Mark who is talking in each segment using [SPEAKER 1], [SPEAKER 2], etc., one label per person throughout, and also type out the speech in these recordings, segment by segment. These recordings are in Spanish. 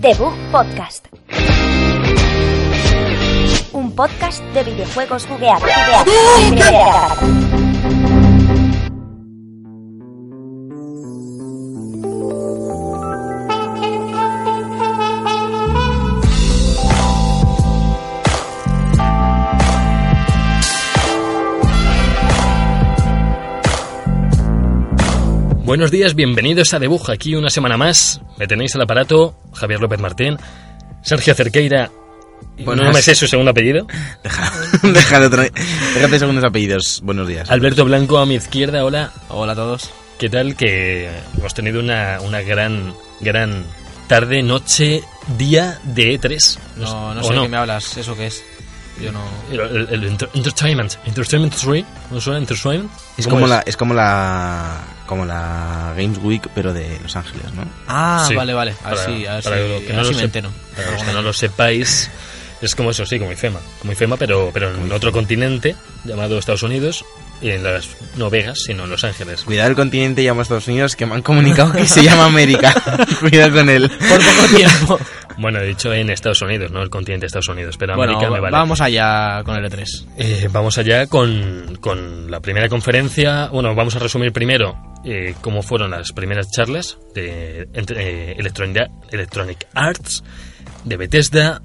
[SPEAKER 1] Debug Podcast. Un podcast de videojuegos bugueados.
[SPEAKER 2] Buenos días, bienvenidos a Debuja. Aquí una semana más. Me tenéis al aparato Javier López Martín, Sergio Cerqueira.
[SPEAKER 3] Buenas.
[SPEAKER 2] No me sé su segundo apellido.
[SPEAKER 3] Deja, deja de tener- déjate segundos apellidos. Buenos días.
[SPEAKER 2] Alberto Blanco a mi izquierda. Hola,
[SPEAKER 4] Hola a todos.
[SPEAKER 2] ¿qué tal? Que hemos tenido una, una gran, gran tarde, noche, día de E3.
[SPEAKER 4] No, no
[SPEAKER 2] ¿O
[SPEAKER 4] sé de qué me hablas, eso qué es. Yo no.
[SPEAKER 2] El, el- el enter- entertainment. Entertainment 3. ¿No suena entertainment?
[SPEAKER 3] Es
[SPEAKER 2] ¿Cómo
[SPEAKER 3] como la es como la como la Games Week pero de Los Ángeles, ¿no?
[SPEAKER 4] Ah,
[SPEAKER 2] Sí,
[SPEAKER 4] vale, vale. A ver
[SPEAKER 2] para-
[SPEAKER 4] si, a ver
[SPEAKER 2] para que
[SPEAKER 4] si, a
[SPEAKER 2] no
[SPEAKER 4] ver
[SPEAKER 2] lo
[SPEAKER 4] si me
[SPEAKER 2] sep-
[SPEAKER 4] entero.
[SPEAKER 2] Para los que no lo sepáis, es como eso, sí, como IFEMA. Como IFEMA, pero, pero en otro continente llamado Estados Unidos, y en las, no Vegas, sino en Los Ángeles.
[SPEAKER 3] Cuidado el continente llama a Estados Unidos que me han comunicado que se llama América. Cuidado con él.
[SPEAKER 4] Por poco tiempo.
[SPEAKER 2] Bueno, he dicho en Estados Unidos, no el continente de Estados Unidos, pero
[SPEAKER 4] bueno,
[SPEAKER 2] América me
[SPEAKER 4] va-
[SPEAKER 2] vale.
[SPEAKER 4] vamos allá con el E E3.
[SPEAKER 2] Eh, vamos allá con, con la primera conferencia. Bueno, vamos a resumir primero eh, cómo fueron las primeras charlas de entre- eh, Electronic, Electronic Arts, de Bethesda,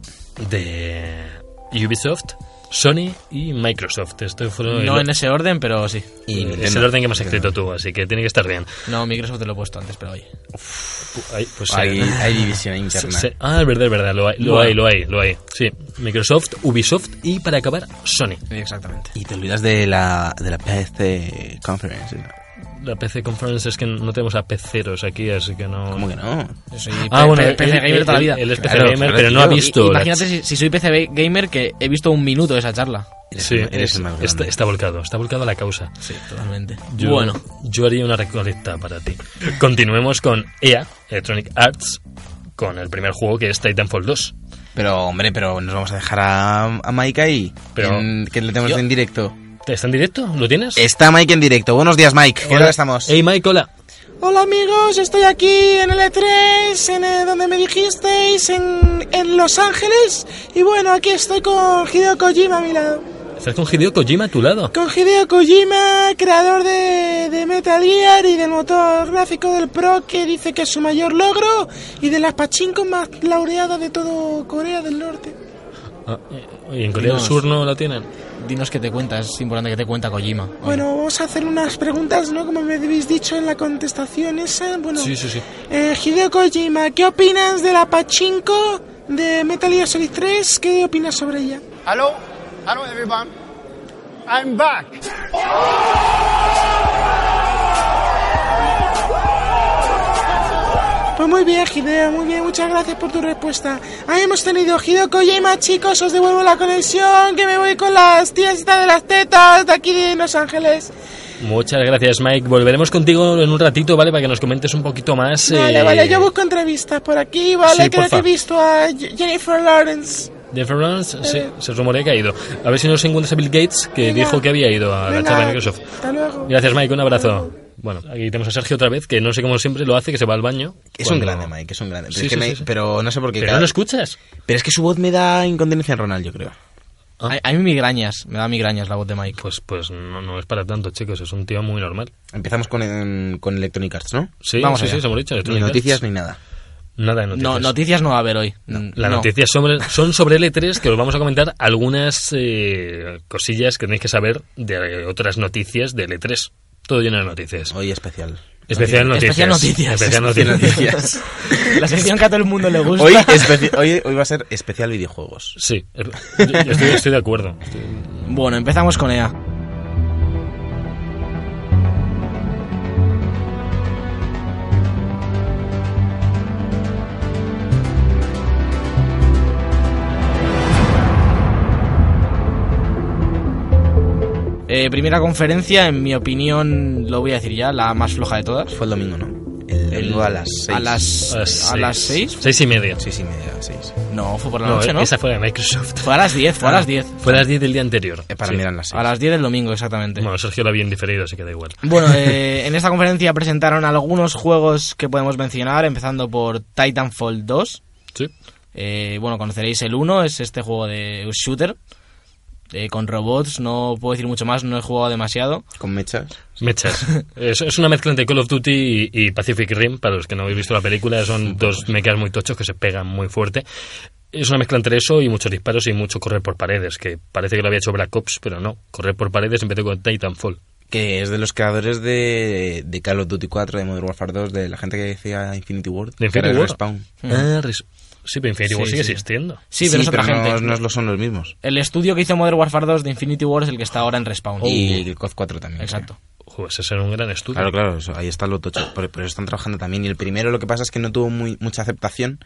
[SPEAKER 2] de Ubisoft, Sony y Microsoft. Esto fueron
[SPEAKER 4] No
[SPEAKER 2] el-
[SPEAKER 4] en ese orden, pero sí.
[SPEAKER 3] Y
[SPEAKER 2] es
[SPEAKER 3] Nintendo.
[SPEAKER 2] el orden que hemos escrito tú, así que tiene que estar bien.
[SPEAKER 4] No, Microsoft te lo he puesto antes, pero oye.
[SPEAKER 2] Ay, pues,
[SPEAKER 3] Hay,
[SPEAKER 2] eh,
[SPEAKER 3] hay división
[SPEAKER 2] se-
[SPEAKER 3] interna.
[SPEAKER 2] se- ah, es verdad, es verdad, lo hay, lo
[SPEAKER 4] Bueno.
[SPEAKER 2] hay, lo hay, lo hay. Sí, Microsoft, Ubisoft y para acabar, Sony.
[SPEAKER 4] Exactamente.
[SPEAKER 3] Y te olvidas de la de la PC conference. ¿no?
[SPEAKER 2] La PC Conference es que no tenemos a peceros aquí, así que no.
[SPEAKER 3] ¿Cómo que no?
[SPEAKER 4] Yo soy
[SPEAKER 2] Ah,
[SPEAKER 4] P- P- PC
[SPEAKER 2] él-
[SPEAKER 4] gamer
[SPEAKER 2] él-
[SPEAKER 4] toda la vida.
[SPEAKER 2] Él es PC
[SPEAKER 3] Claro,
[SPEAKER 2] gamer,
[SPEAKER 3] claro,
[SPEAKER 2] pero no
[SPEAKER 3] tío.
[SPEAKER 2] ha visto.
[SPEAKER 4] I-
[SPEAKER 2] la-
[SPEAKER 4] Imagínate si, si soy PC gamer que he visto un minuto de esa charla.
[SPEAKER 3] Eres
[SPEAKER 2] Sí,
[SPEAKER 3] el- eres
[SPEAKER 2] es-
[SPEAKER 3] el más
[SPEAKER 2] está,
[SPEAKER 3] grande.
[SPEAKER 2] está volcado, está volcado a la causa.
[SPEAKER 4] Sí, totalmente.
[SPEAKER 2] Yo,
[SPEAKER 4] Bueno,
[SPEAKER 2] Yo haría una recolecta para ti. Continuemos con EA, Electronic Arts, con el primer juego que es Titanfall 2.
[SPEAKER 3] Pero hombre, pero nos vamos a dejar a, a Mike ahí.
[SPEAKER 2] Pero-
[SPEAKER 3] En- que le tenemos
[SPEAKER 2] Yo-
[SPEAKER 3] en directo.
[SPEAKER 2] ¿Está en directo? ¿Lo tienes?
[SPEAKER 3] Está Mike en directo. Buenos días, Mike. ¿Qué tal estamos?
[SPEAKER 2] Hey ah, Mike, hola.
[SPEAKER 3] Hola amigos, estoy aquí en el E3, en eh, donde me dijisteis, en, en Los Ángeles. Y bueno, aquí estoy con Hideo Kojima a mi lado.
[SPEAKER 2] Estás con Hideo Kojima a tu lado.
[SPEAKER 5] Ah.
[SPEAKER 3] Con Hideo Kojima, creador de, de Metal Gear y del motor gráfico del Pro, que dice que es su mayor logro, y de las pachincos más laureadas de todo Corea del Norte.
[SPEAKER 2] Ah, ¿Y en Corea del
[SPEAKER 4] Dinos.
[SPEAKER 2] Sur no la tienen?
[SPEAKER 4] dinos qué te cuenta, es importante que te cuenta Kojima. Oye,
[SPEAKER 5] Bueno, vamos a hacer unas preguntas, ¿no? Como me habéis dicho en la contestación esa. Bueno,
[SPEAKER 2] Sí, sí, sí.
[SPEAKER 5] eh, Hideo Kojima, ¿qué opinas de la Pachinko de Metal Gear Solid 3? ¿Qué opinas sobre ella?
[SPEAKER 6] Hello, hello everyone. I'm back.
[SPEAKER 5] Pues muy bien, Hideo, muy bien, muchas gracias por tu respuesta. Ahí hemos tenido Hideo Kojima, chicos, os devuelvo la conexión, que me voy con las tías estas de las tetas de aquí de Los Ángeles.
[SPEAKER 2] Muchas gracias, Mike. Volveremos contigo en un ratito, ¿vale? Para que nos comentes un poquito más.
[SPEAKER 5] Vale,
[SPEAKER 2] eh,
[SPEAKER 5] vale, yo busco entrevistas por aquí, ¿vale?
[SPEAKER 2] Sí,
[SPEAKER 5] Creo
[SPEAKER 2] porfa.
[SPEAKER 5] que he visto a Jennifer Lawrence.
[SPEAKER 2] De Florence, sí, se rumorea que ha ido. A ver si nos encuentras a Bill Gates, que
[SPEAKER 5] Venga.
[SPEAKER 2] dijo que había ido a la
[SPEAKER 5] Venga,
[SPEAKER 2] charla de Microsoft.
[SPEAKER 5] Hasta luego.
[SPEAKER 2] Gracias, Mike, un abrazo. Bueno, aquí tenemos a Sergio otra vez, que no sé cómo siempre lo hace, que se va al baño.
[SPEAKER 3] Es un
[SPEAKER 2] Cuando-
[SPEAKER 3] grande, Mike, es un grande. Pero,
[SPEAKER 2] Sí,
[SPEAKER 3] es que
[SPEAKER 2] sí,
[SPEAKER 3] me-
[SPEAKER 2] sí, sí.
[SPEAKER 3] pero no sé por qué.
[SPEAKER 2] ¿Pero
[SPEAKER 3] cada-
[SPEAKER 2] no lo escuchas?
[SPEAKER 3] pero es que su voz me da incontinencia en Ronald, yo creo.
[SPEAKER 2] Ah.
[SPEAKER 4] a, a mí migrañas, me da migrañas la voz de Mike.
[SPEAKER 2] Pues, pues no, no es para tanto, chicos, es un tío muy normal.
[SPEAKER 3] Empezamos con, em, con Electronic Arts, ¿no?
[SPEAKER 2] Sí,
[SPEAKER 4] Vamos
[SPEAKER 2] sí,
[SPEAKER 4] allá.
[SPEAKER 2] sí, se hemos dicho.
[SPEAKER 3] Ni
[SPEAKER 2] Electronic
[SPEAKER 3] noticias
[SPEAKER 2] Arts.
[SPEAKER 3] ni nada.
[SPEAKER 2] Nada de noticias.
[SPEAKER 4] No, noticias no va a haber hoy.
[SPEAKER 2] Las
[SPEAKER 4] No.
[SPEAKER 2] noticias sobre- son sobre L3, que os vamos a comentar algunas eh, cosillas que tenéis que saber de otras noticias de L3. Todo lleno de noticias.
[SPEAKER 3] Hoy especial.
[SPEAKER 2] Especial noticias.
[SPEAKER 4] Especial noticias.
[SPEAKER 2] Especial
[SPEAKER 3] Hoy
[SPEAKER 2] noticias.
[SPEAKER 3] noticias.
[SPEAKER 4] La sección que a todo el mundo le gusta.
[SPEAKER 2] Pues
[SPEAKER 3] hoy, especi- hoy, hoy va a ser especial videojuegos.
[SPEAKER 2] Sí, es- yo- yo estoy, estoy de acuerdo.
[SPEAKER 4] Bueno, empezamos con EA. Eh, primera conferencia, en mi opinión, lo voy a decir ya, la más floja de todas.
[SPEAKER 3] Fue el domingo, ¿no? El domingo a las 6.
[SPEAKER 4] A las,
[SPEAKER 2] A las
[SPEAKER 4] a las seis.
[SPEAKER 2] Eh, Seis y media.
[SPEAKER 3] 6 y media, 6.
[SPEAKER 4] No, fue por la
[SPEAKER 2] No, eh,
[SPEAKER 4] noche, ¿no?
[SPEAKER 2] esa fue de Microsoft.
[SPEAKER 4] Fue a las 10, fue a las 10.
[SPEAKER 2] Fue a las 10 del día anterior.
[SPEAKER 4] Eh,
[SPEAKER 3] Es Eh, para
[SPEAKER 2] Sí.
[SPEAKER 3] mirar las 6.
[SPEAKER 4] A las 10 del domingo, exactamente.
[SPEAKER 2] Bueno, Sergio la vi en diferido, así que da igual.
[SPEAKER 4] Bueno, eh, en esta conferencia presentaron algunos juegos que podemos mencionar, empezando por Titanfall 2.
[SPEAKER 2] Sí.
[SPEAKER 4] Eh, bueno, conoceréis el 1, es este juego de shooter eh, con robots. No puedo decir mucho más, no he jugado demasiado.
[SPEAKER 3] Con mechas.
[SPEAKER 2] Mechas. es, es una mezcla entre Call of Duty y, y Pacific Rim, para los que no habéis visto la película, son
[SPEAKER 4] pues.
[SPEAKER 2] dos mechas muy tochos que se pegan muy fuerte. Es una mezcla entre eso y muchos disparos y mucho correr por paredes, que parece que lo había hecho Black Ops, pero no. Correr por paredes empezó con Titanfall.
[SPEAKER 3] Que es de los creadores de, de Call of Duty 4, de Modern Warfare 2, de la gente que decía Infinity World.
[SPEAKER 2] ¿De
[SPEAKER 3] que
[SPEAKER 2] Infinity
[SPEAKER 3] era el
[SPEAKER 2] War?
[SPEAKER 3] Respawn.
[SPEAKER 2] Ah, res- sí, pero Infinity War
[SPEAKER 4] Sí,
[SPEAKER 2] sigue
[SPEAKER 4] sí.
[SPEAKER 2] existiendo.
[SPEAKER 4] Sí, pero es otra
[SPEAKER 3] no-
[SPEAKER 4] gente.
[SPEAKER 3] No, son los mismos.
[SPEAKER 4] El estudio que hizo Modern Warfare 2 de Infinity War es el que está ahora en Respawn.
[SPEAKER 3] Y el COD 4 también.
[SPEAKER 4] Oh. Exacto.
[SPEAKER 2] Joder, ese será un gran
[SPEAKER 3] sí.
[SPEAKER 2] estudio.
[SPEAKER 3] Claro, claro, eso- ahí está lo tocho. Por, por eso están trabajando también. Y el primero lo que pasa es que no tuvo muy, mucha aceptación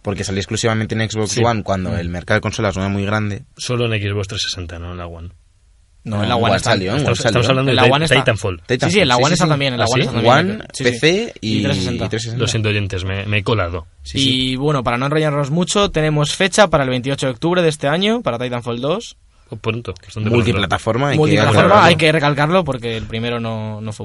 [SPEAKER 3] porque salió exclusivamente en Xbox
[SPEAKER 2] Sí.
[SPEAKER 3] One
[SPEAKER 4] Mm.
[SPEAKER 3] cuando el mercado de consolas no era muy grande.
[SPEAKER 2] Solo en Xbox 360, no en la One.
[SPEAKER 4] No,
[SPEAKER 3] No,
[SPEAKER 4] en la
[SPEAKER 3] Ah, igual
[SPEAKER 4] One está.
[SPEAKER 3] salió,
[SPEAKER 4] está-
[SPEAKER 2] Estamos,
[SPEAKER 3] Mm, salió.
[SPEAKER 2] estamos hablando
[SPEAKER 4] En
[SPEAKER 2] de
[SPEAKER 4] la
[SPEAKER 2] Ti-
[SPEAKER 4] One está.
[SPEAKER 2] Titanfall.
[SPEAKER 3] Titanfall,
[SPEAKER 4] Sí, sí, en la
[SPEAKER 3] sí,
[SPEAKER 4] One
[SPEAKER 3] sí,
[SPEAKER 4] está
[SPEAKER 3] sí.
[SPEAKER 4] también. En la
[SPEAKER 2] ¿Ah,
[SPEAKER 4] One
[SPEAKER 2] sí?
[SPEAKER 4] está también.
[SPEAKER 3] One,
[SPEAKER 4] Sí, sí.
[SPEAKER 3] PC y,
[SPEAKER 4] Y 360.
[SPEAKER 3] y 360.
[SPEAKER 2] Lo siento, oyentes, me, me he colado.
[SPEAKER 3] Sí,
[SPEAKER 4] y
[SPEAKER 3] sí.
[SPEAKER 4] bueno, para no enrollarnos mucho, tenemos fecha para el 28 de octubre de este año para Titanfall 2.
[SPEAKER 2] Oh, Pronto. bastante pronto.
[SPEAKER 3] Multiplataforma. y
[SPEAKER 4] Multiplataforma, hay que recalcarlo porque el primero no, no fue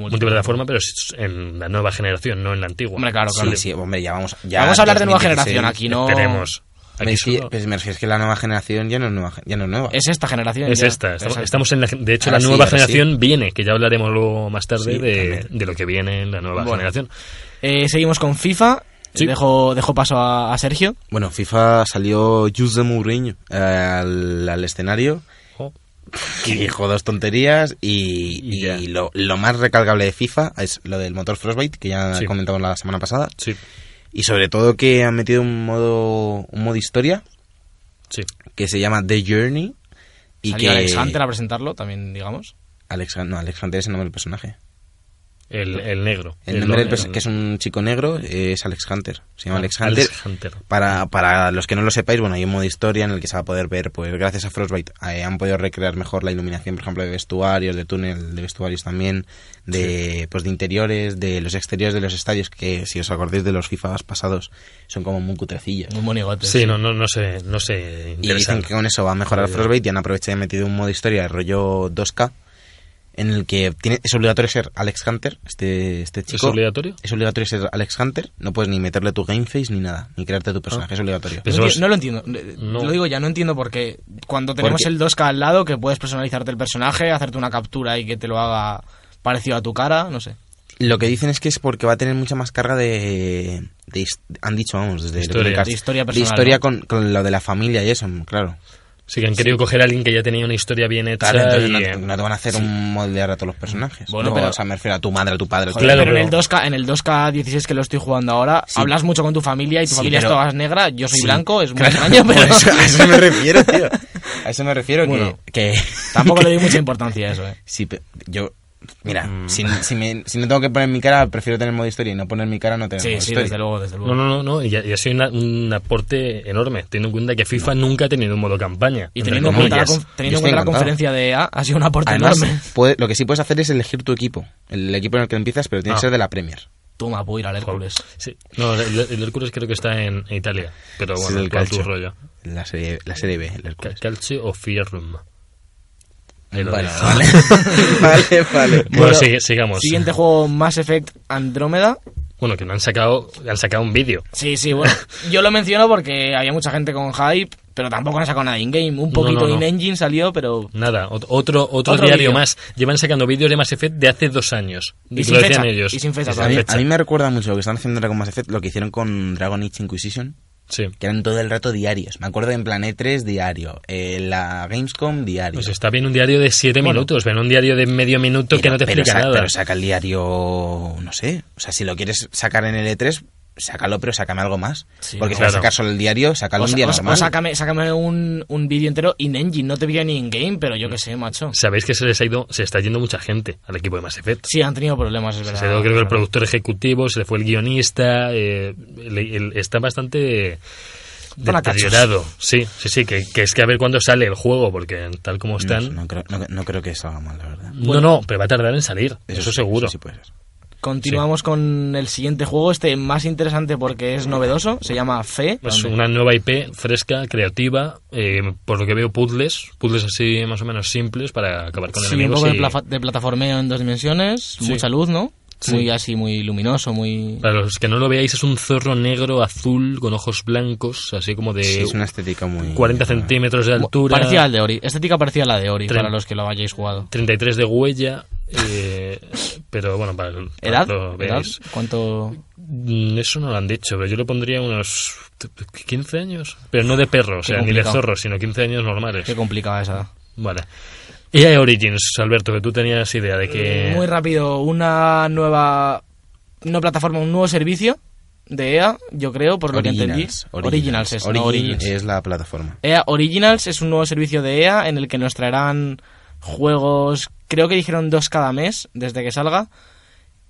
[SPEAKER 2] Multiplataforma,
[SPEAKER 4] multiplataforma.
[SPEAKER 2] pero es en la nueva generación, no en la antigua.
[SPEAKER 4] Hombre, claro, claro.
[SPEAKER 3] Sí, sí, hombre, ya vamos. ya
[SPEAKER 4] Vamos a hablar de nueva
[SPEAKER 3] 2016.
[SPEAKER 4] generación aquí, ¿no?
[SPEAKER 2] Esperemos.
[SPEAKER 3] Me
[SPEAKER 2] Aquí
[SPEAKER 3] es, que,
[SPEAKER 2] solo-
[SPEAKER 3] pues, me refiero, es que la nueva generación ya no es nueva. gen- Ya no es nueva.
[SPEAKER 4] Es esta generación.
[SPEAKER 2] Es
[SPEAKER 4] ya.
[SPEAKER 2] esta. Estamos,
[SPEAKER 4] Exacto.
[SPEAKER 2] estamos en la, gen- de hecho,
[SPEAKER 3] Ahora
[SPEAKER 2] la
[SPEAKER 3] sí,
[SPEAKER 2] nueva
[SPEAKER 3] ahora sí.
[SPEAKER 2] generación viene, que ya hablaremos luego más tarde de,
[SPEAKER 3] Sí, también.
[SPEAKER 2] de lo que viene en la nueva
[SPEAKER 4] Bueno.
[SPEAKER 2] generación.
[SPEAKER 4] Eh, seguimos con FIFA.
[SPEAKER 2] Sí.
[SPEAKER 4] Dejo, dejo paso a, a Sergio.
[SPEAKER 3] Bueno, FIFA salió Jose Mourinho eh, al, al escenario
[SPEAKER 2] Oh,
[SPEAKER 3] y dijo dos tonterías y,
[SPEAKER 2] Y
[SPEAKER 3] y
[SPEAKER 2] ya.
[SPEAKER 3] lo, lo más recalcable de FIFA es lo del motor Frostbite, que ya
[SPEAKER 2] Sí.
[SPEAKER 3] comentamos la semana pasada,
[SPEAKER 2] sí,
[SPEAKER 3] y sobre todo que han metido un modo, un modo historia
[SPEAKER 2] sí.
[SPEAKER 3] que se llama The Journey y
[SPEAKER 4] Y
[SPEAKER 3] que...
[SPEAKER 4] Alex Hunter a presentarlo también, digamos.
[SPEAKER 3] Alex- no, Alex Hunter es el nombre del personaje.
[SPEAKER 2] El, el negro.
[SPEAKER 3] El nombre
[SPEAKER 2] hombre-
[SPEAKER 3] del
[SPEAKER 2] Ah,
[SPEAKER 3] personaje, que es un chico negro, eh, es Alex Hunter. Se llama Alex Hunter.
[SPEAKER 2] Alex Hunter.
[SPEAKER 3] Para, para los que no lo sepáis, bueno, hay un modo historia en el que se va a poder ver, pues gracias a Frostbite eh, han podido recrear mejor la iluminación, por ejemplo, de vestuarios, de túnel de vestuarios también, de, pues, de interiores, de los exteriores de los estadios, que si os acordáis de los FIFA pasados, son como muy cutrecillas.
[SPEAKER 4] Un monigote.
[SPEAKER 2] Sí, no, no, no sé, no sé.
[SPEAKER 3] Y dicen que con eso va a mejorar
[SPEAKER 2] Muy bien.
[SPEAKER 3] Frostbite y han aprovechado y han metido un modo historia de rollo 2K en el que tiene, es obligatorio ser Alex Hunter, este, este
[SPEAKER 2] ¿Es
[SPEAKER 3] chico.
[SPEAKER 2] obligatorio?
[SPEAKER 3] Es obligatorio ser Alex Hunter, no puedes ni meterle tu game face ni nada, ni crearte
[SPEAKER 2] Ah.
[SPEAKER 3] tu personaje, es obligatorio.
[SPEAKER 4] No,
[SPEAKER 2] Pensaba-
[SPEAKER 4] enti- no lo entiendo. Eh,
[SPEAKER 2] No.
[SPEAKER 4] Lo digo ya, no entiendo por qué. Cuando tenemos
[SPEAKER 3] Porque-
[SPEAKER 4] el 2K al lado, que puedes personalizarte el personaje, hacerte una captura y que te lo haga parecido a tu cara, no sé.
[SPEAKER 3] Lo que dicen es que es porque va a tener mucha más carga de... de his- han dicho, vamos, desde
[SPEAKER 2] Historia.
[SPEAKER 3] Electronic Arts,
[SPEAKER 4] De historia personal,
[SPEAKER 3] De historia
[SPEAKER 4] ¿no?
[SPEAKER 3] con, con lo de la familia y eso, claro.
[SPEAKER 2] Sí, que han querido coger a alguien que ya tenía una historia bien hecha.
[SPEAKER 3] Claro, entonces
[SPEAKER 2] y,
[SPEAKER 3] no,
[SPEAKER 2] eh,
[SPEAKER 3] te- no te van a hacer un moldear a todos los personajes.
[SPEAKER 4] Bueno,
[SPEAKER 3] No,
[SPEAKER 4] pero-
[SPEAKER 3] O sea, me refiero a tu madre, a tu padre, a tu
[SPEAKER 2] Joder, Claro,
[SPEAKER 4] pero, en el
[SPEAKER 2] pero-
[SPEAKER 4] 2K, en el 2K 16 que lo estoy jugando ahora, hablas mucho con tu familia y tu
[SPEAKER 3] Sí,
[SPEAKER 4] familia
[SPEAKER 3] pero-
[SPEAKER 4] es toda negra, yo soy
[SPEAKER 3] Sí.
[SPEAKER 4] blanco, es muy
[SPEAKER 3] Claro,
[SPEAKER 4] extraño,
[SPEAKER 3] por
[SPEAKER 4] pero
[SPEAKER 3] eso- a eso me refiero, tío. A eso me refiero que-
[SPEAKER 4] Bueno.
[SPEAKER 3] que,
[SPEAKER 4] tampoco le doy mucha importancia a eso, eh.
[SPEAKER 3] Sí, pero yo... Mira,
[SPEAKER 4] Mm.
[SPEAKER 3] si, si me- si no tengo que poner mi cara, prefiero tener modo historia y no poner mi cara no tener
[SPEAKER 4] Sí,
[SPEAKER 3] modo
[SPEAKER 4] sí,
[SPEAKER 3] historia.
[SPEAKER 4] desde luego, desde luego.
[SPEAKER 2] No, no, no, no, y ha y ha sido una- un aporte enorme, teniendo en cuenta que FIFA nunca ha tenido un modo campaña.
[SPEAKER 4] Y
[SPEAKER 2] entre
[SPEAKER 4] teniendo en cuenta, la,
[SPEAKER 2] comillas.
[SPEAKER 4] conf- teniendo en
[SPEAKER 3] Yo estoy
[SPEAKER 4] cuenta la
[SPEAKER 3] encantado.
[SPEAKER 4] conferencia de EA, ha sido un aporte
[SPEAKER 3] Además,
[SPEAKER 4] enorme.
[SPEAKER 3] puede- lo que sí puedes hacer es elegir tu equipo. El equipo en el que empiezas, pero tiene
[SPEAKER 2] Ah.
[SPEAKER 3] que ser de la Premier.
[SPEAKER 4] Toma, puedo ir al Hércules.
[SPEAKER 2] Sí. No, el, el Hércules creo que está en Italia, pero
[SPEAKER 3] Sí,
[SPEAKER 2] bueno,
[SPEAKER 3] del
[SPEAKER 2] cual tu
[SPEAKER 3] calcio.
[SPEAKER 2] rollo.
[SPEAKER 3] La serie, la serie B, el
[SPEAKER 2] Ca-
[SPEAKER 3] Hércules.
[SPEAKER 2] Calcio o Fierum. Ahí lo
[SPEAKER 3] Vale,
[SPEAKER 2] dejo.
[SPEAKER 3] vale. vale, vale.
[SPEAKER 2] Bueno, sigue- sigamos.
[SPEAKER 4] Siguiente juego, Mass Effect Andrómeda.
[SPEAKER 2] Bueno, que no han sacado, han sacado un vídeo.
[SPEAKER 4] Sí, sí, bueno. yo lo menciono porque había mucha gente con hype, pero tampoco han sacado nada in-game. Un poquito
[SPEAKER 2] no, no.
[SPEAKER 4] in-engine salió, pero...
[SPEAKER 2] Nada, ot- otro, otro,
[SPEAKER 4] Otro
[SPEAKER 2] diario
[SPEAKER 4] vídeo.
[SPEAKER 2] más. Llevan sacando vídeos de Mass Effect de hace dos años.
[SPEAKER 4] Y
[SPEAKER 2] que
[SPEAKER 4] sin
[SPEAKER 2] lo decían
[SPEAKER 4] fecha,
[SPEAKER 2] ellos.
[SPEAKER 4] y sin fecha
[SPEAKER 3] A mí,
[SPEAKER 2] sin
[SPEAKER 4] todavía.
[SPEAKER 3] a mí me recuerda mucho lo que están haciendo ahora con Mass Effect, lo que hicieron con Dragon Age Inquisition,
[SPEAKER 2] Sí.
[SPEAKER 3] que eran todo el rato diarios. Me acuerdo en Plan E3 diario, eh, la Gamescom diario.
[SPEAKER 2] Pues está bien un diario de siete minutos, ven un diario de medio minuto que no te
[SPEAKER 3] pero
[SPEAKER 2] explica
[SPEAKER 3] sa-
[SPEAKER 2] nada.
[SPEAKER 3] Pero saca el diario, no sé. O sea, si lo quieres sacar en el E3, sácalo, pero sácame algo más.
[SPEAKER 4] Sí,
[SPEAKER 3] Porque si
[SPEAKER 2] claro.
[SPEAKER 3] vas a sacar solo el diario, sácalo
[SPEAKER 4] O
[SPEAKER 3] un
[SPEAKER 4] sa-
[SPEAKER 3] día
[SPEAKER 4] o sa-
[SPEAKER 3] normal.
[SPEAKER 4] o sácame, sácame un, un vídeo entero in-engine, no te pilla ni in-game, pero yo qué sé, macho.
[SPEAKER 2] Sabéis que se les ha ido, se está yendo mucha gente al equipo de Mass Effect.
[SPEAKER 4] Sí, han tenido problemas, es
[SPEAKER 2] Se
[SPEAKER 4] verdad.
[SPEAKER 2] le dio, creo que el
[SPEAKER 4] Claro.
[SPEAKER 2] productor ejecutivo, se le fue el guionista, eh, le- el- está bastante
[SPEAKER 4] Bonacachos.
[SPEAKER 2] deteriorado. Sí, sí, sí, que, que es que a ver cuándo sale el juego, porque tal como
[SPEAKER 3] No,
[SPEAKER 2] están...
[SPEAKER 3] no creo, no- no creo que salga mal, la verdad.
[SPEAKER 2] No, no, pero va a tardar en salir, eso,
[SPEAKER 3] sí,
[SPEAKER 2] seguro.
[SPEAKER 3] Eso sí puede ser.
[SPEAKER 4] Continuamos con el siguiente juego, este más interesante porque es novedoso, se llama Fe.
[SPEAKER 2] Es una nueva IP fresca, creativa, eh, por lo que veo puzzles, puzzles así más o menos simples para acabar con
[SPEAKER 4] Sí, un
[SPEAKER 2] enemigos
[SPEAKER 4] poco de,
[SPEAKER 2] y
[SPEAKER 4] plafa- de plataformeo en dos dimensiones,
[SPEAKER 2] Sí.
[SPEAKER 4] mucha luz, ¿no?
[SPEAKER 2] Sí.
[SPEAKER 4] Muy así, muy luminoso, muy...
[SPEAKER 2] para los que no lo veáis es un zorro negro azul con ojos blancos, así como de
[SPEAKER 3] Sí, es una estética muy...
[SPEAKER 2] 40 Eh, centímetros de altura,
[SPEAKER 4] Parecida al de Ori, estética parecida a la de Ori,
[SPEAKER 2] Tren-
[SPEAKER 4] para los que lo hayáis jugado.
[SPEAKER 2] 33 de huella, eh, pero bueno, para, para que
[SPEAKER 4] ¿Edad?
[SPEAKER 2] lo
[SPEAKER 4] ¿Edad?
[SPEAKER 2] veáis.
[SPEAKER 4] ¿Cuánto...?
[SPEAKER 2] Mm, Eso no lo han dicho, pero yo le pondría unos 15 años, pero no de perro, o sea, ni de
[SPEAKER 4] complicado.
[SPEAKER 2] zorro, sino 15 años normales.
[SPEAKER 4] Qué complicada esa edad.
[SPEAKER 2] Vale. EA Origins, Alberto, que tú tenías idea de que...
[SPEAKER 4] Muy rápido, una nueva una plataforma, un nuevo servicio de EA, yo creo, por lo que entendí.
[SPEAKER 3] Originals, Originals,
[SPEAKER 4] es, no
[SPEAKER 3] Origin
[SPEAKER 4] Origins.
[SPEAKER 3] es la plataforma.
[SPEAKER 4] EA E Originals es un nuevo servicio de EA en el que nos traerán juegos, creo que dijeron dos cada mes desde que salga.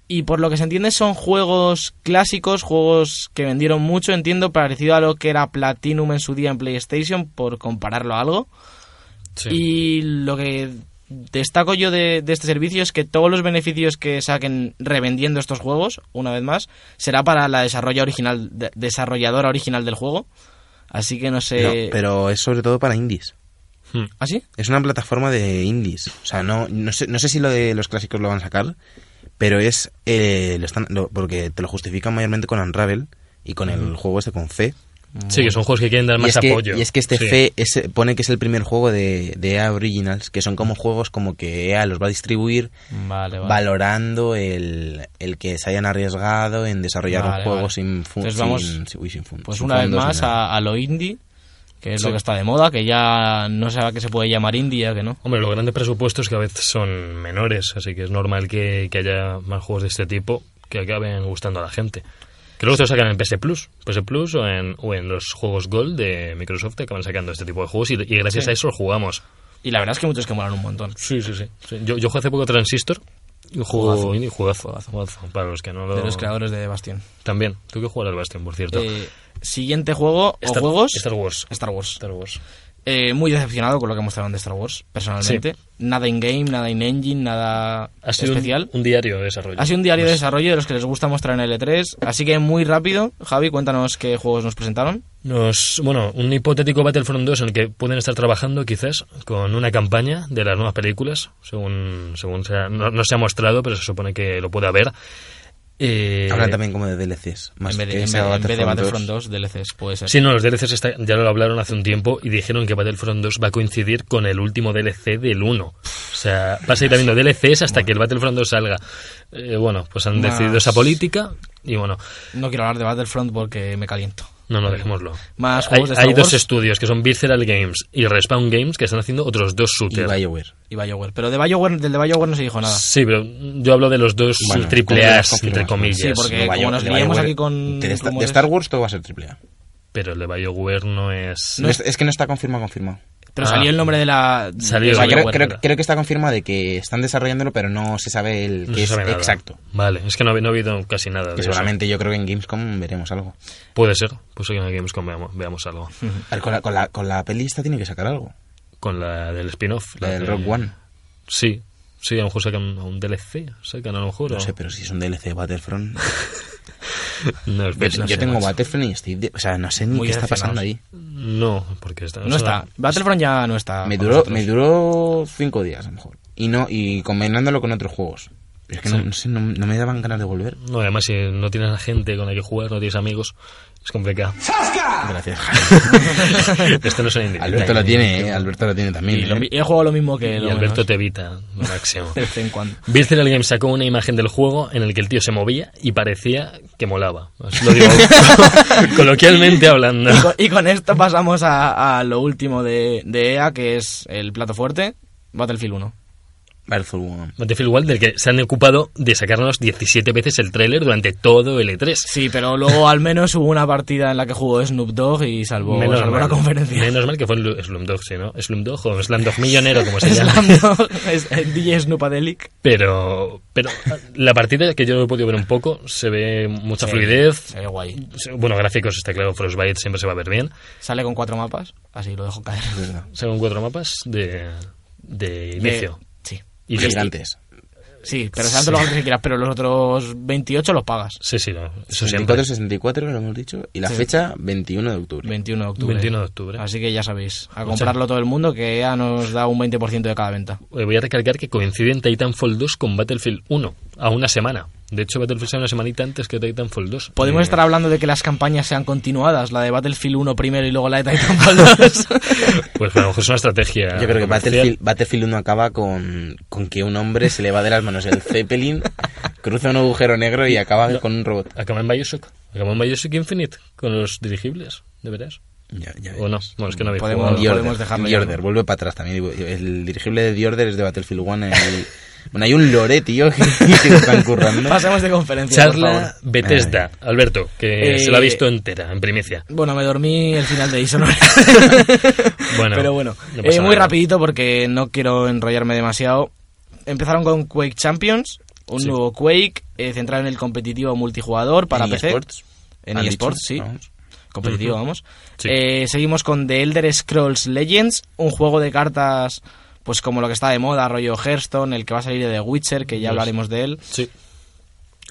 [SPEAKER 4] Y por lo que se entiende son juegos clásicos, juegos que vendieron mucho, entiendo, parecido a lo que era Platinum en su día en PlayStation, por compararlo a algo.
[SPEAKER 2] Sí.
[SPEAKER 4] Y lo que destaco yo de, de este servicio es que todos los beneficios que saquen revendiendo estos juegos, una vez más, será para la desarrolla original, de- desarrolladora original del juego. Así que no sé...
[SPEAKER 3] No, pero es sobre todo para indies.
[SPEAKER 2] Hmm.
[SPEAKER 4] ¿Ah, sí?
[SPEAKER 3] Es una plataforma de indies. O sea, no, no, sé, no sé si lo de los clásicos lo van a sacar, pero es. eh, lo están, lo- porque te lo justifican mayormente con Unravel y con el juego este con Fe.
[SPEAKER 2] Sí, que son juegos que quieren dar
[SPEAKER 3] Y
[SPEAKER 2] más
[SPEAKER 3] es, que,
[SPEAKER 2] apoyo.
[SPEAKER 3] y es que este
[SPEAKER 2] Sí.
[SPEAKER 3] Fe es- pone que es el primer juego de, de EA Originals, que son como juegos como que EA los va a distribuir
[SPEAKER 4] Vale, vale.
[SPEAKER 3] valorando el, el que se hayan arriesgado en desarrollar
[SPEAKER 4] Vale,
[SPEAKER 3] un juego
[SPEAKER 4] vale.
[SPEAKER 3] sin, fu-
[SPEAKER 4] Entonces vamos,
[SPEAKER 3] sin- sin- uy, sin fun-
[SPEAKER 4] Pues
[SPEAKER 3] sin
[SPEAKER 4] una vez
[SPEAKER 3] fondos ni
[SPEAKER 4] más
[SPEAKER 3] nada.
[SPEAKER 4] a, a lo indie, que es
[SPEAKER 2] Sí.
[SPEAKER 4] lo que está de moda, que ya no sé a qué se puede llamar indie, ya que no.
[SPEAKER 2] Hombre, los grandes presupuestos cada vez son menores, así que es normal que, que haya más juegos de este tipo que acaben gustando a la gente. Que luego te lo sacan en PS Plus, PS Plus o en, o en los juegos Gold de Microsoft que acaban sacando este tipo de juegos y, y gracias
[SPEAKER 4] Sí.
[SPEAKER 2] a eso lo jugamos.
[SPEAKER 4] Y la verdad es que muchos que molan un montón.
[SPEAKER 2] Sí, sí, sí. Sí, Yo, yo jugué hace poco Transistor. y juego
[SPEAKER 4] Juegazo.
[SPEAKER 2] indie, juegazo, juegazo, Para los que no lo...
[SPEAKER 4] De los creadores de Bastión.
[SPEAKER 2] También. Tú que jugar al Bastion, por cierto.
[SPEAKER 4] Eh, siguiente juego
[SPEAKER 2] Star-
[SPEAKER 4] o juegos.
[SPEAKER 2] Star Wars.
[SPEAKER 4] Star Wars.
[SPEAKER 2] Star Wars.
[SPEAKER 4] Eh, muy decepcionado con lo que mostraron de Star Wars, personalmente. Nada in-game, nada in-engine, nada
[SPEAKER 2] Ha sido un-
[SPEAKER 4] especial.
[SPEAKER 2] Un, Pues- diario de desarrollo.
[SPEAKER 4] Ha sido un diario de desarrollo de los que les gusta mostrar en el E3. Así que muy rápido, Javi, cuéntanos qué juegos nos presentaron.
[SPEAKER 2] Nos, bueno, un hipotético Battlefront 2 en el que pueden estar trabajando quizás con una campaña de las nuevas películas, según, según se ha- no, no se ha mostrado, pero se supone que lo puede haber. Eh,
[SPEAKER 3] Hablan también como de DLCs. Más
[SPEAKER 4] en vez
[SPEAKER 3] que
[SPEAKER 4] de, en
[SPEAKER 3] sea
[SPEAKER 4] vez- en vez de Battlefront
[SPEAKER 3] 2.
[SPEAKER 4] 2, DLCs, puede ser.
[SPEAKER 2] Sí, no, los DLCs está- ya lo hablaron hace un tiempo y dijeron que Battlefront 2 va a coincidir con el último DLC del 1. O sea, va a seguir habiendo DLCs hasta que el Battlefront 2 salga. Eh, bueno, pues han
[SPEAKER 4] Más-
[SPEAKER 2] decidido esa política y bueno,
[SPEAKER 4] No quiero hablar de Battlefront porque me caliento.
[SPEAKER 2] no, no, dejémoslo.
[SPEAKER 4] Más
[SPEAKER 2] Hay,
[SPEAKER 4] juegos de
[SPEAKER 2] hay
[SPEAKER 4] Star
[SPEAKER 2] dos
[SPEAKER 4] Wars
[SPEAKER 2] estudios que son Visceral Games y Respawn Games que están haciendo otros dos
[SPEAKER 3] Y
[SPEAKER 2] shooters.
[SPEAKER 3] BioWare.
[SPEAKER 4] y BioWare. Pero de BioWare, del de BioWare no se dijo nada.
[SPEAKER 2] Sí, pero yo hablo de los dos
[SPEAKER 3] Bueno,
[SPEAKER 2] triple
[SPEAKER 3] como
[SPEAKER 2] A,
[SPEAKER 3] las confirmas,
[SPEAKER 2] entre
[SPEAKER 3] ¿no?
[SPEAKER 2] comillas.
[SPEAKER 4] Sí, porque
[SPEAKER 3] De
[SPEAKER 4] como
[SPEAKER 3] Bio-
[SPEAKER 4] nos
[SPEAKER 3] de
[SPEAKER 4] liamos
[SPEAKER 3] BioWare.
[SPEAKER 4] aquí con
[SPEAKER 3] De, esta- de
[SPEAKER 4] rumores.
[SPEAKER 3] Star Wars todo va a ser triple A.
[SPEAKER 2] Pero el de BioWare no es...
[SPEAKER 3] No es, es que no está confirmado, confirmado.
[SPEAKER 4] Pero
[SPEAKER 2] Ah.
[SPEAKER 4] salió el nombre de la. de
[SPEAKER 2] Salió.
[SPEAKER 3] O sea, creo,
[SPEAKER 4] BioWare,
[SPEAKER 3] creo-
[SPEAKER 4] ¿verdad?
[SPEAKER 3] creo que está confirmado de que están desarrollándolo, pero no se sabe el
[SPEAKER 2] no
[SPEAKER 3] que
[SPEAKER 2] se
[SPEAKER 3] es
[SPEAKER 2] sabe nada.
[SPEAKER 3] exacto.
[SPEAKER 2] Vale, es que no, ha- no ha habido casi nada. de
[SPEAKER 3] Que
[SPEAKER 2] eso.
[SPEAKER 3] seguramente yo creo que en Gamescom veremos algo.
[SPEAKER 2] Puede ser, pues que en el Gamescom veamos, veamos algo.
[SPEAKER 3] A ver, Con la, con, la, con la peli esta tiene que sacar algo.
[SPEAKER 2] Con la del spin-off.
[SPEAKER 3] La del Rock One.
[SPEAKER 2] Sí, sí, a lo mejor sacan un DLC, sacan a lo mejor.
[SPEAKER 3] No
[SPEAKER 2] o-
[SPEAKER 3] sé, pero si es un DLC de Battlefront.
[SPEAKER 2] No,
[SPEAKER 3] Yo,
[SPEAKER 4] Pues
[SPEAKER 2] espera, no
[SPEAKER 3] yo
[SPEAKER 2] sé,
[SPEAKER 3] tengo
[SPEAKER 2] macho.
[SPEAKER 3] Battlefront y estoy. de- o sea, no sé ni
[SPEAKER 4] Muy
[SPEAKER 3] qué está pasando ahí.
[SPEAKER 4] decepcionados.
[SPEAKER 2] No, porque está...
[SPEAKER 4] No está. Battlefront ya no está.
[SPEAKER 3] Me
[SPEAKER 4] con
[SPEAKER 3] duró,
[SPEAKER 4] nosotros.
[SPEAKER 3] me duró cinco días, a lo mejor. Y no y combinándolo con otros juegos. Pero es que no, no sé, no, no me daban ganas de volver.
[SPEAKER 2] No, además si no tienes a gente con la que jugar, no tienes amigos, es complicado.
[SPEAKER 3] Gracias.
[SPEAKER 2] Esto no es un indie.
[SPEAKER 3] Alberto lo tiene, eh, Alberto lo tiene también.
[SPEAKER 4] Y lo
[SPEAKER 3] eh.
[SPEAKER 4] mi- he jugado lo mismo que
[SPEAKER 2] Y
[SPEAKER 4] lo
[SPEAKER 2] Alberto
[SPEAKER 4] menos,
[SPEAKER 2] te evita lo máximo.
[SPEAKER 4] de vez en cuando.
[SPEAKER 2] Visceral Games sacó una imagen del juego en el que el tío se movía y parecía que molaba. Os Lo digo coloquialmente hablando.
[SPEAKER 4] Y con, y con esto pasamos a, a lo último de, de EA, que es el plato fuerte, Battlefield 1.
[SPEAKER 3] Battlefield One.
[SPEAKER 2] Battlefield Wild, del que se han ocupado de sacarnos 17 veces el tráiler durante todo el E E3.
[SPEAKER 4] Sí, pero luego al menos hubo una partida en la que jugó Snoop Dogg y salvó, salvó la conferencia.
[SPEAKER 2] menos mal que fue en Slumdog, ¿sí, ¿no? Slumdog o Slumdog Millonero, como se llama.
[SPEAKER 4] Slam Dog, es- el DJ Snoopadelic.
[SPEAKER 2] Pero, pero la partida, que yo he podido ver un poco, se ve mucha
[SPEAKER 4] Sí,
[SPEAKER 2] fluidez.
[SPEAKER 4] se ve guay.
[SPEAKER 2] Bueno, gráficos está claro, Frostbite siempre se va a ver bien.
[SPEAKER 4] Sale con cuatro mapas, así lo dejo caer.
[SPEAKER 2] Según cuatro mapas de, de inicio.
[SPEAKER 4] Sí.
[SPEAKER 2] Y
[SPEAKER 3] Gigantes.
[SPEAKER 2] sí,
[SPEAKER 4] Sí, pero tanto lo gastas que quieras, pero los otros 28 los pagas.
[SPEAKER 2] Sí, sí, no, eso siempre.
[SPEAKER 3] 64, 64, lo hemos dicho. Y la
[SPEAKER 4] Sí.
[SPEAKER 3] fecha, 21 de octubre.
[SPEAKER 4] 21 de octubre.
[SPEAKER 2] 21 de octubre.
[SPEAKER 4] Así que ya sabéis, a comprarlo todo el mundo que EA nos da un 20% de cada venta.
[SPEAKER 2] Eh, Voy a recalcar que coinciden Titanfall 2 con Battlefield 1, a una semana. De hecho, Battlefield sale una semanita antes que Titanfall 2.
[SPEAKER 4] Podemos
[SPEAKER 2] Eh,
[SPEAKER 4] estar hablando de que las campañas sean continuadas, la de Battlefield 1 primero y luego la de Titanfall 2.
[SPEAKER 2] Pues a lo mejor es una estrategia.
[SPEAKER 3] Yo creo que
[SPEAKER 2] comercial.
[SPEAKER 3] Battlefield, Battlefield 1 acaba con, con que un hombre se le va de las manos el Zeppelin, cruza un agujero negro y acaba con un robot.
[SPEAKER 2] Acaba en Bioshock. Acaba en Bioshock Infinite con los dirigibles, de veras.
[SPEAKER 3] Ya, ya
[SPEAKER 2] O no, bueno, es que no habéis
[SPEAKER 4] Podemos-
[SPEAKER 2] jugado.
[SPEAKER 3] The Order,
[SPEAKER 4] podemos dejarlo
[SPEAKER 3] The
[SPEAKER 4] ya.
[SPEAKER 3] Order, vuelve para atrás también. digo, El dirigible de The Order es de Battlefield 1. el- bueno, hay un lore, tío, que, que lo están currando.
[SPEAKER 4] Pasemos de conferencia, por favor.
[SPEAKER 2] Charla Bethesda. Alberto, que
[SPEAKER 4] Eh,
[SPEAKER 2] se la ha visto entera, en primicia.
[SPEAKER 4] Bueno, me dormí el final de Dishonored.
[SPEAKER 2] Bueno,
[SPEAKER 4] Pero bueno,
[SPEAKER 2] no pasa
[SPEAKER 4] eh, muy
[SPEAKER 2] nada.
[SPEAKER 4] rapidito porque no quiero enrollarme demasiado. Empezaron con Quake Champions, un nuevo Quake eh, centrado en el competitivo multijugador para
[SPEAKER 3] En
[SPEAKER 4] PC.
[SPEAKER 3] eSports,
[SPEAKER 4] En
[SPEAKER 3] han
[SPEAKER 4] eSports,
[SPEAKER 3] dicho,
[SPEAKER 4] sí.
[SPEAKER 3] vamos.
[SPEAKER 4] Competitivo, vamos.
[SPEAKER 2] Sí.
[SPEAKER 4] Eh, seguimos con The Elder Scrolls Legends, un juego de cartas pues como lo que está de moda, rollo Hearthstone, el que va a salir de The Witcher, que ya hablaremos de él.
[SPEAKER 2] Sí.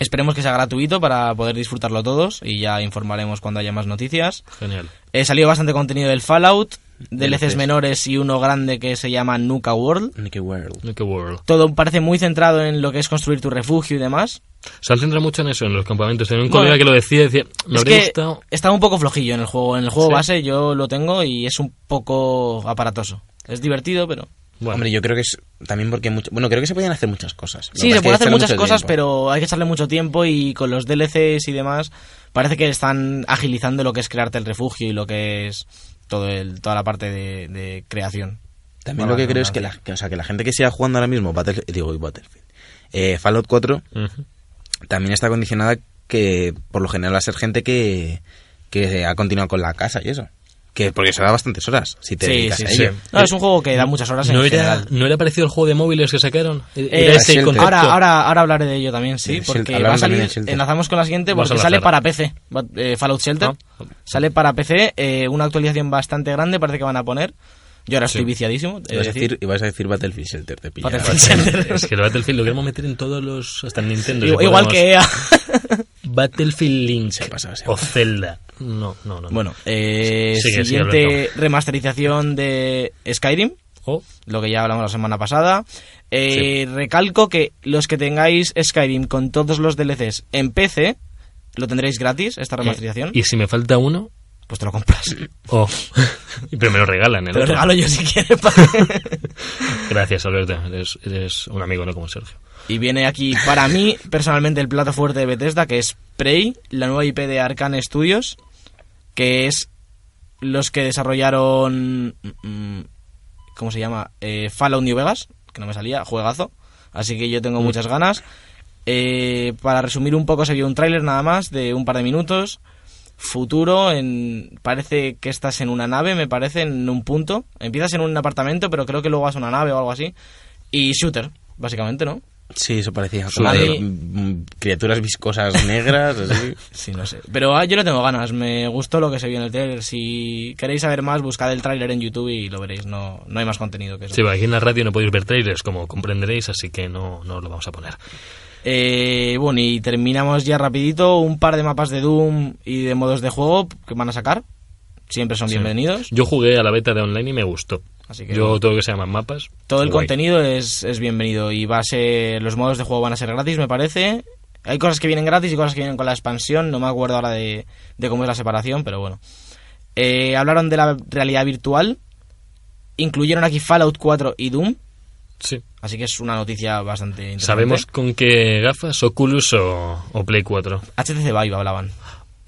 [SPEAKER 4] Esperemos que sea gratuito para poder disfrutarlo todos y ya informaremos cuando haya más noticias.
[SPEAKER 2] Genial.
[SPEAKER 4] Eh, salió bastante contenido del Fallout, DLCs
[SPEAKER 3] DLCs.
[SPEAKER 4] menores y uno grande que se llama Nuka World.
[SPEAKER 3] Nicky World.
[SPEAKER 2] Nuke World.
[SPEAKER 4] Todo parece muy centrado en lo que es construir tu refugio y demás.
[SPEAKER 2] Se han centrado mucho en eso, en los campamentos. Tenía un
[SPEAKER 4] Bueno,
[SPEAKER 2] colega que lo decía, decía, me
[SPEAKER 4] es
[SPEAKER 2] habría
[SPEAKER 4] que
[SPEAKER 2] gustado...
[SPEAKER 4] estaba un poco flojillo en el juego. En el juego
[SPEAKER 2] Sí.
[SPEAKER 4] base yo lo tengo y es un poco aparatoso. Es divertido, pero...
[SPEAKER 2] Bueno,
[SPEAKER 3] Hombre, yo creo que es también porque... mucho- bueno, creo que se podían hacer muchas cosas. Lo que pasa
[SPEAKER 4] Sí, se
[SPEAKER 3] es que
[SPEAKER 4] pueden hacer
[SPEAKER 3] echarle
[SPEAKER 4] muchas
[SPEAKER 3] mucho
[SPEAKER 4] cosas,
[SPEAKER 3] tiempo.
[SPEAKER 4] pero hay que echarle mucho tiempo y con los DLCs y demás parece que están agilizando lo que es crearte el refugio y lo que es todo el, toda la parte de, de creación.
[SPEAKER 3] También
[SPEAKER 4] Vale,
[SPEAKER 3] lo que
[SPEAKER 4] vale,
[SPEAKER 3] creo es que
[SPEAKER 4] vale.
[SPEAKER 3] la, que- o sea, que la gente que siga jugando ahora mismo Battlefield, digo, Battlefield, eh, Fallout 4
[SPEAKER 2] ujú.
[SPEAKER 3] también está condicionada que por lo general va a ser gente que, que ha continuado con la casa y eso. Que porque se da bastantes horas si te
[SPEAKER 4] Sí,
[SPEAKER 3] dedicas
[SPEAKER 4] sí,
[SPEAKER 3] a
[SPEAKER 4] sí.
[SPEAKER 3] ello.
[SPEAKER 4] No, es un juego que da muchas horas en
[SPEAKER 2] ¿No era,
[SPEAKER 4] general.
[SPEAKER 2] ¿No era parecido el juego de móviles que sacaron? E-,
[SPEAKER 4] Eh,
[SPEAKER 2] Era ese
[SPEAKER 3] Shelter.
[SPEAKER 2] concepto.
[SPEAKER 4] ahora, ahora, ahora hablaré de ello también,
[SPEAKER 3] Del
[SPEAKER 4] sí,
[SPEAKER 3] Shelter.
[SPEAKER 4] porque va a
[SPEAKER 3] Hablamos también
[SPEAKER 4] salir,
[SPEAKER 3] del Shelter.
[SPEAKER 4] enlazamos con la siguiente
[SPEAKER 2] Vamos a
[SPEAKER 4] porque sale
[SPEAKER 2] enlazar.
[SPEAKER 4] para PC, Va- eh, Fallout Shelter,
[SPEAKER 2] Ah.
[SPEAKER 4] sale para PC, eh, una actualización bastante grande parece que van a poner, yo ahora
[SPEAKER 2] Sí.
[SPEAKER 4] estoy viciadísimo, eh,
[SPEAKER 3] Y
[SPEAKER 4] es
[SPEAKER 3] vas, a
[SPEAKER 4] decir,
[SPEAKER 3] decir, y vas a decir Battlefield Shelter, te pillaba.
[SPEAKER 4] Battlefield
[SPEAKER 2] Es que el Battlefield lo queremos meter en todos los... Hasta en Nintendo. si
[SPEAKER 4] igual, igual
[SPEAKER 2] podemos.
[SPEAKER 4] que EA.
[SPEAKER 2] Battlefield Link
[SPEAKER 3] ha pasado, se ha
[SPEAKER 2] o Zelda. No, no, no.
[SPEAKER 4] bueno, eh,
[SPEAKER 2] Sí, sigue, sigue
[SPEAKER 4] siguiente
[SPEAKER 2] hablando.
[SPEAKER 4] remasterización de Skyrim,
[SPEAKER 2] O
[SPEAKER 4] lo que ya hablamos la semana pasada. Eh, Recalco que los que tengáis Skyrim con todos los DLCs en PC, lo tendréis gratis, esta remasterización,
[SPEAKER 2] eh, Y si me falta uno,
[SPEAKER 4] pues te lo compras.
[SPEAKER 2] oh. Pero me lo regalan. El
[SPEAKER 4] Te lo
[SPEAKER 2] otro.
[SPEAKER 4] regalo yo si quieres. padre.
[SPEAKER 2] Gracias, Alberto. Eres, eres un amigo, no como Sergio.
[SPEAKER 4] y viene aquí, para mí, personalmente, el plato fuerte de Bethesda, que es Prey, la nueva IP de Arkane Studios, que es los que desarrollaron... mm, ¿Cómo se llama? Eh, Fallout New Vegas, que no me salía, juegazo. Así que yo tengo muchas ganas. Eh, para resumir un poco, se vio un tráiler nada más de un par de minutos. Futuro, en, parece que estás en una nave, me parece, en un punto. Empiezas en un apartamento, pero creo que luego vas a una nave o algo así. Y shooter, básicamente, ¿no?
[SPEAKER 3] Sí, eso parecía
[SPEAKER 4] Sí.
[SPEAKER 3] como de,
[SPEAKER 4] A mí-
[SPEAKER 3] mm, criaturas viscosas negras. así.
[SPEAKER 4] Sí, no sé. Pero ah, yo le tengo ganas, me gustó lo que se vio en el tráiler. Si queréis saber más, buscad el tráiler en YouTube y lo veréis. No, no hay más contenido que eso.
[SPEAKER 2] Sí, bueno, aquí en la radio no podéis ver trailers, como comprenderéis, así que no, no os lo vamos a poner.
[SPEAKER 4] Eh, bueno, y terminamos ya rapidito un par de mapas de Doom y de modos de juego que van a sacar. Siempre son bienvenidos.
[SPEAKER 2] Yo jugué a la beta de online y me gustó.
[SPEAKER 4] Así que
[SPEAKER 2] Yo todo lo que se llaman mapas.
[SPEAKER 4] todo el
[SPEAKER 2] guay.
[SPEAKER 4] contenido es, es bienvenido y va a ser los modos de juego van a ser gratis, me parece. Hay cosas que vienen gratis y cosas que vienen con la expansión. No me acuerdo ahora de, de cómo es la separación, pero bueno. Eh, hablaron de la realidad virtual. Incluyeron aquí Fallout 4 y Doom.
[SPEAKER 2] Sí.
[SPEAKER 4] Así que es una noticia bastante interesante.
[SPEAKER 2] ¿Sabemos con qué gafas? ¿Oculus o, o Play 4?
[SPEAKER 4] HTC Vive hablaban.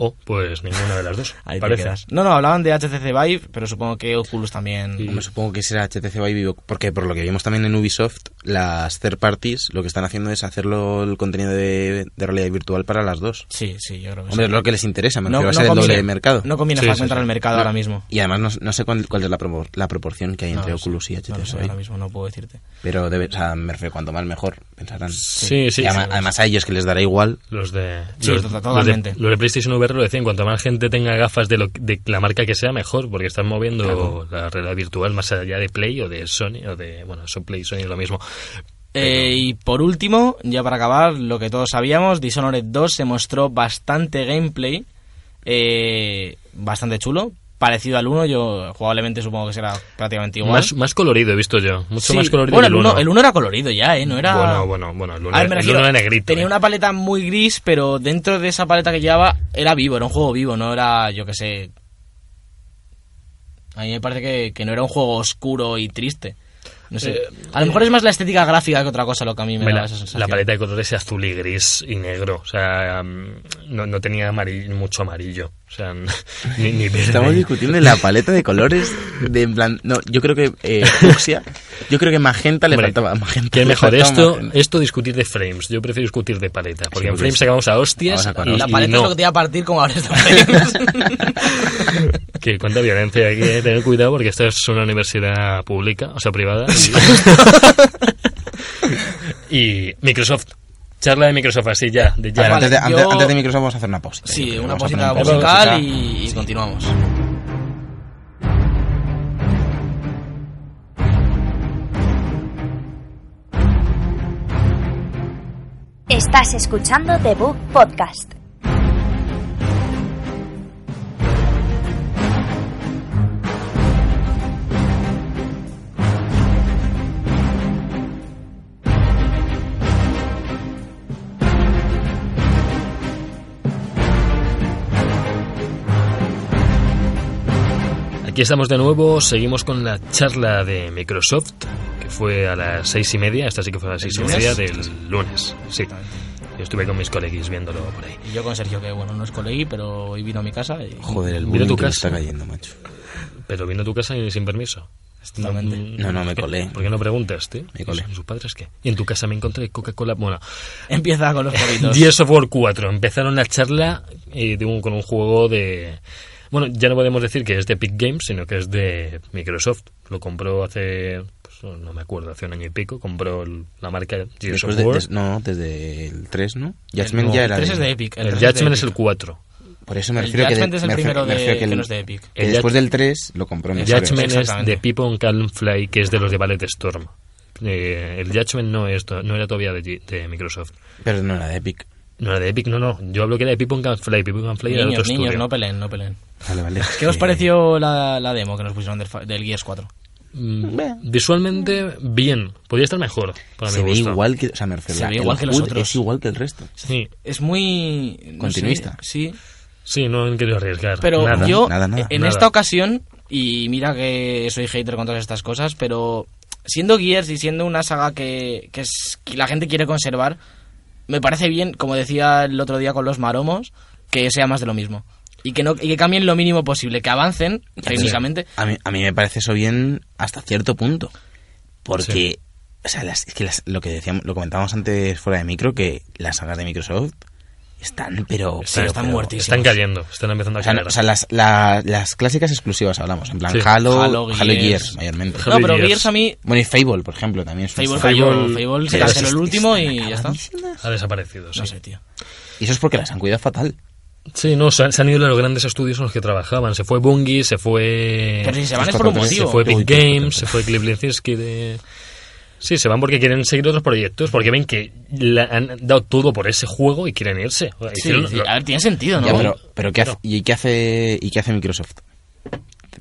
[SPEAKER 2] O, pues ninguna de las dos.
[SPEAKER 4] Ahí te
[SPEAKER 2] parece.
[SPEAKER 4] quedas. No, no, hablaban de HTC Vive, pero supongo que Oculus también.
[SPEAKER 2] Y-
[SPEAKER 3] Hombre, supongo que será HTC Vive Vivo, porque por lo que vimos también en Ubisoft, las third parties lo que están haciendo es hacerlo el contenido de, de realidad virtual para las dos.
[SPEAKER 4] Sí, sí, yo creo que
[SPEAKER 3] Hombre, es
[SPEAKER 4] sí.
[SPEAKER 3] lo que les interesa, me refiero, va a ser el doble de mercado.
[SPEAKER 4] No conviene
[SPEAKER 2] Sí, sí,
[SPEAKER 4] fragmentar
[SPEAKER 2] sí.
[SPEAKER 4] el mercado
[SPEAKER 3] No.
[SPEAKER 4] ahora mismo.
[SPEAKER 3] Y además no, no sé cuál, cuál es la, propor- la proporción que hay
[SPEAKER 4] No
[SPEAKER 3] entre
[SPEAKER 4] lo sé,
[SPEAKER 3] Oculus y HTC
[SPEAKER 4] no lo sé
[SPEAKER 3] Vive.
[SPEAKER 4] ahora mismo, no puedo decirte.
[SPEAKER 3] Pero debe, o sea, me refiero, cuanto más mejor, pensarán.
[SPEAKER 2] Sí, sí.
[SPEAKER 3] Y además,
[SPEAKER 2] sí.
[SPEAKER 3] además a ellos que les dará igual.
[SPEAKER 2] Los de,
[SPEAKER 4] Sí,
[SPEAKER 2] los,
[SPEAKER 4] to-
[SPEAKER 2] los de-
[SPEAKER 4] totalmente.
[SPEAKER 2] los de PlayStation VR lo decían, cuanto más gente tenga gafas de, lo- de la marca que sea, mejor, porque están moviendo la realidad virtual más allá de Play o de Sony, o de, bueno, son Play y Sony es lo mismo.
[SPEAKER 4] Eh, y por último, ya para acabar, lo que todos sabíamos, Dishonored 2 se mostró bastante gameplay, eh, bastante chulo, parecido al 1, yo jugablemente supongo que será prácticamente igual.
[SPEAKER 2] Más, más colorido he visto yo. Mucho
[SPEAKER 4] Sí,
[SPEAKER 2] más colorido
[SPEAKER 4] bueno,
[SPEAKER 2] que
[SPEAKER 4] el 1, el 1 era colorido ya, ¿eh? No era...
[SPEAKER 2] Bueno, bueno, bueno, el 1
[SPEAKER 4] A ver, me
[SPEAKER 2] era, el
[SPEAKER 4] refiero,
[SPEAKER 2] uno era negrito.
[SPEAKER 4] Tenía
[SPEAKER 2] eh.
[SPEAKER 4] una paleta muy gris, pero dentro de esa paleta que llevaba era vivo, era un juego vivo, no era, yo que sé... A mí me parece que, que no era un juego oscuro y triste. No sé.
[SPEAKER 2] Eh,
[SPEAKER 4] a lo mejor es más la estética gráfica que otra cosa lo que a mí me
[SPEAKER 2] Hombre,
[SPEAKER 4] daba
[SPEAKER 2] la,
[SPEAKER 4] esa sensación.
[SPEAKER 2] la paleta de colores es azul y gris y negro. O sea, mm, no, no tenía amarillo- mucho amarillo. O sea, ni, ni verde.
[SPEAKER 3] Estamos discutiendo la paleta de colores de en plan... No, yo creo que eh, fucsia, yo creo que magenta le
[SPEAKER 2] Hombre,
[SPEAKER 3] faltaba magenta.
[SPEAKER 2] Que es
[SPEAKER 3] le
[SPEAKER 2] mejor
[SPEAKER 3] faltaba
[SPEAKER 2] esto, eh,
[SPEAKER 3] magenta.
[SPEAKER 2] esto discutir de frames. Yo prefiero discutir de paleta. Porque en
[SPEAKER 3] porque
[SPEAKER 2] frames
[SPEAKER 3] es-
[SPEAKER 2] acabamos a hostias.
[SPEAKER 3] Vamos a acabar.
[SPEAKER 2] y,
[SPEAKER 4] La
[SPEAKER 2] y
[SPEAKER 4] paleta es
[SPEAKER 2] no.
[SPEAKER 4] lo que te iba a partir como hables de frames.
[SPEAKER 2] que cuánta violencia hay que tener cuidado porque esta es una universidad pública, o sea, privada. Y, y Microsoft. Charla de Microsoft así ya, de ya.
[SPEAKER 3] Ahora,
[SPEAKER 4] vale,
[SPEAKER 3] antes, de, antes-
[SPEAKER 4] yo-
[SPEAKER 3] antes de Microsoft vamos a hacer una posta. yo
[SPEAKER 4] sí,
[SPEAKER 3] creo.
[SPEAKER 4] una
[SPEAKER 3] Vamos a hacer
[SPEAKER 4] posita
[SPEAKER 3] posta.
[SPEAKER 4] musical y, y continuamos.
[SPEAKER 1] Estás escuchando The Book Podcast.
[SPEAKER 2] Aquí estamos de nuevo, seguimos con la charla de Microsoft, que fue a las seis y media, esta sí que fue a las seis y
[SPEAKER 4] lunes?
[SPEAKER 2] media del lunes. Sí, yo estuve con mis coleguis viéndolo por ahí.
[SPEAKER 4] Y yo con Sergio, que bueno, no es colegui, pero hoy vino a mi casa y...
[SPEAKER 3] Joder, el
[SPEAKER 2] Mira
[SPEAKER 3] bullying
[SPEAKER 2] tu
[SPEAKER 3] que me
[SPEAKER 2] casa.
[SPEAKER 3] está cayendo, macho.
[SPEAKER 2] Pero vino a tu casa y sin permiso.
[SPEAKER 4] Totalmente.
[SPEAKER 3] No, no, me colé.
[SPEAKER 2] ¿Por qué no preguntas, tío?
[SPEAKER 3] Me colé.
[SPEAKER 2] ¿Y sus padres qué? Y en tu casa me encontré Coca-Cola. Bueno,
[SPEAKER 4] Empieza con los perritos.
[SPEAKER 2] Gears of War 4. Empezaron la charla eh, de un- con un juego de... Bueno, ya no podemos decir que es de Epic Games, sino que es de Microsoft. Lo compró hace... pues, no me acuerdo, hace un año y pico. Compró el- la marca Gears
[SPEAKER 3] Después
[SPEAKER 2] of
[SPEAKER 3] de-
[SPEAKER 2] War.
[SPEAKER 3] des- no, desde el tres ¿no? Judgment
[SPEAKER 4] No,
[SPEAKER 3] ya
[SPEAKER 4] el
[SPEAKER 3] era...
[SPEAKER 4] 3
[SPEAKER 3] de-
[SPEAKER 4] es de Epic.
[SPEAKER 2] el
[SPEAKER 4] 3 de
[SPEAKER 2] Judgment es
[SPEAKER 4] Epic.
[SPEAKER 2] el 4.
[SPEAKER 3] Por eso me
[SPEAKER 4] El
[SPEAKER 3] refiero que... de-
[SPEAKER 4] Judgment es el
[SPEAKER 3] me refiero-
[SPEAKER 4] primero
[SPEAKER 3] me refiero
[SPEAKER 4] de-
[SPEAKER 3] el-
[SPEAKER 4] que no es de Epic.
[SPEAKER 3] que
[SPEAKER 2] El
[SPEAKER 3] después
[SPEAKER 2] Judge-
[SPEAKER 3] del 3 lo compró
[SPEAKER 2] El
[SPEAKER 3] Microsoft.
[SPEAKER 2] Judgment es
[SPEAKER 4] Exactamente.
[SPEAKER 2] de People Can Fly, que es de los de Ballet Storm. Eh, el Judgment no, es, to- no era todavía de, G- de Microsoft.
[SPEAKER 3] Pero no era de Epic.
[SPEAKER 2] No era de Epic, no, no. Yo hablo que era de People Can Fly. People Can Fly era
[SPEAKER 4] Niños,
[SPEAKER 2] otro
[SPEAKER 4] niños,
[SPEAKER 2] estudio.
[SPEAKER 4] no peleen, no peleen.
[SPEAKER 3] Vale, vale.
[SPEAKER 4] ¿Qué os pareció la, la demo que nos pusieron del, fa- del Gears 4?
[SPEAKER 2] Mm, Visualmente, bien. Podría estar mejor, para
[SPEAKER 3] Se
[SPEAKER 2] mi
[SPEAKER 3] ve
[SPEAKER 2] gusto.
[SPEAKER 3] igual que... O sea, me refiero...
[SPEAKER 4] Se
[SPEAKER 3] la-
[SPEAKER 4] ve
[SPEAKER 3] el
[SPEAKER 4] igual que los
[SPEAKER 3] HUD
[SPEAKER 4] otros.
[SPEAKER 3] Es igual que el resto.
[SPEAKER 2] Sí,
[SPEAKER 4] Es muy... no sé,
[SPEAKER 3] Continuista.
[SPEAKER 4] sí.
[SPEAKER 2] sí, no he querido arriesgar.
[SPEAKER 4] Pero
[SPEAKER 2] nada.
[SPEAKER 4] yo,
[SPEAKER 3] nada, nada.
[SPEAKER 4] en
[SPEAKER 2] Nada.
[SPEAKER 4] esta ocasión, y mira que soy hater con todas estas cosas, pero siendo Gears y siendo una saga que, que es- que la gente quiere conservar, me parece bien, como decía el otro día con los maromos, que sea más de lo mismo. Y que, no, y que cambien lo mínimo posible, que avancen técnicamente.
[SPEAKER 3] A mí, a mí me parece eso bien hasta cierto punto. Porque,
[SPEAKER 2] Sí.
[SPEAKER 3] o sea, las- es que las- lo que decíamos, lo comentábamos antes fuera de micro, que las sagas de Microsoft están, pero.
[SPEAKER 4] Sí,
[SPEAKER 3] pero-
[SPEAKER 4] están
[SPEAKER 3] pero-
[SPEAKER 4] muertísimas.
[SPEAKER 2] Están cayendo, están empezando
[SPEAKER 3] O
[SPEAKER 2] a
[SPEAKER 3] sea,
[SPEAKER 2] caer.
[SPEAKER 3] no- o sea, las, la- las clásicas exclusivas hablamos, en plan
[SPEAKER 2] Sí.
[SPEAKER 3] Halo,
[SPEAKER 4] Halo,
[SPEAKER 3] Halo,
[SPEAKER 4] Gears.
[SPEAKER 3] Gears. mayormente.
[SPEAKER 2] Halo
[SPEAKER 4] No, pero
[SPEAKER 2] Gears.
[SPEAKER 4] Gears a mí...
[SPEAKER 3] Bueno, y Fable, por ejemplo, también es un-
[SPEAKER 4] Fable,
[SPEAKER 2] Fable-
[SPEAKER 4] falló, Fable se
[SPEAKER 2] Pero
[SPEAKER 4] canceló el
[SPEAKER 2] es-
[SPEAKER 4] último y ya está.
[SPEAKER 2] ha desaparecido, sí.
[SPEAKER 4] No sé, tío.
[SPEAKER 3] Y eso es porque las han cuidado fatal.
[SPEAKER 2] Sí, no, se han, se han ido los grandes estudios en los que trabajaban. Se fue Bungie, se fue...
[SPEAKER 4] Pero si se van es
[SPEAKER 3] Hasta
[SPEAKER 4] por un
[SPEAKER 3] cuando
[SPEAKER 2] se
[SPEAKER 4] motivo.
[SPEAKER 2] fue Epic
[SPEAKER 3] Uy, qué
[SPEAKER 2] Games,
[SPEAKER 3] fuerte.
[SPEAKER 2] se fue Kleblinski de... Sí, se van porque quieren seguir otros proyectos, porque ven que la- han dado todo por ese juego y quieren irse.
[SPEAKER 4] Sí,
[SPEAKER 2] Hicieron-
[SPEAKER 4] sí,
[SPEAKER 2] lo-
[SPEAKER 4] a ver, tiene sentido, ¿no?
[SPEAKER 3] Ya, pero, pero ¿qué hace,
[SPEAKER 2] Claro.
[SPEAKER 3] ¿y qué hace, y qué hace Microsoft?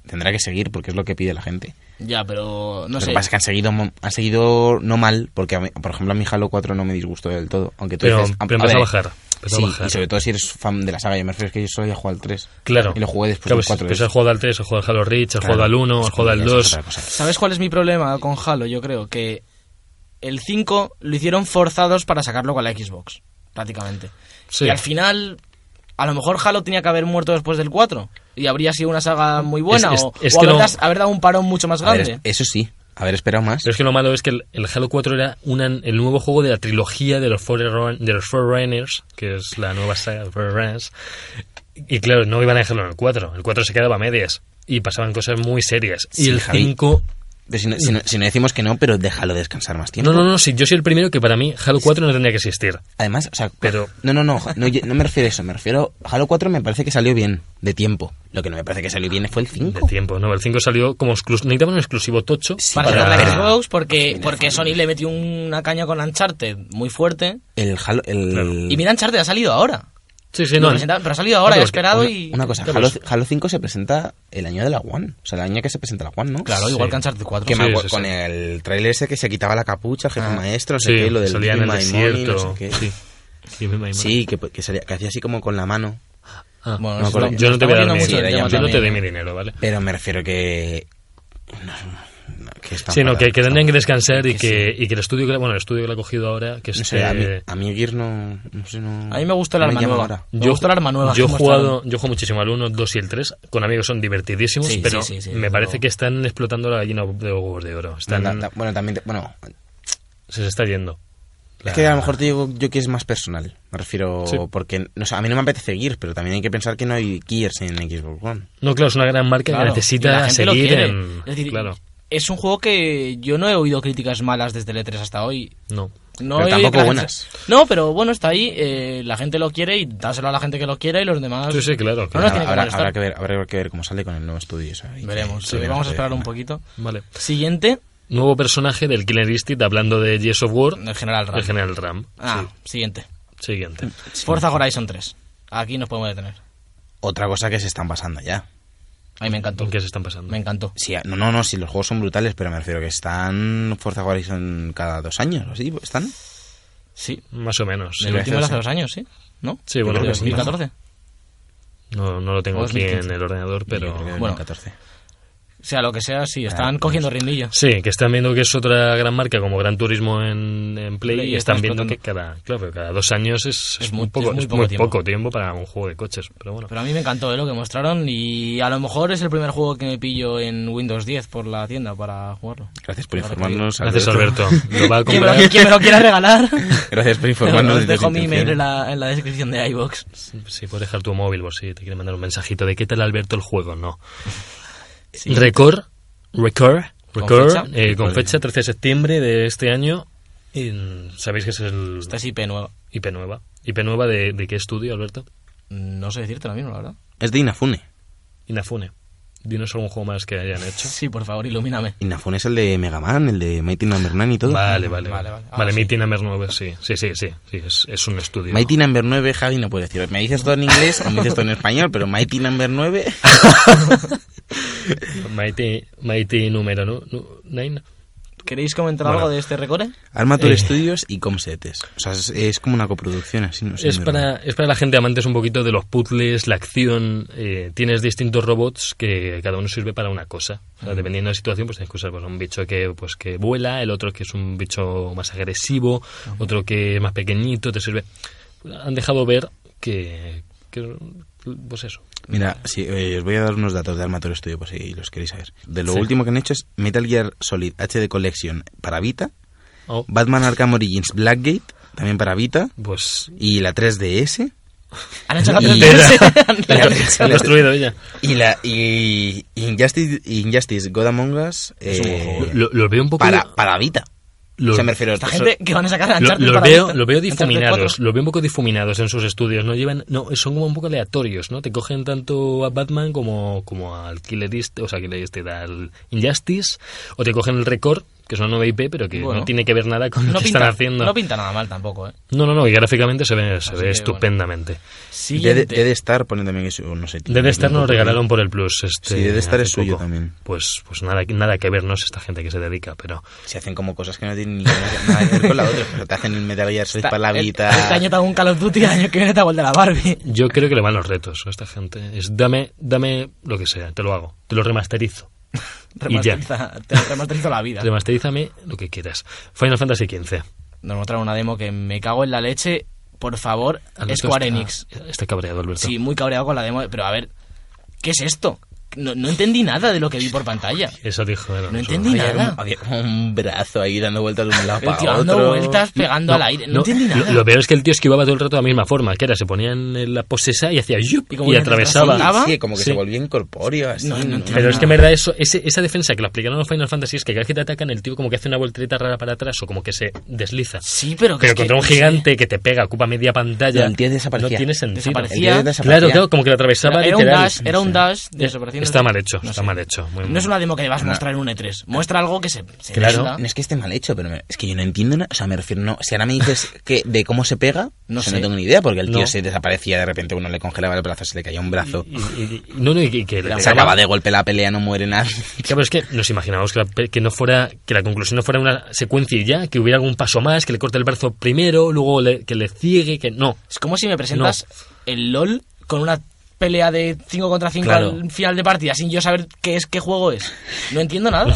[SPEAKER 3] Tendrá que seguir porque es lo que pide la gente.
[SPEAKER 4] Ya, pero no
[SPEAKER 3] Lo
[SPEAKER 4] sé.
[SPEAKER 3] que pasa es que han seguido, mo- han seguido no mal, porque a mí- por ejemplo a mi Halo 4 no me disgustó del todo. Aunque tú
[SPEAKER 2] Pero-
[SPEAKER 3] dices,
[SPEAKER 2] pero empezó a bajar, empezó a
[SPEAKER 3] sí,
[SPEAKER 2] bajar.
[SPEAKER 3] Y sobre todo si eres fan de la saga, yo me refiero es que yo solo he jugado al 3.
[SPEAKER 2] Claro.
[SPEAKER 3] Y lo jugué después
[SPEAKER 2] claro,
[SPEAKER 3] del
[SPEAKER 2] si-
[SPEAKER 3] 4.
[SPEAKER 2] Pues has jugado al 3, has jugado al Halo Reach, has jugado al 1, has jugado al 2.
[SPEAKER 4] ¿Sabes cuál es mi problema con Halo? Yo creo que el 5 lo hicieron forzados para sacarlo con la Xbox, prácticamente.
[SPEAKER 2] Sí.
[SPEAKER 4] Y al final, a lo mejor Halo tenía que haber muerto después del 4 y habría sido una saga muy buena
[SPEAKER 2] Es- es-
[SPEAKER 4] o,
[SPEAKER 2] es
[SPEAKER 4] o
[SPEAKER 2] que
[SPEAKER 4] haber,
[SPEAKER 2] no-
[SPEAKER 4] das- haber dado un parón mucho más grande.
[SPEAKER 3] eso sí, haber esperado más.
[SPEAKER 2] Pero es que lo malo es que el, el Halo 4 era una- el nuevo juego de la trilogía de los, Forerun- de los Forerunners, que es la nueva saga de Forerunners. Y claro, no iban a dejarlo en el 4. El 4 se quedaba a medias y pasaban cosas muy serias.
[SPEAKER 3] Sí,
[SPEAKER 2] y el
[SPEAKER 3] Javi.
[SPEAKER 2] 5
[SPEAKER 3] Pero si, no, si no- si no decimos que no, pero déjalo descansar más tiempo.
[SPEAKER 2] No, no, no, sí, yo soy el primero que para mí Halo 4 no tendría que existir.
[SPEAKER 3] Además, o sea,
[SPEAKER 2] Pero-
[SPEAKER 3] no, no, no, no, yo- no me refiero a eso, me refiero Halo 4 me parece que salió bien de tiempo. Lo que no me parece que salió bien fue el 5.
[SPEAKER 2] De tiempo, ¿no? El 5 salió como exclusivo. Necesitaban un exclusivo tocho.
[SPEAKER 3] Uh. Sí,
[SPEAKER 4] Para
[SPEAKER 3] pero-
[SPEAKER 4] sacar la
[SPEAKER 3] pero-
[SPEAKER 4] Xbox, porque, porque Sony le metió una caña con Uncharted muy fuerte.
[SPEAKER 3] El Halo el
[SPEAKER 2] Claro.
[SPEAKER 4] Y mira, Uncharted ha salido ahora.
[SPEAKER 2] Sí, sí,
[SPEAKER 4] Lo
[SPEAKER 2] no.
[SPEAKER 4] presentaron, pero ha salido ahora,
[SPEAKER 2] No,
[SPEAKER 4] he
[SPEAKER 2] pero
[SPEAKER 4] esperado
[SPEAKER 2] una-
[SPEAKER 4] y...
[SPEAKER 3] una cosa,
[SPEAKER 2] Ya,
[SPEAKER 3] Halo,
[SPEAKER 2] pues-
[SPEAKER 3] Halo 5 se presenta el año de la One, o sea, el año que se presenta la One, ¿no?
[SPEAKER 4] Claro, igual
[SPEAKER 2] Sí.
[SPEAKER 4] que Uncharted 4.
[SPEAKER 3] Que
[SPEAKER 2] Sí,
[SPEAKER 3] me acuerdo
[SPEAKER 2] sí, sí.
[SPEAKER 3] con el trailer ese que se quitaba la capucha, jefe
[SPEAKER 4] Ah.
[SPEAKER 3] maestro, no sé
[SPEAKER 2] Sí,
[SPEAKER 3] qué, lo del
[SPEAKER 2] salía en
[SPEAKER 3] Give
[SPEAKER 2] el
[SPEAKER 3] Me My Money,
[SPEAKER 2] desierto.
[SPEAKER 3] no sé qué.
[SPEAKER 2] Sí. Give me my money.
[SPEAKER 3] Sí, que, que, salía- que hacía así como con la mano.
[SPEAKER 2] Ah,
[SPEAKER 4] Bueno,
[SPEAKER 2] no me
[SPEAKER 4] eso
[SPEAKER 2] acuerdo.
[SPEAKER 4] lo-
[SPEAKER 2] yo no te voy a dar
[SPEAKER 4] estamos
[SPEAKER 2] mi
[SPEAKER 4] viendo
[SPEAKER 3] mucho
[SPEAKER 2] dinero.
[SPEAKER 3] el
[SPEAKER 2] Yo no
[SPEAKER 3] tema
[SPEAKER 2] te doy
[SPEAKER 4] también,
[SPEAKER 2] mi dinero, ¿vale?
[SPEAKER 3] Pero me refiero que. no, no, que está
[SPEAKER 2] Sí, no,
[SPEAKER 3] fatal,
[SPEAKER 2] que, que
[SPEAKER 3] está
[SPEAKER 2] tendrían que
[SPEAKER 3] fatal.
[SPEAKER 2] descansar y que, y que el estudio que, bueno, el estudio que lo ha cogido ahora, que es
[SPEAKER 3] No sé, a mí,
[SPEAKER 2] este
[SPEAKER 3] a mí Gears no, no sé, no-
[SPEAKER 4] A mí me gusta el
[SPEAKER 3] no
[SPEAKER 4] arma
[SPEAKER 3] llama
[SPEAKER 4] nueva.
[SPEAKER 3] ahora.
[SPEAKER 4] Me gustó el arma nueva
[SPEAKER 2] Yo he
[SPEAKER 4] que mostraron.
[SPEAKER 2] jugado, yo juego muchísimo al 1, 2 y el 3. Con amigos son divertidísimos,
[SPEAKER 4] Sí,
[SPEAKER 2] pero
[SPEAKER 4] sí, sí, sí,
[SPEAKER 2] me
[SPEAKER 4] desde
[SPEAKER 2] parece
[SPEAKER 4] luego.
[SPEAKER 2] que están explotando la gallina de huevos de oro. Están,
[SPEAKER 3] Bueno, ta- bueno, también, te- bueno,
[SPEAKER 2] se, se está yendo. La-
[SPEAKER 3] es que a lo mejor te digo yo que es más personal. Me refiero,
[SPEAKER 2] Sí.
[SPEAKER 3] porque, no sé, a mí no me apetece Gears, pero también hay que pensar que no hay Gears en Xbox One.
[SPEAKER 2] No, claro, es una gran marca
[SPEAKER 4] Claro,
[SPEAKER 2] que necesita
[SPEAKER 4] y la gente lo
[SPEAKER 2] seguir
[SPEAKER 4] quiere.
[SPEAKER 2] en.
[SPEAKER 4] Es decir,
[SPEAKER 2] claro,
[SPEAKER 4] es un juego que yo no he oído críticas malas desde el E3 hasta hoy.
[SPEAKER 2] no.
[SPEAKER 4] No
[SPEAKER 3] Pero
[SPEAKER 4] he-
[SPEAKER 3] tampoco
[SPEAKER 4] la-
[SPEAKER 3] buenas.
[SPEAKER 4] No, pero bueno, está ahí. eh, la gente lo quiere y dáselo a la gente que lo quiere y los demás.
[SPEAKER 2] Sí, sí, claro.
[SPEAKER 4] No
[SPEAKER 2] claro.
[SPEAKER 4] nos tiene que
[SPEAKER 3] Ahora,
[SPEAKER 4] molestar.
[SPEAKER 3] habrá, que ver, habrá que ver cómo sale con el nuevo estudio. o sea, hay que-
[SPEAKER 4] Veremos.
[SPEAKER 3] sí,
[SPEAKER 4] eh, vamos a
[SPEAKER 3] ver.
[SPEAKER 4] esperar un poquito.
[SPEAKER 2] Vale.
[SPEAKER 4] Siguiente,
[SPEAKER 2] Nuevo personaje del Killer Instinct hablando de Gears of War,
[SPEAKER 4] el General Ram.
[SPEAKER 2] el General Ram.
[SPEAKER 4] Ah, siguiente.
[SPEAKER 2] Sí, siguiente.
[SPEAKER 4] Forza Horizon 3. Aquí nos podemos detener.
[SPEAKER 3] Otra cosa que se están pasando ya.
[SPEAKER 4] A mí me encantó.
[SPEAKER 2] ¿Con qué se están pasando?
[SPEAKER 4] Me encantó.
[SPEAKER 3] Sí, no, no, no, sí, los juegos son brutales, pero me refiero que están Forza Horizon cada dos años, ¿o ¿sí? ¿Están?
[SPEAKER 4] Sí.
[SPEAKER 2] Más o menos. sí.
[SPEAKER 4] El
[SPEAKER 3] sí.
[SPEAKER 4] último era hace dos años, ¿sí? ¿No?
[SPEAKER 2] Sí, bueno,
[SPEAKER 4] Creo que
[SPEAKER 2] sí.
[SPEAKER 4] 2014.
[SPEAKER 2] No, no lo tengo aquí
[SPEAKER 4] 2015.
[SPEAKER 2] en el ordenador,
[SPEAKER 3] Yo creo que
[SPEAKER 2] pero.
[SPEAKER 3] en
[SPEAKER 4] bueno.
[SPEAKER 3] 14.
[SPEAKER 4] Sea lo que sea, sí. Están
[SPEAKER 2] Ah,
[SPEAKER 4] cogiendo
[SPEAKER 2] pues.
[SPEAKER 4] rindillo.
[SPEAKER 2] Sí, que están viendo que es otra gran marca como Gran Turismo en, en Play
[SPEAKER 4] Play
[SPEAKER 2] y están
[SPEAKER 4] está
[SPEAKER 2] viendo que
[SPEAKER 4] explotando.
[SPEAKER 2] cada, claro, pero cada dos años es,
[SPEAKER 4] Es
[SPEAKER 2] es
[SPEAKER 4] muy-
[SPEAKER 2] muy poco,
[SPEAKER 4] es muy
[SPEAKER 2] es
[SPEAKER 4] poco
[SPEAKER 2] muy
[SPEAKER 4] tiempo.
[SPEAKER 2] poco tiempo para un juego de coches. Pero bueno,
[SPEAKER 4] Pero a mí me encantó eh, lo que mostraron y a lo mejor es el primer juego que me pillo en Windows 10 por la tienda para jugarlo.
[SPEAKER 3] Gracias por informarnos.
[SPEAKER 2] gracias Alberto. Lo va a
[SPEAKER 4] Quien me,
[SPEAKER 2] comprar.
[SPEAKER 4] lo, quien me lo quiera regalar,
[SPEAKER 3] Gracias por informarnos.
[SPEAKER 4] os
[SPEAKER 3] de tus
[SPEAKER 4] dejo mi email en
[SPEAKER 3] intenciones.
[SPEAKER 4] la, en la descripción de iBox.
[SPEAKER 2] Si puedes dejar tu móvil, por si te quieren mandar un mensajito de qué tal Alberto el juego, no.
[SPEAKER 4] Sí.
[SPEAKER 2] Record, record,
[SPEAKER 4] ¿Con
[SPEAKER 2] record,
[SPEAKER 4] fecha?
[SPEAKER 2] eh, con fecha 13 de septiembre de este año. Y, mm, Sabéis que es el
[SPEAKER 4] Esta es IP nueva.
[SPEAKER 2] IP nueva. IP nueva de, de qué estudio, Alberto?
[SPEAKER 4] No sé decirte lo mismo, la verdad.
[SPEAKER 3] Es de Inafune.
[SPEAKER 2] Inafune. Dinos algún juego más que hayan hecho.
[SPEAKER 4] Sí, por favor, ilumíname.
[SPEAKER 3] Inafune es el de Mega Man, el de Mighty Number 9 y todo.
[SPEAKER 2] Vale, vale.
[SPEAKER 4] Vale,
[SPEAKER 2] Vale,
[SPEAKER 4] vale.
[SPEAKER 2] vale.
[SPEAKER 4] Ah, sí.
[SPEAKER 2] Mighty Number 9, sí. Sí, sí, sí. sí, es, es un estudio.
[SPEAKER 3] Mighty Number 9, Javi no puede decir. Me dices todo en inglés o me dices todo en español, pero Mighty Number 9.
[SPEAKER 2] Mighty, Mighty número 9.
[SPEAKER 4] ¿Queréis comentar
[SPEAKER 2] Bueno.
[SPEAKER 4] algo de este recore?
[SPEAKER 3] Armature
[SPEAKER 2] Eh.
[SPEAKER 3] Studios y Comsetes. O sea, es, es como una coproducción así, no sé.
[SPEAKER 2] Es
[SPEAKER 3] muy
[SPEAKER 2] para,
[SPEAKER 3] raro.
[SPEAKER 2] es para la gente amantes un poquito de los puzzles, la acción. eh, tienes distintos robots que cada uno sirve para una cosa. O sea, Dependiendo de la situación, pues tienes que usar pues, un bicho que, pues, que vuela, el otro que es un bicho más agresivo, otro que es más pequeñito, te sirve. Han dejado ver que. que pues eso.
[SPEAKER 3] Mira, sí, eh, os voy a dar unos datos de Armature Studio, pues si los queréis saber. De lo
[SPEAKER 2] Sí.
[SPEAKER 3] último que han hecho es Metal Gear Solid HD Collection para Vita,
[SPEAKER 2] Oh,
[SPEAKER 3] Batman Arkham Origins Blackgate, también para Vita,
[SPEAKER 2] pues.
[SPEAKER 3] y la 3DS.
[SPEAKER 4] Han hecho
[SPEAKER 3] Y-
[SPEAKER 4] la
[SPEAKER 3] La-
[SPEAKER 4] tercera.
[SPEAKER 2] Se ha destruido ella.
[SPEAKER 3] Y la y Injustice, Injustice God Among Us
[SPEAKER 4] Es un
[SPEAKER 3] eh,
[SPEAKER 4] juego, ¿eh?
[SPEAKER 2] Lo, lo veo un poco.
[SPEAKER 3] para, para Vita.
[SPEAKER 2] lo-
[SPEAKER 3] O sea, me refiero
[SPEAKER 4] Esta
[SPEAKER 3] so-
[SPEAKER 4] gente que van a sacar a
[SPEAKER 2] Lo-
[SPEAKER 4] Uncharted
[SPEAKER 2] los
[SPEAKER 4] para
[SPEAKER 2] veo,
[SPEAKER 4] Vita,
[SPEAKER 2] los veo
[SPEAKER 4] Uncharted 4.
[SPEAKER 2] difuminados, los veo un poco difuminados en sus estudios, no llevan, no, son como un poco aleatorios, ¿no? Te cogen tanto a Batman como, como al Killer Instinct, o sea, Killer Instinct, al Injustice, o te cogen el Record, que es una nueva IP, pero que
[SPEAKER 4] Bueno.
[SPEAKER 2] no tiene que ver nada con lo
[SPEAKER 4] No
[SPEAKER 2] que
[SPEAKER 4] pinta,
[SPEAKER 2] están haciendo.
[SPEAKER 4] no pinta nada mal tampoco, ¿eh?
[SPEAKER 2] no, no, no, y gráficamente se ve, se
[SPEAKER 4] Así
[SPEAKER 2] ve
[SPEAKER 4] que,
[SPEAKER 2] estupendamente.
[SPEAKER 3] Dead,
[SPEAKER 4] Siguiente.
[SPEAKER 3] Dead Star pone también que es un- no sé. tío,
[SPEAKER 2] Dead
[SPEAKER 3] un
[SPEAKER 2] Star nos
[SPEAKER 3] poco-
[SPEAKER 2] regalaron por el Plus. Este,
[SPEAKER 3] Sí, Dead Star
[SPEAKER 2] hace
[SPEAKER 3] es suyo
[SPEAKER 2] poco.
[SPEAKER 3] también.
[SPEAKER 2] Pues, pues nada, nada que ver, no es esta gente que se dedica, pero...
[SPEAKER 3] Se hacen como cosas que no tienen ni nada que ver con la otra. Pero te hacen el Metal Gear Solid
[SPEAKER 4] Esta-
[SPEAKER 3] para la Vita.
[SPEAKER 4] Este año te hago un Call of Duty, el año que viene te hago el de la Barbie.
[SPEAKER 2] Yo creo que le van los retos a esta gente. Es dame, dame lo que sea, te lo hago, te lo remasterizo. Y ya.
[SPEAKER 4] Remasteriza, te remasterizo la vida.
[SPEAKER 2] Remasterízame lo que quieras. Final Fantasy XV.
[SPEAKER 4] Nos mostraron una demo que me cago en la leche. Por favor,
[SPEAKER 2] Alberto
[SPEAKER 4] Square
[SPEAKER 2] está-
[SPEAKER 4] Enix.
[SPEAKER 2] Está cabreado, Alberto.
[SPEAKER 4] Sí, muy cabreado con la demo. Pero a ver, ¿qué es esto? No, no entendí nada de lo que vi por pantalla.
[SPEAKER 2] Eso dijo. era
[SPEAKER 4] No
[SPEAKER 2] un
[SPEAKER 4] entendí
[SPEAKER 2] solo-
[SPEAKER 3] Había
[SPEAKER 4] nada.
[SPEAKER 3] un- había como un brazo ahí dando vueltas de un lado
[SPEAKER 4] El
[SPEAKER 3] para
[SPEAKER 4] tío
[SPEAKER 3] otro.
[SPEAKER 4] dando vueltas, pegando al aire. No, entendí
[SPEAKER 2] lo-
[SPEAKER 4] nada.
[SPEAKER 2] Lo, peor es que el tío esquivaba todo el rato de la misma forma, que era se ponía en la posesa y hacía yup
[SPEAKER 4] Y
[SPEAKER 2] y,
[SPEAKER 4] como que
[SPEAKER 2] atravesaba.
[SPEAKER 4] retrasaba.
[SPEAKER 3] Sí, como que
[SPEAKER 2] Sí.
[SPEAKER 3] se volvía incorpóreo, así.
[SPEAKER 4] No, no entiendo.
[SPEAKER 2] Pero es que en verdad eso, ese- esa defensa que lo aplicaron en los Final Fantasy es que cada vez que te atacan el tío como que hace una voltereta rara para atrás o como que se desliza.
[SPEAKER 4] Sí, pero que
[SPEAKER 2] Pero
[SPEAKER 4] es que-
[SPEAKER 2] contra un
[SPEAKER 4] no sé.
[SPEAKER 2] gigante que te pega, ocupa media pantalla.
[SPEAKER 3] No, el tío desaparecía.
[SPEAKER 2] No tiene sentido.
[SPEAKER 4] Desaparecía.
[SPEAKER 3] El tío desaparecía.
[SPEAKER 2] Claro, claro, como que lo atravesaba
[SPEAKER 4] Era un
[SPEAKER 2] literal. Eh,
[SPEAKER 4] dash, era un dash de desaparecimiento.
[SPEAKER 2] Está mal hecho,
[SPEAKER 4] No
[SPEAKER 2] está
[SPEAKER 4] sé.
[SPEAKER 2] mal hecho. muy
[SPEAKER 4] No
[SPEAKER 2] mal.
[SPEAKER 4] es una demo que debas mostrar en un E3. Muestra algo que se, se
[SPEAKER 2] Claro.
[SPEAKER 4] venda.
[SPEAKER 3] No es que esté mal hecho, pero me- es que yo no entiendo nada. O sea, me refiero, no. Si ahora me dices que de cómo se pega,
[SPEAKER 4] No
[SPEAKER 3] o sea,
[SPEAKER 4] sé.
[SPEAKER 3] no tengo ni idea, porque el tío
[SPEAKER 2] No.
[SPEAKER 3] se desaparecía, de repente uno le congelaba el brazo, se le caía un brazo.
[SPEAKER 2] Y- y- y- no, no, y que- que le
[SPEAKER 3] se
[SPEAKER 2] pegaba-
[SPEAKER 3] acaba de golpe la pelea, no muere nada.
[SPEAKER 2] Claro, pero es que nos imaginábamos que la, pe- que no fuera, que la conclusión no fuera una secuencia y ya, que hubiera algún paso más, que le corte el brazo primero, luego le- que le ciegue, que no.
[SPEAKER 4] Es como si me presentas el LOL con una pelea de 5 contra 5
[SPEAKER 2] Claro.
[SPEAKER 4] al final de partida sin yo saber qué es qué juego es. No entiendo nada.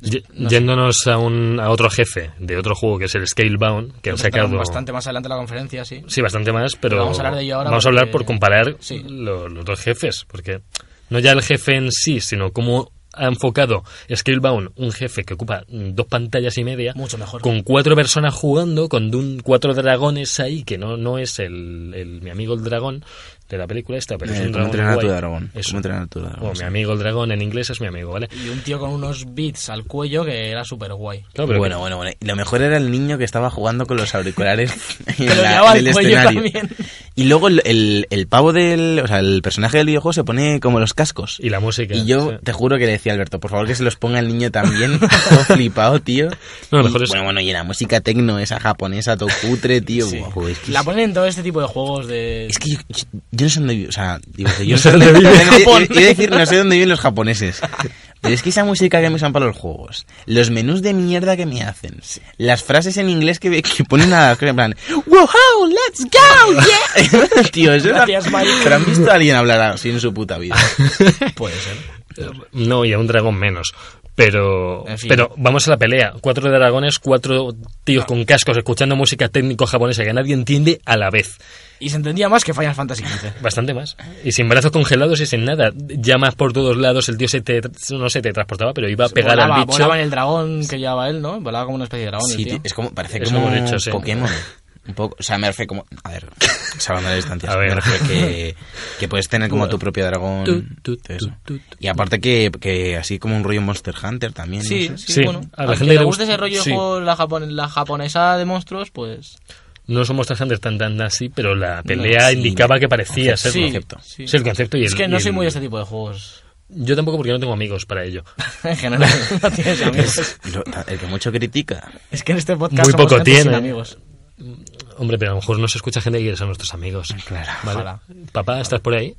[SPEAKER 2] Ye- Yéndonos a, un, a otro jefe de otro juego que es el Scalebound, que han
[SPEAKER 4] Lo trataron
[SPEAKER 2] sacado.
[SPEAKER 4] bastante más adelante en la conferencia, sí.
[SPEAKER 2] Sí, bastante más, pero.
[SPEAKER 4] Pero vamos a hablar de ello ahora
[SPEAKER 2] vamos a hablar
[SPEAKER 4] porque-
[SPEAKER 2] por comparar
[SPEAKER 4] Sí.
[SPEAKER 2] lo- los dos jefes, porque no ya el jefe en sí, sino cómo ha enfocado Scalebound, un jefe que ocupa mm, dos pantallas y media.
[SPEAKER 4] Mucho mejor.
[SPEAKER 2] Con cuatro personas jugando, con dun- cuatro dragones ahí, que no, no es el, el- mi amigo el dragón de la película esta, pero es
[SPEAKER 3] Eh,
[SPEAKER 2] un
[SPEAKER 3] ¿Cómo
[SPEAKER 2] dragón.
[SPEAKER 3] entrenar a tu
[SPEAKER 2] guay.
[SPEAKER 3] dragón?
[SPEAKER 2] Eso.
[SPEAKER 3] ¿Cómo entrenar a tu dragón?
[SPEAKER 2] Bueno, mi
[SPEAKER 3] Sí.
[SPEAKER 2] amigo el dragón en inglés es mi amigo, ¿vale?
[SPEAKER 4] Y un tío con unos beats al cuello que era súper guay.
[SPEAKER 2] Claro, pero
[SPEAKER 3] bueno, bueno, bueno. Y lo mejor era el niño que estaba jugando con los auriculares en,
[SPEAKER 4] Que lo
[SPEAKER 3] la-
[SPEAKER 4] llevaba
[SPEAKER 3] en
[SPEAKER 4] al
[SPEAKER 3] el
[SPEAKER 4] cuello
[SPEAKER 3] escenario.
[SPEAKER 4] también.
[SPEAKER 3] Y luego el, el- el pavo del. O sea, el personaje del videojuego se pone como los cascos.
[SPEAKER 2] Y la música.
[SPEAKER 3] Y yo
[SPEAKER 2] sí.
[SPEAKER 3] te juro que le decía a Alberto, por favor que se los ponga el niño también. Todo flipado, tío.
[SPEAKER 2] No, lo
[SPEAKER 3] Y,
[SPEAKER 2] mejor es-
[SPEAKER 3] Bueno, bueno, y la música tecno, esa japonesa, todo cutre, tío.
[SPEAKER 4] Sí.
[SPEAKER 3] Buah, joder, es que,
[SPEAKER 4] La ponen en todo este tipo de juegos de...
[SPEAKER 3] Pues es que yo, yo- yo no sé dónde vivo. O sea, digo, que yo
[SPEAKER 2] No sé dónde vive.
[SPEAKER 3] Iba a decir- iba a decir, no sé dónde viven los japoneses. Pero es que esa música que me usan para los juegos, los menús de mierda que me hacen, las frases en inglés que, que ponen a las cosas en plan, ¡Wow, let's go! yeah". Tío, eso era-
[SPEAKER 4] Gracias, Mike.
[SPEAKER 3] Pero han visto a alguien hablar así en su puta vida.
[SPEAKER 4] Puede ser.
[SPEAKER 2] Eh, No, y a un dragón menos. Pero,
[SPEAKER 4] En fin.
[SPEAKER 2] pero vamos a la pelea. Cuatro dragones, cuatro tíos con cascos escuchando música técnico japonesa que nadie entiende a la vez.
[SPEAKER 4] Y se entendía más que Final Fantasy XV.
[SPEAKER 2] Bastante más. Y sin brazos congelados y sin nada. Llamas por todos lados, el tío se te, no se te transportaba, pero iba a pegar
[SPEAKER 4] volaba,
[SPEAKER 2] al bicho.
[SPEAKER 4] volaba en el dragón que llevaba él, ¿no? Volaba como una especie de dragón. el
[SPEAKER 3] Sí,
[SPEAKER 4] tío.
[SPEAKER 3] tío, es como, parece
[SPEAKER 2] Es
[SPEAKER 3] como
[SPEAKER 2] como de hecho, sí.
[SPEAKER 3] Pokémon. Un poco, o sea, me refiero como. A ver, salvando las distancias.
[SPEAKER 2] A ver.
[SPEAKER 3] Me refiero que, que puedes tener como tu propio dragón.
[SPEAKER 2] Tu, tu,
[SPEAKER 3] todo eso.
[SPEAKER 2] tu, tu, tu.
[SPEAKER 3] Y aparte que, que así como un rollo Monster Hunter también.
[SPEAKER 4] Sí,
[SPEAKER 3] no sé.
[SPEAKER 4] sí,
[SPEAKER 2] Sí,
[SPEAKER 4] bueno.
[SPEAKER 2] a la
[SPEAKER 4] Al que
[SPEAKER 2] gente
[SPEAKER 4] le
[SPEAKER 2] le
[SPEAKER 4] gusta
[SPEAKER 2] gusta-
[SPEAKER 4] ese rollo de
[SPEAKER 2] sí.
[SPEAKER 4] juego, la, japon- la japonesa de monstruos, pues...
[SPEAKER 2] No somos tan grandes, tan tan así, pero la pelea
[SPEAKER 3] sí,
[SPEAKER 2] indicaba que parecía
[SPEAKER 3] concepto,
[SPEAKER 2] ser
[SPEAKER 4] sí,
[SPEAKER 3] concepto.
[SPEAKER 4] sí.
[SPEAKER 2] Sí, el concepto y
[SPEAKER 4] es
[SPEAKER 2] el-
[SPEAKER 4] que no
[SPEAKER 2] y
[SPEAKER 4] soy
[SPEAKER 2] el-
[SPEAKER 4] muy de este tipo de juegos.
[SPEAKER 2] Yo tampoco porque no tengo amigos para ello.
[SPEAKER 4] en general, no tienes amigos.
[SPEAKER 3] Lo- ta- el que mucho critica.
[SPEAKER 4] Es que en este podcast
[SPEAKER 2] Muy
[SPEAKER 4] somos
[SPEAKER 2] poco
[SPEAKER 4] gente
[SPEAKER 2] tiene.
[SPEAKER 4] sin amigos.
[SPEAKER 2] Hombre, pero a lo mejor no se escucha gente que son nuestros amigos.
[SPEAKER 3] Claro.
[SPEAKER 2] ¿Vale?
[SPEAKER 4] Ojalá.
[SPEAKER 2] Papá, ¿estás por ahí?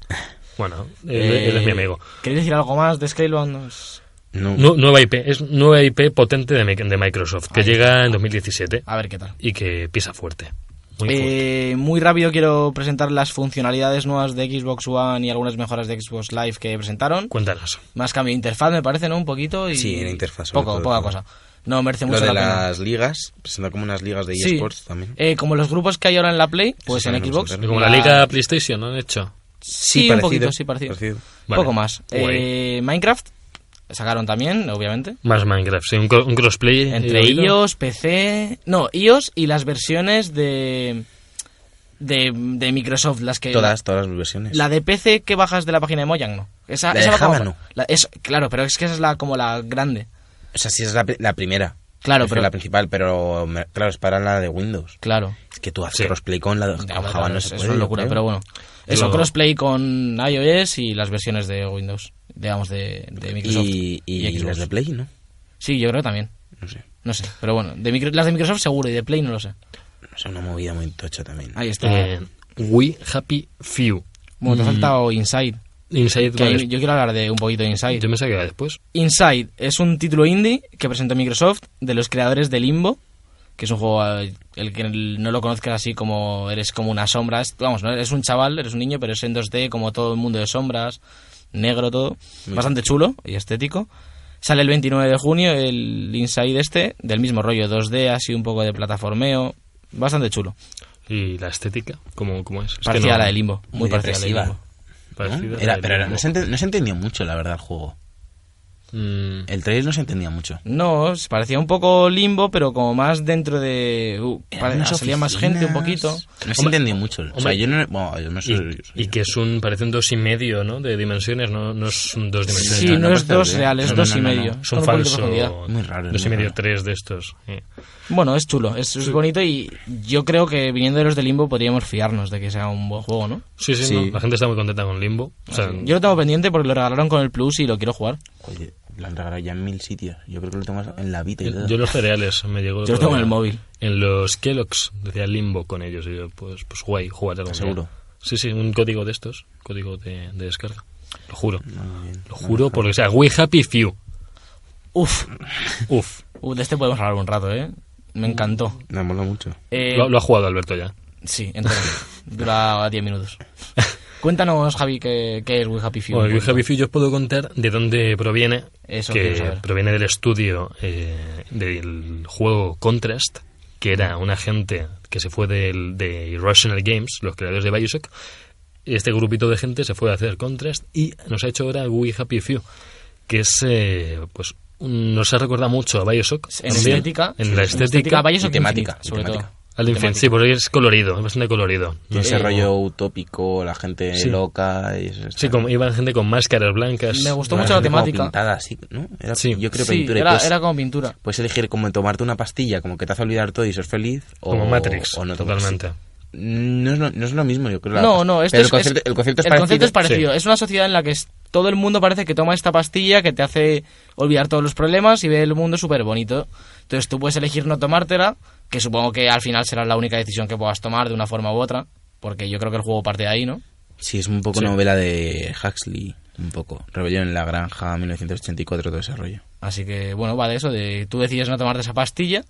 [SPEAKER 2] Bueno, él,
[SPEAKER 4] Eh,
[SPEAKER 2] él es mi amigo.
[SPEAKER 4] ¿Queréis decir algo más de Pues, Scalebound? Os-
[SPEAKER 3] No,
[SPEAKER 2] Nu- nueva IP, es nueva IP potente de, mi- de Microsoft, que llega en 2017
[SPEAKER 4] A ver qué tal.
[SPEAKER 2] y que pisa fuerte. Muy fuerte.
[SPEAKER 4] Eh, muy rápido quiero presentar las funcionalidades nuevas de Xbox One y algunas mejoras de Xbox Live que presentaron.
[SPEAKER 2] Cuéntanos.
[SPEAKER 4] Más cambio de interfaz, me parece, ¿no? Un poquito. Y
[SPEAKER 3] Sí, en interfaz, sobre
[SPEAKER 4] Poco,
[SPEAKER 3] todo,
[SPEAKER 4] poca
[SPEAKER 3] todo.
[SPEAKER 4] cosa. No merece
[SPEAKER 3] Lo
[SPEAKER 4] mucho
[SPEAKER 3] de
[SPEAKER 4] la pena.
[SPEAKER 3] las ligas, presenta como unas ligas de
[SPEAKER 4] Sí.
[SPEAKER 3] eSports también.
[SPEAKER 4] Eh, como los grupos que hay ahora en la Play, pues
[SPEAKER 3] sí,
[SPEAKER 4] en
[SPEAKER 3] no sé,
[SPEAKER 4] Xbox.
[SPEAKER 3] pero
[SPEAKER 2] Como la liga PlayStation, ¿no han hecho?
[SPEAKER 4] Sí, un
[SPEAKER 3] parecido,
[SPEAKER 4] poquito, sí, parecido.
[SPEAKER 3] parecido.
[SPEAKER 2] Vale.
[SPEAKER 4] Poco más.
[SPEAKER 2] Guay.
[SPEAKER 4] Eh, Minecraft sacaron también, obviamente.
[SPEAKER 2] Más Minecraft, sí, un, cro- un crossplay. he
[SPEAKER 4] Entre
[SPEAKER 2] oído.
[SPEAKER 4] iOS, PC. No, iOS y las versiones de. de, de Microsoft, las que.
[SPEAKER 3] Todas, todas las versiones.
[SPEAKER 4] Eh, La de PC que bajas de la página de Mojang, no. Esa,
[SPEAKER 3] La
[SPEAKER 4] esa
[SPEAKER 3] de
[SPEAKER 4] baja-
[SPEAKER 3] Java no.
[SPEAKER 4] la- es, claro, pero es que esa es la como la grande.
[SPEAKER 3] O sea, sí es la, pri- la primera.
[SPEAKER 4] Claro,
[SPEAKER 3] Es
[SPEAKER 4] pero-
[SPEAKER 3] La principal, pero me- claro, es para la de Windows.
[SPEAKER 4] Claro.
[SPEAKER 3] Es que tú haces
[SPEAKER 2] Sí.
[SPEAKER 3] crossplay con la con
[SPEAKER 4] Ya, bueno,
[SPEAKER 3] Java no
[SPEAKER 4] es,
[SPEAKER 3] se
[SPEAKER 4] es
[SPEAKER 3] puede.
[SPEAKER 4] una
[SPEAKER 3] yo
[SPEAKER 4] locura,
[SPEAKER 3] creo.
[SPEAKER 4] pero bueno. Eso,
[SPEAKER 2] luego-
[SPEAKER 4] crossplay con iOS y las versiones de Windows, digamos, de, de Microsoft.
[SPEAKER 3] Y, y,
[SPEAKER 4] Xbox.
[SPEAKER 3] las de Play, ¿no?
[SPEAKER 4] Sí, yo creo que también.
[SPEAKER 3] No sé.
[SPEAKER 4] No sé, pero bueno, de micro- las de Microsoft seguro y de Play no lo sé.
[SPEAKER 3] Es una movida muy tocha también.
[SPEAKER 4] Ahí está.
[SPEAKER 2] Eh, We Happy Few.
[SPEAKER 4] bueno, te ha faltado Inside.
[SPEAKER 2] Inside
[SPEAKER 4] que
[SPEAKER 2] va
[SPEAKER 4] ahí-
[SPEAKER 2] des-
[SPEAKER 4] yo quiero hablar de un poquito de Inside.
[SPEAKER 2] Yo pensaba que iba después.
[SPEAKER 4] Inside es un título indie que presentó Microsoft de los creadores de Limbo, que es un juego eh, el que no lo conozcas así como eres como una sombra, es- vamos, no eres un chaval, eres un niño, pero es en 2D como todo el mundo de sombras, negro todo, bastante chulo y estético. Sale el 29 de junio el Inside este del mismo rollo 2D, así un poco de plataformeo, bastante chulo.
[SPEAKER 2] ¿Y la estética? ¿Cómo, cómo es? es que
[SPEAKER 4] Parecía
[SPEAKER 2] no-
[SPEAKER 4] la de Limbo, muy,
[SPEAKER 3] Muy
[SPEAKER 4] parecida a la de
[SPEAKER 3] depresiva.
[SPEAKER 4] Limbo.
[SPEAKER 2] Parecido
[SPEAKER 3] Era-
[SPEAKER 2] al
[SPEAKER 3] pero era-
[SPEAKER 2] Limbo.
[SPEAKER 3] no, se enten- no se entendía mucho, la verdad, el juego.
[SPEAKER 2] Mm,
[SPEAKER 3] El trailer no se entendía mucho.
[SPEAKER 4] No, se parecía un poco limbo, pero como más dentro de. uh,
[SPEAKER 3] Eran
[SPEAKER 4] pare-
[SPEAKER 3] unas
[SPEAKER 4] salía más gente un
[SPEAKER 3] oficinas.
[SPEAKER 4] poquito.
[SPEAKER 3] No se
[SPEAKER 2] Hombre,
[SPEAKER 3] entendió mucho. o sea,
[SPEAKER 2] hombre.
[SPEAKER 3] yo no, bueno, yo no sé.
[SPEAKER 2] y, y que es un, parece un dos y medio, ¿no? De dimensiones, no, no es un dos dimensiones.
[SPEAKER 4] Sí,
[SPEAKER 3] no,
[SPEAKER 4] no
[SPEAKER 3] no
[SPEAKER 4] es
[SPEAKER 3] parece
[SPEAKER 4] dos
[SPEAKER 3] bien.
[SPEAKER 4] reales,
[SPEAKER 3] No,
[SPEAKER 4] dos
[SPEAKER 3] no,
[SPEAKER 4] y
[SPEAKER 3] no, no.
[SPEAKER 4] medio.
[SPEAKER 2] Es
[SPEAKER 4] Solo
[SPEAKER 2] un
[SPEAKER 4] por la
[SPEAKER 2] falso.
[SPEAKER 4] profundidad.
[SPEAKER 3] Muy raro,
[SPEAKER 2] Dos y
[SPEAKER 3] muy
[SPEAKER 2] medio,
[SPEAKER 3] raro.
[SPEAKER 2] tres de estos. eh.
[SPEAKER 4] Bueno, es chulo, es, es bonito y yo creo que viniendo de los de Limbo podríamos fiarnos de que sea un buen juego, ¿no?
[SPEAKER 2] Sí, sí,
[SPEAKER 3] Sí.
[SPEAKER 2] no, la gente está muy contenta con Limbo. O sea,
[SPEAKER 4] Yo lo tengo pendiente porque lo regalaron con el Plus y lo quiero jugar.
[SPEAKER 3] Oye, lo han regalado ya en mil sitios. Yo creo que lo tengo en la vida y todo.
[SPEAKER 2] yo los cereales me llegó.
[SPEAKER 4] Yo lo tengo en el móvil.
[SPEAKER 2] En los Kellogg's decía Limbo con ellos. Y yo, pues, pues guay, jugar algún día.
[SPEAKER 3] Seguro.
[SPEAKER 2] Sí, sí, un código de estos, código de, de descarga. Lo juro.
[SPEAKER 3] Muy bien.
[SPEAKER 2] Lo juro porque, o sea, We Happy Few.
[SPEAKER 4] Uf,
[SPEAKER 2] Uf.
[SPEAKER 4] uh, de este podemos hablar un rato, ¿eh? Me encantó.
[SPEAKER 3] Me mola mucho.
[SPEAKER 4] Eh,
[SPEAKER 2] Lo, lo ha jugado Alberto ya.
[SPEAKER 4] Sí, entero. Dura 10 minutos. Cuéntanos, Javi, qué, qué es We Happy Few.
[SPEAKER 2] Bueno, el Happy Few Pues yo os puedo contar de dónde proviene,
[SPEAKER 4] Eso quiero
[SPEAKER 2] que
[SPEAKER 4] saber.
[SPEAKER 2] proviene del estudio eh, del juego Contrast, que era una gente que se fue del, de Irrational Games, los creadores de Bioshock. Este grupito de gente se fue a hacer Contrast y nos ha hecho ahora We Happy Few, que es, eh, pues, un- nos ha recordado mucho a Bioshock.
[SPEAKER 4] En
[SPEAKER 2] también,
[SPEAKER 4] estética.
[SPEAKER 2] En la estética.
[SPEAKER 4] Bioshock
[SPEAKER 3] y temática,
[SPEAKER 4] Infinite,
[SPEAKER 3] y
[SPEAKER 4] sobre
[SPEAKER 3] temática.
[SPEAKER 4] todo.
[SPEAKER 2] Al Infinite, sí, porque es colorido, es bastante colorido.
[SPEAKER 3] Y ese
[SPEAKER 2] Eh,
[SPEAKER 3] rollo utópico, la gente
[SPEAKER 2] sí.
[SPEAKER 3] loca. Y eso,
[SPEAKER 2] Sí, como, iban gente con máscaras blancas.
[SPEAKER 4] Me gustó
[SPEAKER 3] Bueno,
[SPEAKER 4] mucho la
[SPEAKER 3] gente como
[SPEAKER 4] temática.
[SPEAKER 3] pintada así, ¿no? Era,
[SPEAKER 2] Sí.
[SPEAKER 3] Yo creo
[SPEAKER 4] Sí,
[SPEAKER 3] pintura. y
[SPEAKER 4] era,
[SPEAKER 3] puedes,
[SPEAKER 4] era como pintura.
[SPEAKER 3] puedes elegir como tomarte una pastilla, como que te hace olvidar todo y ser feliz. O,
[SPEAKER 2] Como Matrix,
[SPEAKER 3] o no tomar-
[SPEAKER 2] totalmente.
[SPEAKER 3] No es, lo, no es lo mismo, yo creo. la-
[SPEAKER 4] No, no, esto
[SPEAKER 3] pero
[SPEAKER 4] es,
[SPEAKER 3] el concepto, el concepto es
[SPEAKER 4] el
[SPEAKER 3] parecido.
[SPEAKER 4] concepto es parecido.
[SPEAKER 2] Sí.
[SPEAKER 4] Es una sociedad en la que es- todo el mundo parece que toma esta pastilla que te hace olvidar todos los problemas y ve el mundo súper bonito. Entonces tú puedes elegir no tomártela, que supongo que al final será la única decisión que puedas tomar de una forma u otra, porque yo creo que el juego parte de ahí, ¿no?
[SPEAKER 3] Sí, es un poco novela de Huxley, un poco. Rebelión en la granja, 1984, todo ese rollo.
[SPEAKER 4] Así que, bueno, vale, eso de tú decides no tomarte esa pastilla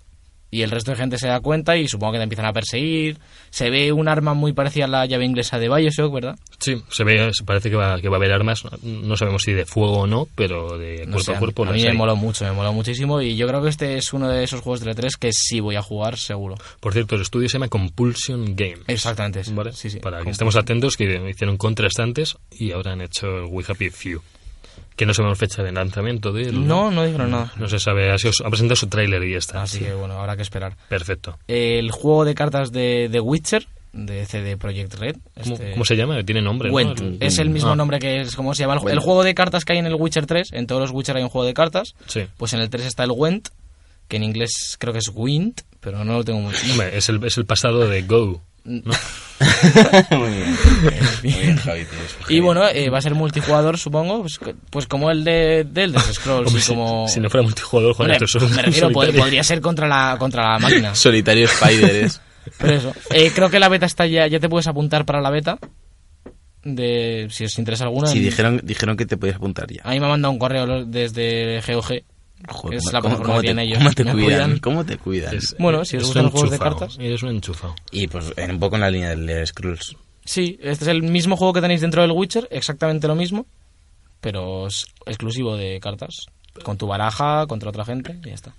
[SPEAKER 4] y el resto de gente se da cuenta y supongo que te empiezan a perseguir. Se ve un arma muy parecida a la llave inglesa de Bioshock, ¿verdad?
[SPEAKER 2] Sí, se ve, se parece que va, que va a haber armas. No sabemos si de fuego o no, pero de
[SPEAKER 4] No
[SPEAKER 2] cuerpo
[SPEAKER 4] sé,
[SPEAKER 2] a cuerpo.
[SPEAKER 4] mí
[SPEAKER 2] las
[SPEAKER 4] me
[SPEAKER 2] hay.
[SPEAKER 4] moló mucho, me moló muchísimo y yo creo que este es uno de esos juegos de la 3 que sí voy a jugar seguro.
[SPEAKER 2] Por cierto, el estudio se llama Compulsion Games.
[SPEAKER 4] Exactamente. ese.
[SPEAKER 2] ¿Vale?
[SPEAKER 4] Sí, sí.
[SPEAKER 2] Para que
[SPEAKER 4] Con-
[SPEAKER 2] estemos atentos, que hicieron contrastantes y ahora han hecho el We Happy Few. Que no sabemos fecha de lanzamiento de Mm, él.
[SPEAKER 4] No, no dijeron nada.
[SPEAKER 2] No se sabe. Ha, sido- ha presentado su tráiler y ya está.
[SPEAKER 4] Así que bueno, habrá que esperar.
[SPEAKER 2] Perfecto.
[SPEAKER 4] El juego de cartas de The Witcher, de CD Projekt Red.
[SPEAKER 2] ¿Cómo,
[SPEAKER 4] este-
[SPEAKER 2] cómo se llama? Tiene nombre. ¿no?
[SPEAKER 4] Gwent.
[SPEAKER 2] El-
[SPEAKER 4] Es el mismo
[SPEAKER 2] Ah,
[SPEAKER 4] nombre que es como se llama el, ju- el
[SPEAKER 3] Gwent.
[SPEAKER 4] juego de cartas que hay en el Witcher 3. En todos los Witcher hay un juego de cartas.
[SPEAKER 2] Sí.
[SPEAKER 4] Pues en el 3 está el Gwent, que en inglés creo que es Wint, pero no lo tengo muy
[SPEAKER 2] Hombre, es, el, es el pasado de Go.
[SPEAKER 3] Muy bien. Muy bien, Javi, tío, es un
[SPEAKER 4] Y
[SPEAKER 3] genio.
[SPEAKER 4] bueno, eh, va a ser multijugador, supongo, pues, que- pues como el de, del de
[SPEAKER 2] Hombre,
[SPEAKER 4] Scrolls, y
[SPEAKER 2] si-
[SPEAKER 4] Pues como...
[SPEAKER 2] Si no fuera multijugador, Juan,
[SPEAKER 4] Hombre,
[SPEAKER 2] esto es un-
[SPEAKER 4] me refiero, pod-
[SPEAKER 2] solitario.
[SPEAKER 4] podría ser contra la, contra la máquina.
[SPEAKER 3] Solitario Spider es.
[SPEAKER 4] Pero eso. Eh, creo que la beta está ya. Ya te puedes apuntar para la beta. De, si os interesa alguna.
[SPEAKER 3] Sí,
[SPEAKER 4] en-
[SPEAKER 3] dijeron, dijeron que te podías apuntar ya.
[SPEAKER 4] A mí me ha mandado un correo lo- desde GOG.
[SPEAKER 3] Joder,
[SPEAKER 4] es
[SPEAKER 3] ¿cómo- cómo-
[SPEAKER 4] la plataforma
[SPEAKER 3] cómo
[SPEAKER 4] que
[SPEAKER 3] te-
[SPEAKER 4] tienen ellos.
[SPEAKER 3] ¿Cómo te
[SPEAKER 4] Me
[SPEAKER 3] cuidan?
[SPEAKER 4] cuidan.
[SPEAKER 3] ¿Cómo te cuidan?
[SPEAKER 2] Es-
[SPEAKER 4] Bueno, si os
[SPEAKER 2] es
[SPEAKER 4] gustan
[SPEAKER 2] un
[SPEAKER 4] los juegos de
[SPEAKER 2] enchufado,
[SPEAKER 4] cartas.
[SPEAKER 2] Es un enchufado.
[SPEAKER 3] Y pues en un poco en la línea del de Scrolls.
[SPEAKER 4] Sí, este es el mismo juego que tenéis dentro del Witcher. Exactamente lo mismo. Pero es exclusivo de cartas. Con tu baraja, contra otra gente. Y ya está.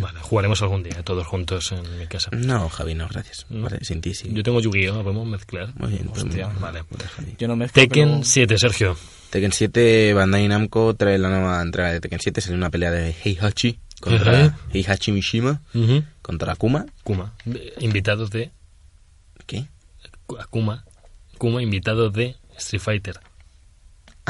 [SPEAKER 2] Vale, jugaremos algún día eh, todos juntos en mi casa.
[SPEAKER 3] No, Javi, no, gracias.
[SPEAKER 2] No.
[SPEAKER 3] Vale, sin ti sí.
[SPEAKER 2] Yo tengo Yu-Gi-Oh, ¿la podemos mezclar.
[SPEAKER 3] Muy bien, pues
[SPEAKER 4] Hostia.
[SPEAKER 3] mira.
[SPEAKER 2] Vale.
[SPEAKER 3] Javi.
[SPEAKER 4] Yo no mezclo.
[SPEAKER 2] Tekken
[SPEAKER 4] pero-
[SPEAKER 2] 7, Sergio.
[SPEAKER 3] Tekken 7, Bandai Namco trae la nueva entrega de Tekken 7. Salió una pelea de Heihachi contra
[SPEAKER 2] Ajá.
[SPEAKER 3] Heihachi Mishima contra Akuma.
[SPEAKER 2] Kuma. Eh, Invitado de
[SPEAKER 3] ¿Qué?
[SPEAKER 2] Akuma. Kuma, invitado de Street Fighter.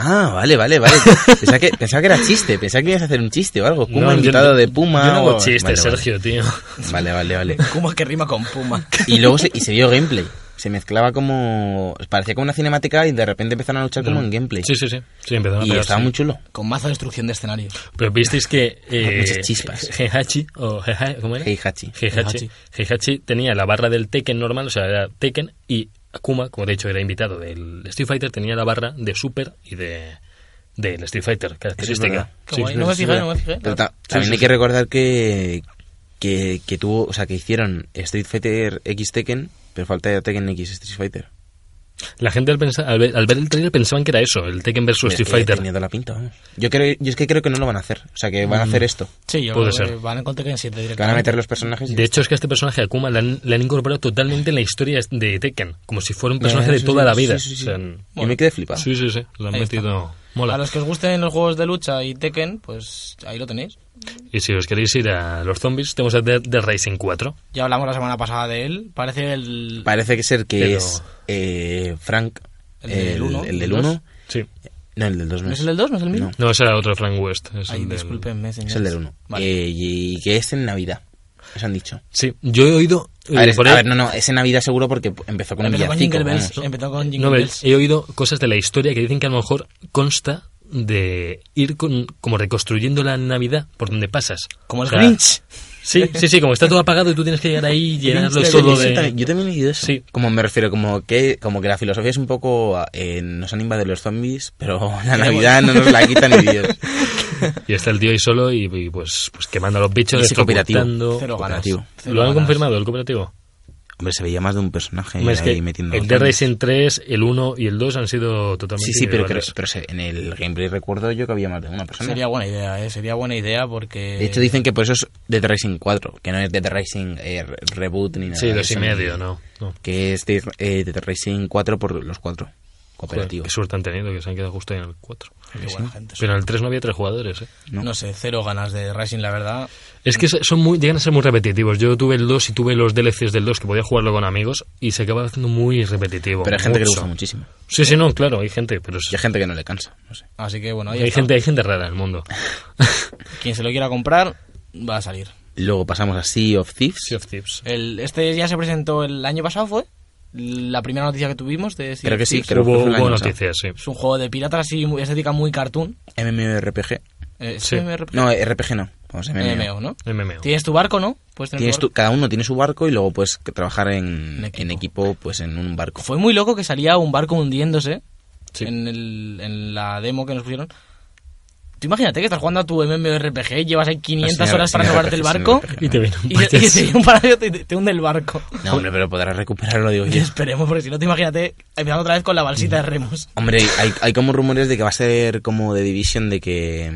[SPEAKER 3] Ah, vale, vale, vale. Pensaba que, pensaba que era chiste, pensaba que ibas a hacer un chiste o algo. Kuma
[SPEAKER 2] No, yo-
[SPEAKER 3] invitado de Puma.
[SPEAKER 2] Yo no hago
[SPEAKER 3] o-
[SPEAKER 2] chistes,
[SPEAKER 3] Vale, vale.
[SPEAKER 2] Sergio, tío.
[SPEAKER 3] Vale, vale, vale.
[SPEAKER 4] ¿Cómo es que rima con Puma?
[SPEAKER 3] Y luego se, y se vio gameplay. Se mezclaba como. Parecía como una cinemática y de repente empezaron a luchar como en gameplay.
[SPEAKER 2] Mm. Sí, sí, sí. Sí, empezaron a
[SPEAKER 3] y
[SPEAKER 2] pegarse.
[SPEAKER 3] estaba muy chulo.
[SPEAKER 4] Con mazo de destrucción de escenarios.
[SPEAKER 2] Pero visteis que. Eh,
[SPEAKER 3] Ah, Muchas chispas.
[SPEAKER 2] Heihachi, o Heiha- ¿cómo era?
[SPEAKER 3] Heihachi.
[SPEAKER 2] ¿Eh? Heihachi.
[SPEAKER 4] Heihachi.
[SPEAKER 2] Heihachi tenía la barra del Tekken normal, o sea, era Tekken, y Akuma, como te he dicho, era invitado del Street Fighter, tenía la barra de Super y de. del Street Fighter,
[SPEAKER 3] verdad.
[SPEAKER 2] característica.
[SPEAKER 4] Qué
[SPEAKER 2] Sí,
[SPEAKER 4] guay,
[SPEAKER 2] es
[SPEAKER 4] no me
[SPEAKER 2] verdad.
[SPEAKER 4] fijé, no me fijé.
[SPEAKER 3] Pero ta-
[SPEAKER 2] Sí,
[SPEAKER 3] también
[SPEAKER 2] sí,
[SPEAKER 3] hay
[SPEAKER 2] sí.
[SPEAKER 3] que recordar que, que, que tuvo, o sea, que hicieron Street Fighter X Tekken, pero falta Tekken X Street Fighter.
[SPEAKER 2] La gente al, pensa- al, ver, al ver el trailer pensaban que era eso, el Tekken vs
[SPEAKER 3] Me-
[SPEAKER 2] Pues Street
[SPEAKER 3] eh,
[SPEAKER 2] Fighter.
[SPEAKER 3] tenía toda la pinta, vamos. Yo, creo, yo es que creo que no lo van a hacer. O sea, que
[SPEAKER 2] Mm.
[SPEAKER 3] van a hacer esto.
[SPEAKER 4] Sí, yo
[SPEAKER 2] Puede
[SPEAKER 4] creo que
[SPEAKER 2] ser.
[SPEAKER 4] van a encontrar que en 7
[SPEAKER 3] Que van a
[SPEAKER 4] directamente.
[SPEAKER 3] meter los personajes. y-
[SPEAKER 2] Ah. De hecho, es que a este personaje, Akuma, le han, le han incorporado totalmente en la historia de Tekken, como si fuera un personaje
[SPEAKER 3] Eh,
[SPEAKER 2] de
[SPEAKER 3] sí,
[SPEAKER 2] toda
[SPEAKER 3] sí,
[SPEAKER 2] la
[SPEAKER 3] sí,
[SPEAKER 2] vida.
[SPEAKER 3] sí, sí.
[SPEAKER 2] O sea,
[SPEAKER 3] Yo me quedé flipado.
[SPEAKER 2] sí, sí, sí, lo han
[SPEAKER 4] Ahí está.
[SPEAKER 2] metido. Mola.
[SPEAKER 4] A los que os gusten los juegos de lucha y Tekken, pues ahí lo tenéis.
[SPEAKER 2] Y si os queréis ir a los zombies, tenemos a Dead, Dead Rising 4.
[SPEAKER 4] Ya hablamos la semana pasada de él. Parece el...
[SPEAKER 3] Parece que ser que
[SPEAKER 2] Pero-
[SPEAKER 3] es eh, Frank,
[SPEAKER 4] El del uno,
[SPEAKER 3] el
[SPEAKER 4] el
[SPEAKER 3] del
[SPEAKER 4] dos.
[SPEAKER 3] 1.
[SPEAKER 2] Sí.
[SPEAKER 3] No, el del 2
[SPEAKER 4] ¿No es el del 2? ¿No es el mismo?
[SPEAKER 3] No.
[SPEAKER 2] No, ese era otro Frank West. es
[SPEAKER 4] Ay,
[SPEAKER 2] el del-
[SPEAKER 4] discúlpenme, señores.
[SPEAKER 3] Es el del Eh, 1.
[SPEAKER 4] Vale.
[SPEAKER 3] y, y que es en Navidad. Nos han dicho.
[SPEAKER 2] Sí, yo he oído.
[SPEAKER 3] A
[SPEAKER 2] eh,
[SPEAKER 3] ver, es-
[SPEAKER 2] por
[SPEAKER 3] a
[SPEAKER 2] ahí-
[SPEAKER 3] ver, no, no, es en Navidad seguro porque empezó con un
[SPEAKER 4] empezó, con
[SPEAKER 3] villancico.
[SPEAKER 4] Jingle Bells,
[SPEAKER 3] vamos.
[SPEAKER 4] empezó con Jingle
[SPEAKER 2] No, pero eh,
[SPEAKER 4] Bells.
[SPEAKER 2] he oído cosas de la historia que dicen que a lo mejor consta de ir con- como reconstruyendo la Navidad por donde pasas.
[SPEAKER 4] Como el
[SPEAKER 2] O sea,
[SPEAKER 4] Grinch.
[SPEAKER 2] Sí, sí, sí, como está todo apagado y tú tienes que llegar ahí y llenarlo
[SPEAKER 3] Sí,
[SPEAKER 2] todo
[SPEAKER 3] sí, sí,
[SPEAKER 2] de...
[SPEAKER 3] también- Yo también he leído eso.
[SPEAKER 2] Sí.
[SPEAKER 3] Como me refiero, como que, como que la filosofía es un poco... eh, nos han invadido los zombies, pero la Navidad no nos la quitan ni Dios.
[SPEAKER 2] Y está el tío ahí solo y, y, pues, pues quemando a los bichos,
[SPEAKER 3] Y ese cooperativo.
[SPEAKER 2] electrocutando.
[SPEAKER 4] Cero ganas.
[SPEAKER 3] Cooperativo.
[SPEAKER 4] Cero
[SPEAKER 2] ¿Lo han
[SPEAKER 4] ganas.
[SPEAKER 2] confirmado el cooperativo?
[SPEAKER 3] Hombre, se veía más de un personaje
[SPEAKER 2] Hombre, es que
[SPEAKER 3] ahí metiendo...
[SPEAKER 2] el
[SPEAKER 3] los
[SPEAKER 2] The
[SPEAKER 3] zombies.
[SPEAKER 2] Racing 3, el 1 y el 2 han sido totalmente
[SPEAKER 3] Sí, sí, pero, creo-
[SPEAKER 2] irrelevantes.
[SPEAKER 3] pero se- en el gameplay recuerdo yo que había más de una persona.
[SPEAKER 4] Sería buena idea, ¿eh? Sería buena idea porque...
[SPEAKER 3] De hecho dicen que por eso es Dead Racing 4, que no es Dead Racing eh, re- Reboot ni nada.
[SPEAKER 2] Sí,
[SPEAKER 3] de
[SPEAKER 2] dos y
[SPEAKER 3] eso,
[SPEAKER 2] medio, ¿no? no.
[SPEAKER 3] Que es Dead, eh, Dead Racing 4 por los 4
[SPEAKER 2] Joder,
[SPEAKER 3] cooperativos.
[SPEAKER 2] qué suerte han tenido que se han quedado justo ahí en el 4.
[SPEAKER 4] Qué buena gente soy.
[SPEAKER 2] Pero en el 3 no había tres jugadores, ¿eh?
[SPEAKER 3] Mm.
[SPEAKER 4] ¿no? sé, cero ganas de Racing, la verdad.
[SPEAKER 2] Es que son muy, llegan a ser muy repetitivos. Yo tuve el 2 y tuve los DLCs del 2 que podía jugarlo con amigos y se acaba haciendo muy repetitivo.
[SPEAKER 3] pero hay gente que le
[SPEAKER 2] mucho.
[SPEAKER 3] gusta muchísimo.
[SPEAKER 2] Sí, sí, no, claro, hay gente, pero es-
[SPEAKER 3] Y hay gente que no le cansa. No sé.
[SPEAKER 4] Así que bueno, ahí
[SPEAKER 2] hay
[SPEAKER 4] está.
[SPEAKER 2] gente, hay gente rara en el mundo.
[SPEAKER 4] Quien se lo quiera comprar, va a salir.
[SPEAKER 3] Luego pasamos a Sea of Thieves.
[SPEAKER 2] Sea of Thieves.
[SPEAKER 3] Eh,
[SPEAKER 4] El, este ya se presentó el año pasado, ¿fue? La primera noticia que tuvimos de Sea
[SPEAKER 3] Creo
[SPEAKER 4] of
[SPEAKER 3] que sí,
[SPEAKER 4] Thieves.
[SPEAKER 3] creo-
[SPEAKER 2] hubo
[SPEAKER 3] que fue el
[SPEAKER 2] hubo
[SPEAKER 3] año pasado.
[SPEAKER 2] noticias, sí.
[SPEAKER 4] Es un juego de piratas así, muy, estética muy cartoon.
[SPEAKER 3] MMORPG.
[SPEAKER 4] Eh, ¿es
[SPEAKER 2] Sí.
[SPEAKER 4] MMORPG?
[SPEAKER 3] No, RPG no. Vamos, MMO.
[SPEAKER 4] MMO, ¿no?
[SPEAKER 2] MMO.
[SPEAKER 4] Tienes tu barco, ¿no? Puedes tener
[SPEAKER 3] Tienes
[SPEAKER 4] tu
[SPEAKER 3] tu-
[SPEAKER 4] barco.
[SPEAKER 3] cada uno tiene su barco y luego puedes que trabajar en, en
[SPEAKER 4] En
[SPEAKER 3] equipo.
[SPEAKER 4] equipo.
[SPEAKER 3] pues en un barco.
[SPEAKER 4] Fue muy loco que salía un barco hundiéndose
[SPEAKER 2] Sí.
[SPEAKER 4] en, el- en la demo que nos pusieron. Tú imagínate que estás jugando a tu MMORPG, llevas ahí 500
[SPEAKER 3] Señor-
[SPEAKER 4] horas para
[SPEAKER 3] señor
[SPEAKER 4] salvarte el
[SPEAKER 3] RPG,
[SPEAKER 4] barco
[SPEAKER 3] señor
[SPEAKER 2] Y te viene un
[SPEAKER 4] y, te, y
[SPEAKER 2] payaso.
[SPEAKER 4] te viene un parásito y te, te hunde el barco.
[SPEAKER 3] No, hombre, pero podrás recuperarlo, digo
[SPEAKER 4] Y
[SPEAKER 3] yo.
[SPEAKER 4] esperemos, porque si no te imagínate empezando otra vez con la balsita de remos.
[SPEAKER 3] Hombre, hay, hay como rumores de que va a ser como de división de que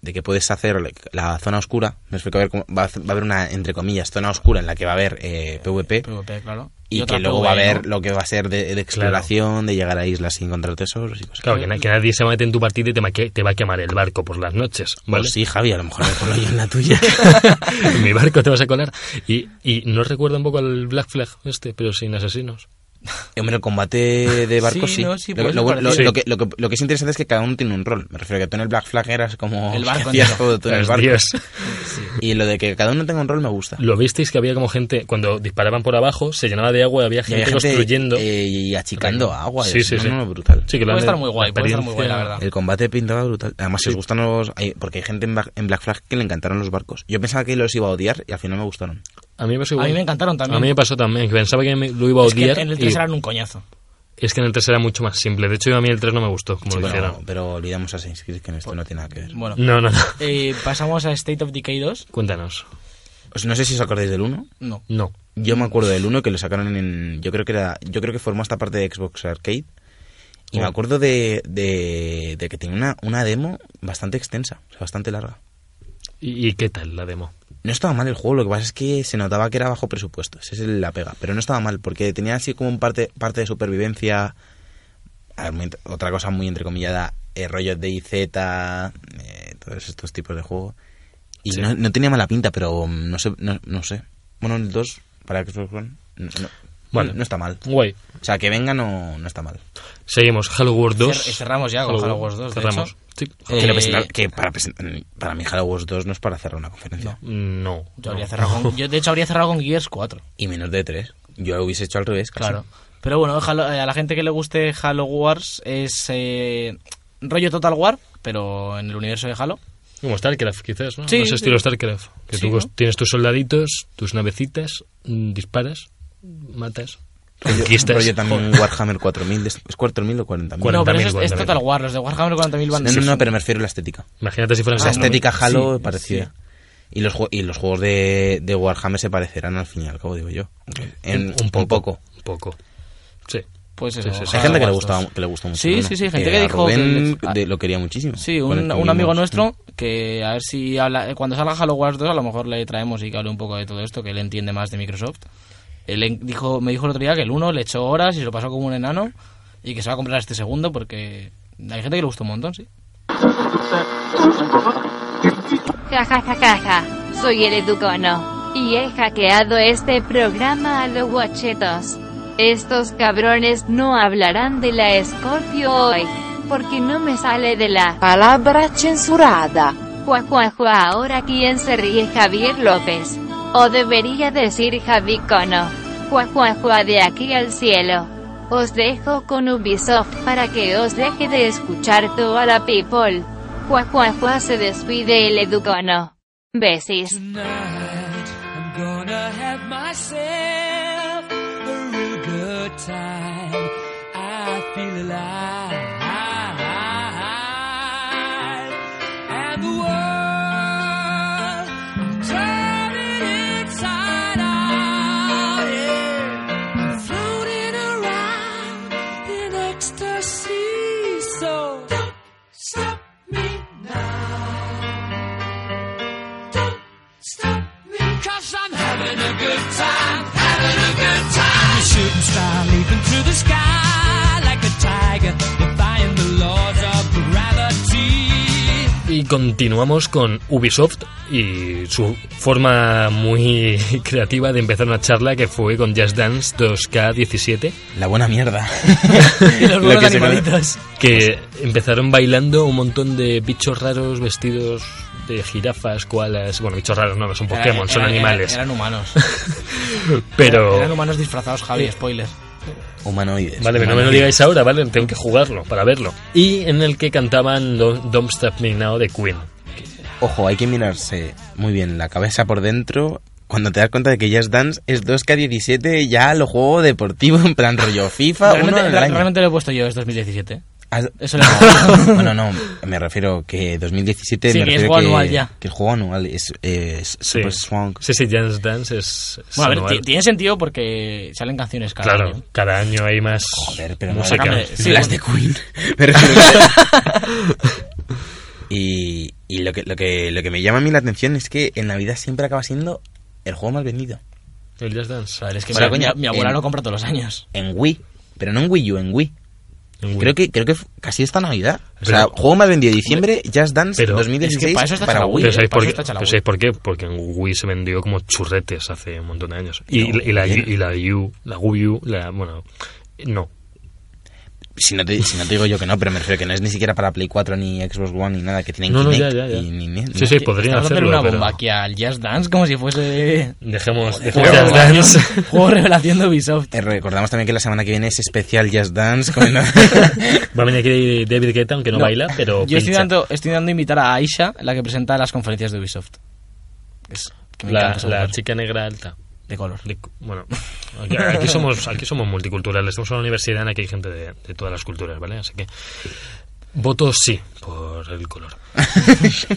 [SPEAKER 3] de que puedes hacer la- la zona oscura. Me explico, a ver, cómo- va a, va a haber una, entre comillas, zona oscura en la que va a haber eh, PvP
[SPEAKER 4] PvP, claro.
[SPEAKER 3] y, que
[SPEAKER 4] otra
[SPEAKER 3] luego va a
[SPEAKER 4] PvE,
[SPEAKER 3] haber
[SPEAKER 4] ¿no?
[SPEAKER 3] lo que va a ser de, de exploración, de llegar a islas sin encontrar tesoros y cosas.
[SPEAKER 2] Claro, que, na- que nadie se mete en tu partida y te, maque- te va a quemar el barco por las noches, ¿vale?
[SPEAKER 3] Pues sí, Javi, a lo mejor me colo yo en la tuya.
[SPEAKER 2] en mi barco te vas a colar. Y, y no recuerda un poco al Black Flag este, pero sin asesinos.
[SPEAKER 3] Hombre, el combate de barcos sí.
[SPEAKER 4] Sí, no, sí,
[SPEAKER 3] lo,
[SPEAKER 4] pues,
[SPEAKER 3] lo- lo-
[SPEAKER 2] parece.
[SPEAKER 3] lo que, lo que- lo que es interesante es que cada uno tiene un rol. Me refiero a que tú en el Black Flag eras como...
[SPEAKER 4] El barco
[SPEAKER 3] hacías
[SPEAKER 4] entero.
[SPEAKER 3] todo tú en el
[SPEAKER 2] Los
[SPEAKER 3] barco.
[SPEAKER 2] días.
[SPEAKER 3] Y lo de que cada uno tenga un rol me gusta.
[SPEAKER 2] Lo visteis que había como gente, cuando disparaban por abajo, se llenaba de agua y había
[SPEAKER 3] Y
[SPEAKER 2] gente,
[SPEAKER 3] había gente,
[SPEAKER 2] construyendo.
[SPEAKER 3] eh, y achicando agua.
[SPEAKER 2] Sí,
[SPEAKER 3] es
[SPEAKER 2] sí, sí.
[SPEAKER 3] no, no, brutal.
[SPEAKER 2] Sí, que lo
[SPEAKER 4] Puede
[SPEAKER 2] han-
[SPEAKER 4] estar muy guay, puede estar muy guay, la
[SPEAKER 2] experiencia-
[SPEAKER 4] verdad.
[SPEAKER 3] El combate pintaba brutal. Además, si os gustan los... hay- porque hay gente en Black, en Black Flag que le encantaron los barcos. Yo pensaba que los iba a odiar y al final me gustaron.
[SPEAKER 2] A mí me pasó
[SPEAKER 4] A
[SPEAKER 2] igual.
[SPEAKER 4] mí me encantaron también.
[SPEAKER 2] A mí me pasó también, que pensaba que me- lo iba a
[SPEAKER 4] Es que
[SPEAKER 2] odiar.
[SPEAKER 4] en el
[SPEAKER 2] y-
[SPEAKER 4] 3 eran un coñazo.
[SPEAKER 2] es que en el 3 era mucho más simple. De hecho, a mí el 3 no me gustó, como
[SPEAKER 3] Sí,
[SPEAKER 2] lo Pues
[SPEAKER 3] pero,
[SPEAKER 2] dijeron.
[SPEAKER 3] pero olvidamos a Assassin's Creed, que en esto no tiene nada que ver.
[SPEAKER 4] Bueno,
[SPEAKER 2] No, no, no.
[SPEAKER 4] eh, pasamos a State of Decay 2.
[SPEAKER 2] Cuéntanos.
[SPEAKER 3] Os- No sé si os acordáis del 1.
[SPEAKER 4] No.
[SPEAKER 2] No.
[SPEAKER 3] Yo me acuerdo del uno que lo sacaron en. Yo creo que era. Yo creo que formó esta parte de Xbox Arcade. Y me
[SPEAKER 2] Oh.
[SPEAKER 3] acuerdo de, de, de que tenía una, una demo bastante extensa, o sea, bastante larga.
[SPEAKER 2] ¿Y, y qué tal la demo?
[SPEAKER 3] No estaba mal el juego, lo que pasa es que se notaba que era bajo presupuesto, esa es la pega, pero no estaba mal, porque tenía así como un parte, parte de supervivencia, a ver, muy entre- otra cosa muy entrecomillada, eh, rollos de IZ, eh, todos estos tipos de juego. Y
[SPEAKER 2] Sí.
[SPEAKER 3] no, no tenía mala pinta, pero mm, no sé, no, no sé. Bueno, el 2 para Xbox One no, no,
[SPEAKER 2] Vale.
[SPEAKER 3] no está mal.
[SPEAKER 2] Guay.
[SPEAKER 3] O sea, que venga no, no está mal.
[SPEAKER 2] Seguimos. Halo World 2.
[SPEAKER 4] Cer- cerramos ya con Halo Wars 2, de
[SPEAKER 2] Cerramos.
[SPEAKER 4] hecho.
[SPEAKER 2] Sí.
[SPEAKER 3] que, lo
[SPEAKER 4] Eh,
[SPEAKER 3] presenta- que para, presen- para mí Halo Wars 2 no es para cerrar una conferencia.
[SPEAKER 2] No.
[SPEAKER 4] Yo,
[SPEAKER 2] no.
[SPEAKER 4] habría cerrado con, yo de hecho habría cerrado con Gears 4.
[SPEAKER 3] Y menos de 3. Yo lo hubiese hecho al revés, casi.
[SPEAKER 4] Claro. Pero bueno, Halo- eh, a la gente que le guste Halo Wars es eh, rollo Total War, pero en el universo de Halo.
[SPEAKER 2] Como StarCraft, quizás, ¿no?
[SPEAKER 4] Sí,
[SPEAKER 2] no es
[SPEAKER 4] sí.
[SPEAKER 2] estilo StarCraft. Que
[SPEAKER 4] Sí,
[SPEAKER 2] tú
[SPEAKER 4] ¿no?
[SPEAKER 2] tienes tus soldaditos, tus navecitas, mm, disparas, matas, conquistas.
[SPEAKER 3] Rollo también
[SPEAKER 2] Joder.
[SPEAKER 3] Warhammer 4000. ¿Es es 4000 o 40.000?
[SPEAKER 2] Cuarenta
[SPEAKER 4] no, pero
[SPEAKER 2] 40.000,
[SPEAKER 4] eso es, es
[SPEAKER 2] 40.000.
[SPEAKER 4] Total War, los de Warhammer 40.000 van
[SPEAKER 3] No, no, no, pero me refiero a la estética.
[SPEAKER 4] Ah,
[SPEAKER 2] Imagínate si
[SPEAKER 3] O
[SPEAKER 2] fueran
[SPEAKER 3] sea,
[SPEAKER 2] como-
[SPEAKER 3] Ah, estética Halo
[SPEAKER 4] sí,
[SPEAKER 3] parecida. Y los, jue- y los juegos de, de Warhammer se parecerán al fin y al cabo, digo yo. En-
[SPEAKER 2] un poco. Un poco. Sí.
[SPEAKER 4] Pues
[SPEAKER 2] Sí,
[SPEAKER 4] eso.
[SPEAKER 2] sí, sí.
[SPEAKER 4] ojalá
[SPEAKER 3] Hay gente que le,
[SPEAKER 4] Guastos.
[SPEAKER 3] gustaba, que le gustó mucho.
[SPEAKER 4] Sí,
[SPEAKER 3] Luna.
[SPEAKER 4] sí, sí, hay gente que
[SPEAKER 3] a
[SPEAKER 4] dijo que
[SPEAKER 3] Rubén
[SPEAKER 4] les-
[SPEAKER 3] de- lo quería muchísimo.
[SPEAKER 4] Sí,
[SPEAKER 3] Con
[SPEAKER 4] un,
[SPEAKER 3] el que
[SPEAKER 4] un amigo
[SPEAKER 3] vivimos.
[SPEAKER 4] nuestro
[SPEAKER 3] Mm.
[SPEAKER 4] que a ver si habla, cuando salga Halo Wars 2 a lo mejor le traemos y que hable un poco de todo esto, que él entiende más de Microsoft. Él en- dijo, me dijo el otro día que el 1 le echó horas y se lo pasó como un enano y que se va a comprar este segundo porque hay gente que le gustó un montón, sí.
[SPEAKER 7] Ja, ja, ja, ja, ja. Soy el Educono. Y he hackeado este programa a los guachetos. Estos cabrones no hablarán de la Scorpio hoy. Porque no me sale de la palabra censurada. Juá, juá, juá, ahora quién se ríe Javier López. O debería decir Javicono. Juá, juá, juá, de aquí al cielo. Os dejo con Ubisoft para que os deje de escuchar toda la people. Juá, juá, juá, se despide el educono. Besis.
[SPEAKER 8] Tonight, I'm gonna have myself a real good time. I feel alive. And the world, I'm turning inside out. Yeah. I'm floating around in ecstasy. So don't stop me now. Don't stop me, cause I'm having a good time, having a good time. A shooting star leaping through the sky like a tiger, defying the laws of gravity.
[SPEAKER 2] Y continuamos con Ubisoft y su forma muy creativa de empezar una charla que fue con Just Dance 2K17,
[SPEAKER 3] La buena mierda.
[SPEAKER 4] Y los
[SPEAKER 3] Lo
[SPEAKER 4] nuevos
[SPEAKER 3] que se
[SPEAKER 4] animalitos.
[SPEAKER 2] que empezaron bailando un montón de bichos raros vestidos de jirafas, koalas, bueno, bichos raros no, son Pokémon, son
[SPEAKER 4] Eran- eran-
[SPEAKER 2] animales,
[SPEAKER 4] Eran, humanos. Eran
[SPEAKER 2] pero...
[SPEAKER 4] humanos disfrazados, Javi, spoiler.
[SPEAKER 3] Humanoides.
[SPEAKER 2] Vale, pero no me lo digáis ahora, ¿vale? Tengo que jugarlo para verlo. Y en el que cantaban Don't Don't Stop Me Now de Queen.
[SPEAKER 3] Ojo, hay que mirarse muy bien la cabeza por dentro. Cuando te das cuenta de que Just Dance es 2K17, ya lo juego deportivo en plan rollo FIFA. uno
[SPEAKER 4] Realmente,
[SPEAKER 3] del
[SPEAKER 4] re-
[SPEAKER 3] año.
[SPEAKER 4] realmente lo he puesto yo, es 2017.
[SPEAKER 3] Ah,
[SPEAKER 4] Eso le
[SPEAKER 3] bueno, no, me refiero que 2017
[SPEAKER 4] Sí,
[SPEAKER 3] me
[SPEAKER 4] que es
[SPEAKER 3] refiero
[SPEAKER 4] juego anual ya.
[SPEAKER 3] que el juego anual es, es
[SPEAKER 2] Sí,
[SPEAKER 3] Super Swank.
[SPEAKER 2] sí, sí, Just Dance es... es
[SPEAKER 4] Bueno, a ver,
[SPEAKER 2] anual.
[SPEAKER 4] ti- tiene sentido porque salen canciones cada
[SPEAKER 2] Claro,
[SPEAKER 4] año.
[SPEAKER 2] cada año hay más
[SPEAKER 3] Joder, pero no
[SPEAKER 2] música.
[SPEAKER 4] sácame- sí,
[SPEAKER 3] las de Queen. Me refiero que- y y lo, que, lo, que, lo que me llama a mí la atención es que en Navidad siempre acaba siendo el juego más vendido.
[SPEAKER 2] El Just Dance.
[SPEAKER 4] Joder, es que
[SPEAKER 3] Bueno,
[SPEAKER 4] mi,
[SPEAKER 3] coño,
[SPEAKER 4] mi abuela
[SPEAKER 3] en-
[SPEAKER 4] lo compra todos los años.
[SPEAKER 3] En Wii, pero no en Wii U, en Wii.
[SPEAKER 2] En Wii.
[SPEAKER 3] Creo que creo que f- casi esta Navidad. O
[SPEAKER 2] Pero-
[SPEAKER 3] sea, juego más vendido de diciembre, Just Dance
[SPEAKER 2] Pero-
[SPEAKER 3] 2016
[SPEAKER 4] es que para eso está hecha la Wii,
[SPEAKER 2] Pero
[SPEAKER 4] ¿eh?
[SPEAKER 2] ¿sabéis
[SPEAKER 4] para
[SPEAKER 2] por,
[SPEAKER 4] eso
[SPEAKER 2] qué?
[SPEAKER 4] está hecha la
[SPEAKER 2] Pero
[SPEAKER 4] Wii.
[SPEAKER 2] ¿sabéis por qué? Porque en Wii se vendió como churretes hace un montón de años. Y,
[SPEAKER 3] No,
[SPEAKER 2] y la,
[SPEAKER 3] bien.
[SPEAKER 2] y la U, la Wii U, la, bueno, no.
[SPEAKER 3] Si no, te, si no te digo yo que no, pero me refiero que no es ni siquiera para Play 4 ni Xbox One ni nada, que tienen
[SPEAKER 2] No, no,
[SPEAKER 3] Kinect
[SPEAKER 2] ya, ya, ya.
[SPEAKER 3] y ni- E ni-
[SPEAKER 2] Sí, sí,
[SPEAKER 3] ni-
[SPEAKER 2] podrían
[SPEAKER 4] Estamos dándole
[SPEAKER 2] hacerlo,
[SPEAKER 4] una
[SPEAKER 2] pero
[SPEAKER 4] bomba aquí al Just Dance como si fuese
[SPEAKER 2] dejemos,
[SPEAKER 4] juego,
[SPEAKER 2] dejemos Just Dance.
[SPEAKER 4] juego revelación de Ubisoft.
[SPEAKER 3] Eh, Recordamos también que la semana que viene es especial Just Dance. Con...
[SPEAKER 2] Va a venir aquí David Guetta, aunque no,
[SPEAKER 4] No.
[SPEAKER 2] baila, pero
[SPEAKER 4] Yo estoy
[SPEAKER 2] pincha.
[SPEAKER 4] dando, estoy dando invitar a Aisha, la que presenta las conferencias de Ubisoft. Es que me
[SPEAKER 2] la,
[SPEAKER 4] encanta esa
[SPEAKER 2] la
[SPEAKER 4] mujer.
[SPEAKER 2] chica negra alta.
[SPEAKER 4] de color.
[SPEAKER 2] De- Bueno, aquí, aquí somos, aquí somos multiculturales. Estamos en una universidad en la que hay gente de, de todas las culturas, ¿vale? Así que voto sí por el color.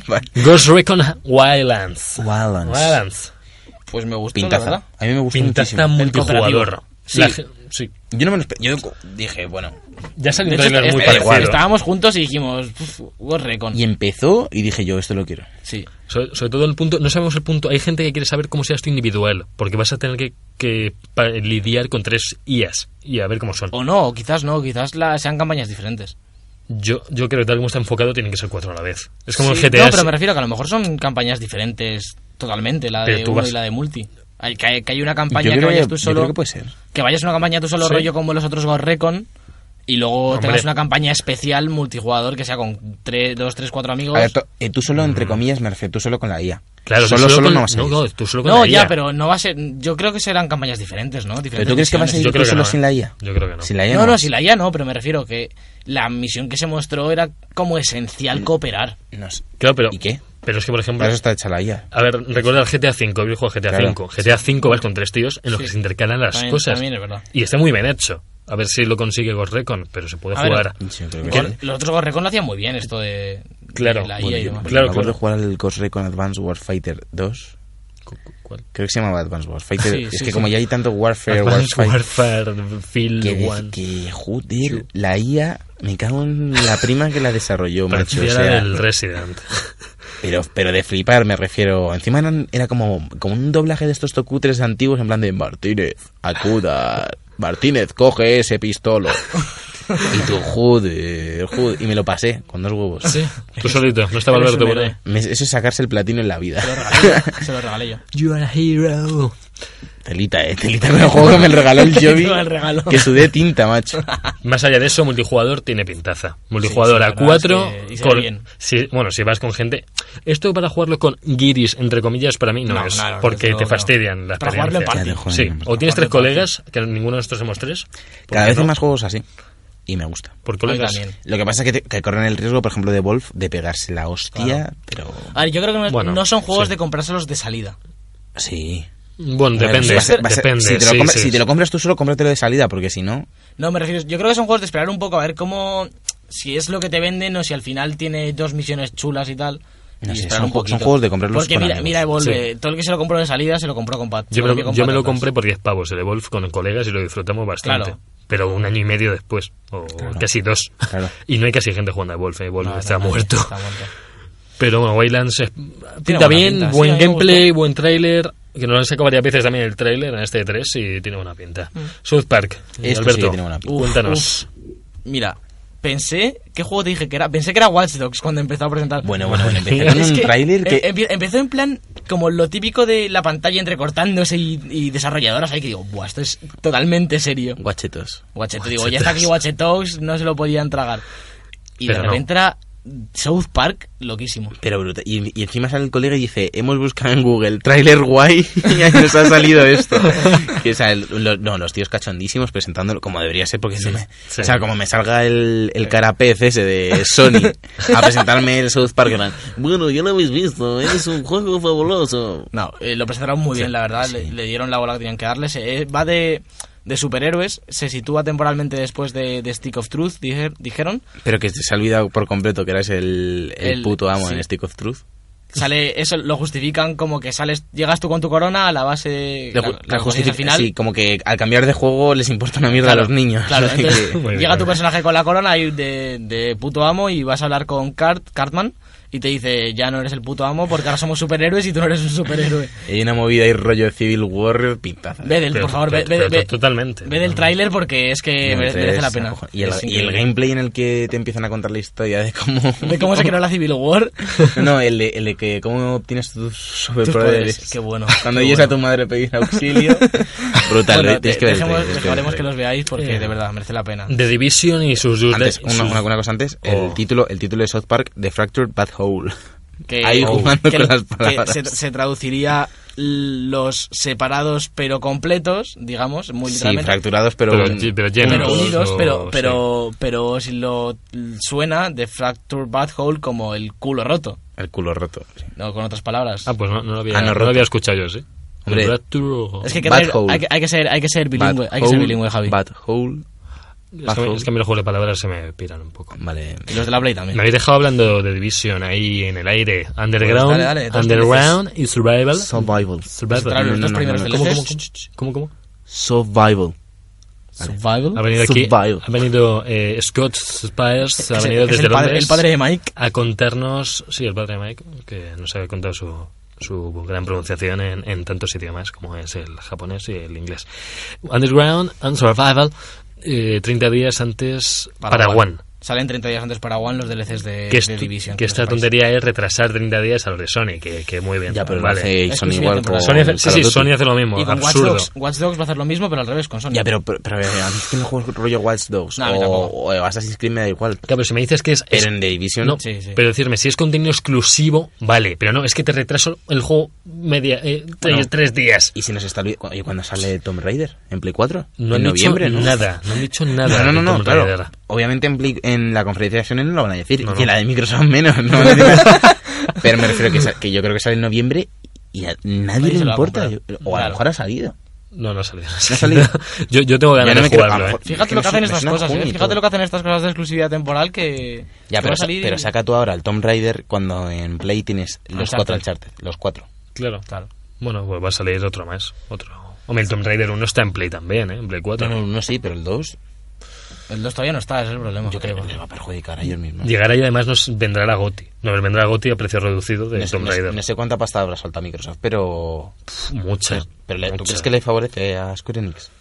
[SPEAKER 3] Vale.
[SPEAKER 2] Ghost Recon Wildlands.
[SPEAKER 3] Wildlands.
[SPEAKER 2] Wildlands.
[SPEAKER 4] Pues me gusta, la
[SPEAKER 3] Pintaza.
[SPEAKER 4] verdad.
[SPEAKER 3] A mí me gusta
[SPEAKER 2] Pintaza
[SPEAKER 3] muchísimo.
[SPEAKER 2] multijugador.
[SPEAKER 3] Sí.
[SPEAKER 2] La ge- sí.
[SPEAKER 3] Yo no me lo espe- Yo co- dije, bueno.
[SPEAKER 2] Ya salió un
[SPEAKER 4] De hecho,
[SPEAKER 2] trailer muy
[SPEAKER 4] este-
[SPEAKER 3] parecido.
[SPEAKER 2] igual.
[SPEAKER 4] Estábamos juntos y dijimos, "Uf, Hugo Recon.
[SPEAKER 3] Y empezó y dije yo, esto lo quiero.
[SPEAKER 4] Sí.
[SPEAKER 2] Sobre, sobre todo el punto, no sabemos el punto. Hay gente que quiere saber cómo sea esto individual, porque vas a tener que, que pa- lidiar con tres IAs y a ver cómo son.
[SPEAKER 4] O no, o quizás no, quizás la- sean campañas diferentes.
[SPEAKER 2] Yo, yo creo que tal como está enfocado, tienen que ser cuatro a la vez. Es como
[SPEAKER 4] Sí,
[SPEAKER 2] el GTA.
[SPEAKER 4] No, pero me refiero a que a lo mejor son campañas diferentes totalmente, la
[SPEAKER 2] Pero
[SPEAKER 4] de
[SPEAKER 2] tú
[SPEAKER 4] uno
[SPEAKER 2] vas-
[SPEAKER 4] y la de multi. Hay, que, hay- que hay una
[SPEAKER 3] yo,
[SPEAKER 4] campaña que
[SPEAKER 3] creo
[SPEAKER 4] vayas
[SPEAKER 3] yo
[SPEAKER 4] tú solo.
[SPEAKER 3] creo que puede ser.
[SPEAKER 4] que vayas a una campaña tú solo
[SPEAKER 2] Sí.
[SPEAKER 4] rollo como los otros Ghost Recon y luego
[SPEAKER 2] Hombre.
[SPEAKER 4] tengas una campaña especial multijugador que sea con 3, 2, 3, 4 amigos.
[SPEAKER 3] A ver, to- eh, tú solo, entre comillas, me refiero tú solo con la IA.
[SPEAKER 2] Mm. Claro, tú
[SPEAKER 3] solo, solo
[SPEAKER 2] con-
[SPEAKER 3] no vas a ir.
[SPEAKER 2] no, tú solo con
[SPEAKER 4] no,
[SPEAKER 2] la
[SPEAKER 4] ya,
[SPEAKER 2] IA.
[SPEAKER 4] pero no va a ser. Yo creo que serán campañas diferentes, ¿no?
[SPEAKER 3] ¿Pero
[SPEAKER 4] Diferentes
[SPEAKER 3] tú crees que vas a
[SPEAKER 4] misiones.
[SPEAKER 3] ir
[SPEAKER 2] Yo
[SPEAKER 3] tú
[SPEAKER 2] creo que
[SPEAKER 3] solo
[SPEAKER 2] no,
[SPEAKER 3] sin
[SPEAKER 2] eh.
[SPEAKER 3] la IA?
[SPEAKER 2] Yo creo que no.
[SPEAKER 3] Sin la IA
[SPEAKER 4] No, no, si la IA no, pero me refiero que la misión que se mostró era como
[SPEAKER 3] Mm.
[SPEAKER 4] esencial cooperar.
[SPEAKER 3] No sé.
[SPEAKER 2] Claro, pero.
[SPEAKER 3] ¿Y qué?
[SPEAKER 2] Pero es que, por ejemplo.
[SPEAKER 3] Para eso está hecha la IA.
[SPEAKER 2] A ver, recuerda el GTA V, yo juego GTA
[SPEAKER 3] Claro.
[SPEAKER 2] V. GTA V vas con tres tíos en los
[SPEAKER 4] Sí.
[SPEAKER 2] que se intercalan las
[SPEAKER 4] También-
[SPEAKER 2] cosas.
[SPEAKER 4] también es verdad.
[SPEAKER 2] Y está muy bien hecho. A ver si lo consigue Ghost Recon, pero se puede
[SPEAKER 4] A ver,
[SPEAKER 2] jugar.
[SPEAKER 3] Sí, yo creo que
[SPEAKER 2] ¿Qué?
[SPEAKER 3] sí.
[SPEAKER 4] Ghost- Los otros Ghost Recon lo hacían muy bien, esto de, de
[SPEAKER 2] Claro.
[SPEAKER 4] la
[SPEAKER 2] Bueno,
[SPEAKER 4] IA y
[SPEAKER 2] yo-
[SPEAKER 4] demás.
[SPEAKER 2] claro,
[SPEAKER 3] pues me acuerdo
[SPEAKER 2] claro.
[SPEAKER 3] de jugar al Ghost Recon Advanced Warfighter 2
[SPEAKER 2] Cu- cu- ¿Cuál?
[SPEAKER 3] Creo que se llamaba Advance Wars. Fighter-
[SPEAKER 4] Sí,
[SPEAKER 3] es
[SPEAKER 4] sí,
[SPEAKER 3] que
[SPEAKER 4] sí.
[SPEAKER 3] como ya hay tanto Warfare,
[SPEAKER 2] Advanced
[SPEAKER 3] Warfighter-
[SPEAKER 2] Warfare Field
[SPEAKER 3] que, de-
[SPEAKER 2] One.
[SPEAKER 3] que, joder, la IA, me cago en la prima que la desarrolló, macho.
[SPEAKER 2] Parecía
[SPEAKER 3] o sea,
[SPEAKER 2] el Resident.
[SPEAKER 3] pero, pero de flipar, me refiero. Encima eran- era como, como un doblaje de estos tocutres antiguos en plan de Martínez, acuda. Martínez, coge ese pistolo. y tú, joder, joder. Y me lo pasé con dos huevos.
[SPEAKER 2] Tú solito, no estaba
[SPEAKER 4] Eres
[SPEAKER 2] Alberto
[SPEAKER 4] un
[SPEAKER 2] por
[SPEAKER 4] héroe.
[SPEAKER 2] ahí.
[SPEAKER 3] Me- eso es sacarse el platino en la vida.
[SPEAKER 4] Se lo regalé yo.
[SPEAKER 2] You are a hero.
[SPEAKER 3] Telita, eh. Telita con el juego que me lo regaló el Jovi.
[SPEAKER 4] Todo el regalo.
[SPEAKER 3] Que sudé tinta, macho.
[SPEAKER 2] Más allá de eso, multijugador tiene pintaza. Multijugador
[SPEAKER 4] Sí, sí,
[SPEAKER 2] a
[SPEAKER 4] la verdad
[SPEAKER 2] 4.
[SPEAKER 4] es que- y se ve bien.
[SPEAKER 2] bueno, si vas con gente. Esto para jugarlo con guiris, entre comillas, para mí no,
[SPEAKER 4] No,
[SPEAKER 2] es.
[SPEAKER 4] claro,
[SPEAKER 2] porque
[SPEAKER 4] desde
[SPEAKER 2] te
[SPEAKER 4] luego que no.
[SPEAKER 2] fastidian las
[SPEAKER 4] Para jugarlo en
[SPEAKER 2] experiencias.
[SPEAKER 3] party.
[SPEAKER 2] Sí,
[SPEAKER 3] Claro, joder,
[SPEAKER 2] o tienes tres
[SPEAKER 4] para jugarlo en
[SPEAKER 2] colegas, que ninguno de nosotros somos tres. ¿Por
[SPEAKER 3] Cada
[SPEAKER 2] qué
[SPEAKER 3] vez hay
[SPEAKER 2] no?
[SPEAKER 3] más juegos así. Y me gusta.
[SPEAKER 2] Por
[SPEAKER 4] A mí
[SPEAKER 2] colegas.
[SPEAKER 4] también.
[SPEAKER 3] Lo que pasa es que, te- que corren el riesgo, por ejemplo, de Wolf, de pegarse la hostia, pero...
[SPEAKER 4] A ver, yo creo que no,
[SPEAKER 2] Bueno,
[SPEAKER 4] no son juegos
[SPEAKER 2] sí.
[SPEAKER 4] de comprárselos de salida.
[SPEAKER 3] Sí.
[SPEAKER 2] Bueno,
[SPEAKER 3] A ver,
[SPEAKER 2] depende.
[SPEAKER 3] va a ser- va a ser-
[SPEAKER 2] depende,
[SPEAKER 3] Si te, lo
[SPEAKER 2] sí,
[SPEAKER 3] compras,
[SPEAKER 2] sí,
[SPEAKER 3] si te
[SPEAKER 2] sí.
[SPEAKER 3] lo compras tú solo, cómpratelo de salida, porque si no...
[SPEAKER 4] No, me refiero. Yo creo que son juegos de esperar un poco a ver cómo. Si es lo que te venden o si al final tiene dos misiones chulas y tal.
[SPEAKER 3] No
[SPEAKER 4] y
[SPEAKER 3] sé,
[SPEAKER 4] esperar
[SPEAKER 3] son
[SPEAKER 4] un
[SPEAKER 3] ju- son
[SPEAKER 4] poquito.
[SPEAKER 3] juegos de comprarlos
[SPEAKER 4] Porque
[SPEAKER 3] con
[SPEAKER 4] mira,
[SPEAKER 3] amigos.
[SPEAKER 4] mira, Evolve. Todo el que se lo compró de salida se lo compró con Pat.
[SPEAKER 2] Yo me, lo,
[SPEAKER 4] con
[SPEAKER 2] yo me lo
[SPEAKER 4] patatas.
[SPEAKER 2] compré por 10 pavos el Evolve con colegas y lo disfrutamos bastante.
[SPEAKER 4] Claro.
[SPEAKER 2] Pero un año y medio después, o casi dos.
[SPEAKER 3] Claro.
[SPEAKER 2] Y no hay casi gente jugando a Evolve, Evolve
[SPEAKER 4] No,
[SPEAKER 2] está
[SPEAKER 4] no, no,
[SPEAKER 2] muerto.
[SPEAKER 4] está muerto.
[SPEAKER 2] Pero bueno, Wildlands es- pinta
[SPEAKER 4] buena
[SPEAKER 2] bien,
[SPEAKER 4] pinta, sí,
[SPEAKER 2] buen
[SPEAKER 4] a mí me
[SPEAKER 2] gameplay, buen tráiler. Que nos lo han sacado varias veces también el tráiler en este 3 y tiene buena pinta.
[SPEAKER 4] Mm.
[SPEAKER 2] South Park,
[SPEAKER 3] Esto Este sí que
[SPEAKER 2] Alberto,
[SPEAKER 3] tiene buena pinta.
[SPEAKER 2] cuéntanos.
[SPEAKER 4] Mira, pensé. ¿Qué juego te dije que era? Pensé que era Watch Dogs cuando empezó a presentar.
[SPEAKER 3] Bueno, bueno, bueno, empecé
[SPEAKER 4] Es
[SPEAKER 3] con un
[SPEAKER 4] que
[SPEAKER 3] tráiler que...
[SPEAKER 4] em- empie- empezó en plan como lo típico de la pantalla entrecortándose y, y desarrolladoras ahí que digo, Buah, esto es totalmente serio.
[SPEAKER 3] Guachetos.
[SPEAKER 4] Guacheto, digo, ya está aquí Guachetox, no se lo podían tragar. Y
[SPEAKER 2] Pero
[SPEAKER 4] de
[SPEAKER 2] no.
[SPEAKER 4] repente era South Park, loquísimo.
[SPEAKER 3] Pero brutal. Y, y encima sale el colega y dice, hemos buscado en Google tráiler guay y ahí nos ha salido esto. Que, o sea, el- lo- no, los tíos cachondísimos presentándolo como debería ser porque se me-
[SPEAKER 2] sí.
[SPEAKER 3] O sea, como me salga el, el carapez ese de Sony a presentarme el South Park. en plan, Bueno, ya lo habéis visto, es un juego fabuloso.
[SPEAKER 4] No, eh, lo presentaron muy bien, la verdad. Le, le dieron la bola que tenían que darle. Se- eh, va de, de superhéroes, se sitúa temporalmente después de, de Stick of Truth, dije- dijeron.
[SPEAKER 3] Pero que se ha olvidado por completo que eras el, el
[SPEAKER 4] El-
[SPEAKER 3] puto amo
[SPEAKER 4] sí.
[SPEAKER 3] en Stick of Truth.
[SPEAKER 4] Sale, eso lo justifican como que sales, llegas tú con tu corona a la base,
[SPEAKER 3] Lo-
[SPEAKER 4] Eh, la,
[SPEAKER 3] lo
[SPEAKER 4] la
[SPEAKER 3] justifica-
[SPEAKER 4] al final.
[SPEAKER 3] Sí, como que al cambiar de juego les importa una mierda
[SPEAKER 4] Claro,
[SPEAKER 3] a los niños.
[SPEAKER 4] Claro,
[SPEAKER 3] Que-
[SPEAKER 4] entonces
[SPEAKER 2] Muy bien,
[SPEAKER 4] llega tu
[SPEAKER 2] muy bien.
[SPEAKER 4] personaje con la corona y de, de puto amo y vas a hablar con Cart, Cartman y te dice, ya no eres el puto amo porque ahora somos superhéroes y tú no eres un superhéroe.
[SPEAKER 3] Hay una movida y rollo Civil War pintaza.
[SPEAKER 4] Ve del,
[SPEAKER 2] Pero-
[SPEAKER 4] por favor, ve,
[SPEAKER 2] pero- pero
[SPEAKER 4] ve- ve-
[SPEAKER 2] totalmente.
[SPEAKER 4] ve del tráiler porque es que
[SPEAKER 3] No,
[SPEAKER 4] mere-
[SPEAKER 3] entonces,
[SPEAKER 4] eh, merece la
[SPEAKER 3] ah,
[SPEAKER 4] pena.
[SPEAKER 3] cojo- Y el,
[SPEAKER 4] Es
[SPEAKER 3] y el
[SPEAKER 4] increíble.
[SPEAKER 3] gameplay en el que te empiezan a contar la historia de cómo...
[SPEAKER 4] De cómo se creó la Civil War.
[SPEAKER 3] No, el de, el de que cómo obtienes tus
[SPEAKER 4] Tus
[SPEAKER 3] superpoderes.
[SPEAKER 4] poderes. Qué bueno.
[SPEAKER 3] Cuando
[SPEAKER 4] qué
[SPEAKER 3] oyes
[SPEAKER 4] bueno.
[SPEAKER 3] a tu madre pedir auxilio. Brutal, eh, tienes
[SPEAKER 4] Bueno, de-
[SPEAKER 3] que ver el trailer, tienes
[SPEAKER 4] dejemos-
[SPEAKER 3] que ver el
[SPEAKER 4] dejaremos que
[SPEAKER 3] trailer.
[SPEAKER 4] los veáis porque
[SPEAKER 2] Eh.
[SPEAKER 4] de verdad merece la pena.
[SPEAKER 2] The Division y sus... sus-
[SPEAKER 3] Antes,
[SPEAKER 2] sus-
[SPEAKER 3] una, una- una cosa antes,
[SPEAKER 2] Oh.
[SPEAKER 3] el, título, el título de South Park, The Fractured Bad Hole.
[SPEAKER 4] Que,
[SPEAKER 3] Ahí jugando
[SPEAKER 4] que-
[SPEAKER 3] con las
[SPEAKER 4] que
[SPEAKER 3] palabras.
[SPEAKER 4] se, se traduciría los separados pero completos, digamos, muy
[SPEAKER 3] Sí,
[SPEAKER 4] literalmente.
[SPEAKER 3] fracturados, pero...
[SPEAKER 2] Pero,
[SPEAKER 3] un-
[SPEAKER 2] pero llenos,
[SPEAKER 4] pero unidos,
[SPEAKER 2] o-
[SPEAKER 4] pero,
[SPEAKER 2] sí.
[SPEAKER 4] pero, pero si lo suena de Fracture Bad Hole como el culo roto,
[SPEAKER 3] El culo roto. sí.
[SPEAKER 4] no con otras palabras.
[SPEAKER 2] Ah, pues no, no lo había,
[SPEAKER 3] Ah, no,
[SPEAKER 2] no lo
[SPEAKER 3] roto.
[SPEAKER 2] había escuchado yo, sí.
[SPEAKER 3] Hombre.
[SPEAKER 2] Raturo-
[SPEAKER 4] es que, hay que
[SPEAKER 3] Bad
[SPEAKER 4] tener-
[SPEAKER 3] Hole.
[SPEAKER 4] hay, que, hay que ser, hay que ser bilingüe,
[SPEAKER 3] Bad
[SPEAKER 4] hay que ser
[SPEAKER 3] hole,
[SPEAKER 4] bilingüe, Javi.
[SPEAKER 3] Bad Hole.
[SPEAKER 2] Es que, es que a mí los juegos de palabras se me piran un poco.
[SPEAKER 3] Vale.
[SPEAKER 4] Y los de la Play
[SPEAKER 2] Me
[SPEAKER 4] también.
[SPEAKER 2] habéis dejado hablando de Division ahí en el aire. Underground,
[SPEAKER 4] Pues dale, dale, dos
[SPEAKER 2] Underground y Survival.
[SPEAKER 3] Survival.
[SPEAKER 2] Survival.
[SPEAKER 4] Claro, los dos primeros
[SPEAKER 3] no, no.
[SPEAKER 2] ¿Cómo,
[SPEAKER 4] DLCs.
[SPEAKER 2] cómo, cómo, cómo, cómo?
[SPEAKER 3] Survival.
[SPEAKER 4] Survival.
[SPEAKER 2] Ha venido aquí.
[SPEAKER 3] Survival.
[SPEAKER 2] Ha venido eh, Scott Spires, ha
[SPEAKER 4] Es el-
[SPEAKER 2] venido
[SPEAKER 4] es
[SPEAKER 2] desde
[SPEAKER 4] el, padre,
[SPEAKER 2] Londres
[SPEAKER 4] el padre de Mike.
[SPEAKER 2] a contarnos. Sí, el padre de Mike, que nos ha contado su, su gran pronunciación en, en tantos idiomas como es el japonés y el inglés. Underground and Survival, eh, 30 días antes para One.
[SPEAKER 4] Salen 30 días antes para One los DLCs de,
[SPEAKER 2] Que,
[SPEAKER 4] de
[SPEAKER 2] estu-
[SPEAKER 4] Division.
[SPEAKER 2] que
[SPEAKER 4] no
[SPEAKER 2] esta
[SPEAKER 4] sepáis.
[SPEAKER 2] tontería es retrasar 30 días a lo de Sony, que, que muy bien.
[SPEAKER 3] Ya, pero
[SPEAKER 2] vale.
[SPEAKER 3] lo hace
[SPEAKER 4] Es
[SPEAKER 3] Sony
[SPEAKER 4] que sí,
[SPEAKER 3] igual
[SPEAKER 4] temporada.
[SPEAKER 3] con
[SPEAKER 2] Sony hace, sí,
[SPEAKER 3] Call
[SPEAKER 2] sí,
[SPEAKER 3] of Duty.
[SPEAKER 2] Sony hace lo mismo,
[SPEAKER 4] Y con Watch
[SPEAKER 2] absurdo.
[SPEAKER 4] Dogs, Watch Dogs va a hacer lo mismo, pero al revés con Sony.
[SPEAKER 3] Ya, pero, pero, pero, eh, a mí es que me juego rollo Watch Dogs
[SPEAKER 4] No, a mí
[SPEAKER 3] o,
[SPEAKER 4] tampoco.
[SPEAKER 3] o Assassin's Creed me da igual.
[SPEAKER 2] Claro, pero si me dices que es... es-
[SPEAKER 3] Pero en The Division...
[SPEAKER 2] no,
[SPEAKER 4] sí, sí.
[SPEAKER 2] pero decirme, si es contenido exclusivo, vale, pero no, es que te retraso el juego media, eh, tre-
[SPEAKER 3] Bueno.
[SPEAKER 2] tres días.
[SPEAKER 3] ¿Y si nos está olvid- cu- ¿Y cuando sale Tomb Raider? ¿En Play 4?
[SPEAKER 2] No
[SPEAKER 3] en
[SPEAKER 2] han dicho
[SPEAKER 3] noviembre, ¿no?
[SPEAKER 2] nada, no han dicho nada.
[SPEAKER 3] No, no, no,
[SPEAKER 2] de
[SPEAKER 3] no,
[SPEAKER 2] Tomb
[SPEAKER 3] claro.
[SPEAKER 2] Raider.
[SPEAKER 3] Obviamente en, Play- en la conferencia de Sony no lo van a decir.
[SPEAKER 2] No,
[SPEAKER 3] Y en
[SPEAKER 2] no.
[SPEAKER 3] la de Microsoft menos. no van a decir nada. Pero me refiero que, sa- que yo creo que sale en noviembre y a nadie
[SPEAKER 4] se
[SPEAKER 3] le
[SPEAKER 4] lo va a
[SPEAKER 3] importa.
[SPEAKER 4] comprar.
[SPEAKER 3] Yo- O a lo
[SPEAKER 4] Claro.
[SPEAKER 3] mejor ha salido.
[SPEAKER 2] No, no ha salido.
[SPEAKER 3] ha salido.
[SPEAKER 2] yo, yo tengo
[SPEAKER 3] Ya
[SPEAKER 2] ganas
[SPEAKER 3] no
[SPEAKER 2] de
[SPEAKER 3] me creo- a lo
[SPEAKER 2] jugarlo,
[SPEAKER 3] mejor-
[SPEAKER 2] ¿eh?
[SPEAKER 4] Fíjate
[SPEAKER 3] que
[SPEAKER 4] lo
[SPEAKER 3] me
[SPEAKER 4] que hacen
[SPEAKER 3] suena- me
[SPEAKER 4] estas
[SPEAKER 3] suena
[SPEAKER 4] cosas,
[SPEAKER 3] junio
[SPEAKER 4] ¿eh?
[SPEAKER 3] y
[SPEAKER 4] Fíjate
[SPEAKER 3] todo.
[SPEAKER 4] lo que hacen estas cosas de exclusividad temporal que. que
[SPEAKER 3] Ya,
[SPEAKER 4] va
[SPEAKER 3] pero,
[SPEAKER 4] a
[SPEAKER 3] sa-
[SPEAKER 4] salir y- Ah,
[SPEAKER 3] pero saca tú ahora el Tomb Raider cuando en Play tienes los
[SPEAKER 4] Uncharted.
[SPEAKER 3] cuatro Uncharted. Los cuatro.
[SPEAKER 2] Claro.
[SPEAKER 4] Claro.
[SPEAKER 2] Bueno, pues va a salir otro más. Otro. Hombre, el Tomb Raider 1 está en Play también, ¿eh? En Play 4.
[SPEAKER 3] No, no, sí, pero el 2
[SPEAKER 4] El 2 todavía no está, ese es el problema.
[SPEAKER 3] yo creo que le va a perjudicar a ellos mismos.
[SPEAKER 2] Llegar ahí además nos vendrá la GOTI. Nos vendrá GOTI a precio reducido de
[SPEAKER 3] No sé,
[SPEAKER 2] Tomb
[SPEAKER 3] no sé-
[SPEAKER 2] Raider.
[SPEAKER 3] no sé cuánta pasta habrá soltado Microsoft, pero...
[SPEAKER 2] Pf, mucha.
[SPEAKER 3] pero le- ¿Tú
[SPEAKER 2] mucha.
[SPEAKER 3] crees que le favorece a Square Enix?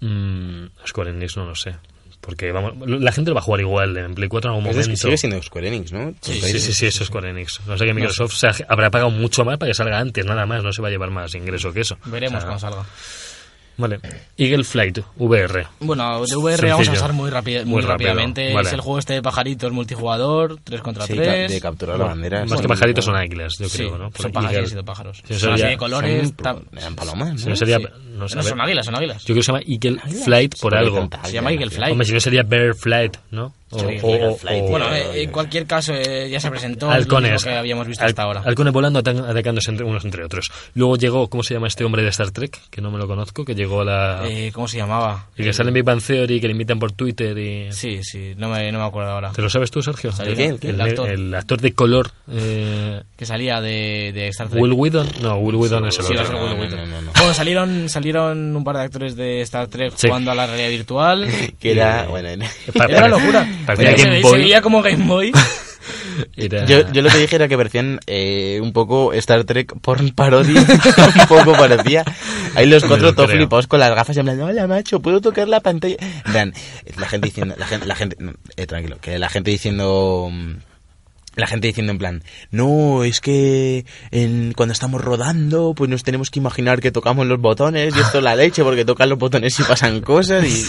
[SPEAKER 2] Mm, Square Enix no lo sé. Porque vamos, la gente lo va a jugar igual en Play 4 en algún
[SPEAKER 3] Pero es
[SPEAKER 2] momento.
[SPEAKER 3] que sigue siendo Square Enix, ¿no?
[SPEAKER 2] Sí, sí, sí, sí, eso es Square Enix. No sé que Microsoft se ha- habrá pagado mucho más para que salga antes, nada más. No se va a llevar más ingreso que eso.
[SPEAKER 4] Veremos
[SPEAKER 2] O sea,
[SPEAKER 4] cuando salga.
[SPEAKER 2] Vale. Eagle Flight, VR.
[SPEAKER 4] Bueno, de VR vamos a
[SPEAKER 2] Sencillo.
[SPEAKER 4] pasar muy, rápido
[SPEAKER 2] Muy
[SPEAKER 4] muy
[SPEAKER 2] rápido,
[SPEAKER 4] rápidamente.
[SPEAKER 2] vale.
[SPEAKER 4] Es el juego este de pajaritos multijugador, 3 contra
[SPEAKER 3] Sí,
[SPEAKER 4] 3.
[SPEAKER 3] ca- de capturar la bandera.
[SPEAKER 2] Más que pajaritos son águilas, yo
[SPEAKER 4] Sí,
[SPEAKER 2] creo, ¿no? Porque
[SPEAKER 4] son pájaros,
[SPEAKER 2] Eagle-
[SPEAKER 4] han sido pájaros.
[SPEAKER 2] Sí, eso
[SPEAKER 4] son así
[SPEAKER 2] ya-
[SPEAKER 4] de colores.
[SPEAKER 3] Son-
[SPEAKER 4] tal.
[SPEAKER 3] Eran palomas, ¿no?
[SPEAKER 2] si no sería.
[SPEAKER 4] Sí.
[SPEAKER 2] No, sé,
[SPEAKER 4] No,
[SPEAKER 2] a ver,
[SPEAKER 4] son águilas, son águilas.
[SPEAKER 2] Yo creo que se llama Eagle Flight por
[SPEAKER 3] Porque
[SPEAKER 2] algo.
[SPEAKER 3] tanta
[SPEAKER 4] Se llama
[SPEAKER 3] águila,
[SPEAKER 4] Eagle
[SPEAKER 3] tío.
[SPEAKER 4] Flight.
[SPEAKER 2] Hombre, si no sería Bear Flight, ¿no? O,
[SPEAKER 3] Sí,
[SPEAKER 2] o-
[SPEAKER 3] Eagle
[SPEAKER 2] o-
[SPEAKER 3] Flight.
[SPEAKER 2] o-
[SPEAKER 4] Bueno,
[SPEAKER 3] Pero-
[SPEAKER 4] eh, en cualquier caso eh, ya se presentó es lo
[SPEAKER 2] halcones.
[SPEAKER 4] mismo que habíamos visto
[SPEAKER 2] Hal-
[SPEAKER 4] hasta ahora.
[SPEAKER 2] Halcones volando, atan- atacándose entre unos entre otros. Luego llegó, ¿cómo se llama este hombre de Star Trek? Que no me lo conozco, que llegó a la.
[SPEAKER 4] Eh, ¿Cómo se llamaba?
[SPEAKER 2] y que sale en Big Bang Theory, que le invitan por Twitter y.
[SPEAKER 4] Sí, sí, no me, no me acuerdo ahora.
[SPEAKER 2] ¿Te lo sabes tú, Sergio?
[SPEAKER 4] ¿El qué? ¿El qué? El actor.
[SPEAKER 2] el actor de color. Eh,
[SPEAKER 4] Que salía de, de Star Trek.
[SPEAKER 2] Will Whedon. No, Will Whedon es el
[SPEAKER 4] Sí, va a ser
[SPEAKER 2] otro.
[SPEAKER 4] Will
[SPEAKER 3] no,
[SPEAKER 4] Wheaton.
[SPEAKER 3] no, no, no.
[SPEAKER 4] Bueno, salieron, salieron un par de actores de Star Trek
[SPEAKER 2] Sí.
[SPEAKER 4] jugando a la realidad virtual.
[SPEAKER 3] Que era... Bueno,
[SPEAKER 2] Pa-
[SPEAKER 4] Era una
[SPEAKER 2] pare-
[SPEAKER 4] locura.
[SPEAKER 2] Parecía
[SPEAKER 4] Oye, se,
[SPEAKER 2] Game
[SPEAKER 4] ve- se
[SPEAKER 2] Boy.
[SPEAKER 4] veía como Game Boy.
[SPEAKER 2] Era-
[SPEAKER 3] Yo, yo lo que dije era que parecían eh, un poco Star Trek porn parody. un poco parecía. Ahí los
[SPEAKER 2] Me lo
[SPEAKER 3] cuatro todos
[SPEAKER 2] creo.
[SPEAKER 3] flipados con las gafas y hablando, hola macho, ¿puedo tocar la pantalla? Vean, la gente diciendo, la gente, la gente, no, eh, tranquilo, que la gente diciendo... mm, La gente diciendo en plan, no, es que en- cuando estamos rodando, pues nos tenemos que imaginar que tocamos los botones y esto es la leche porque tocan los botones y pasan cosas y...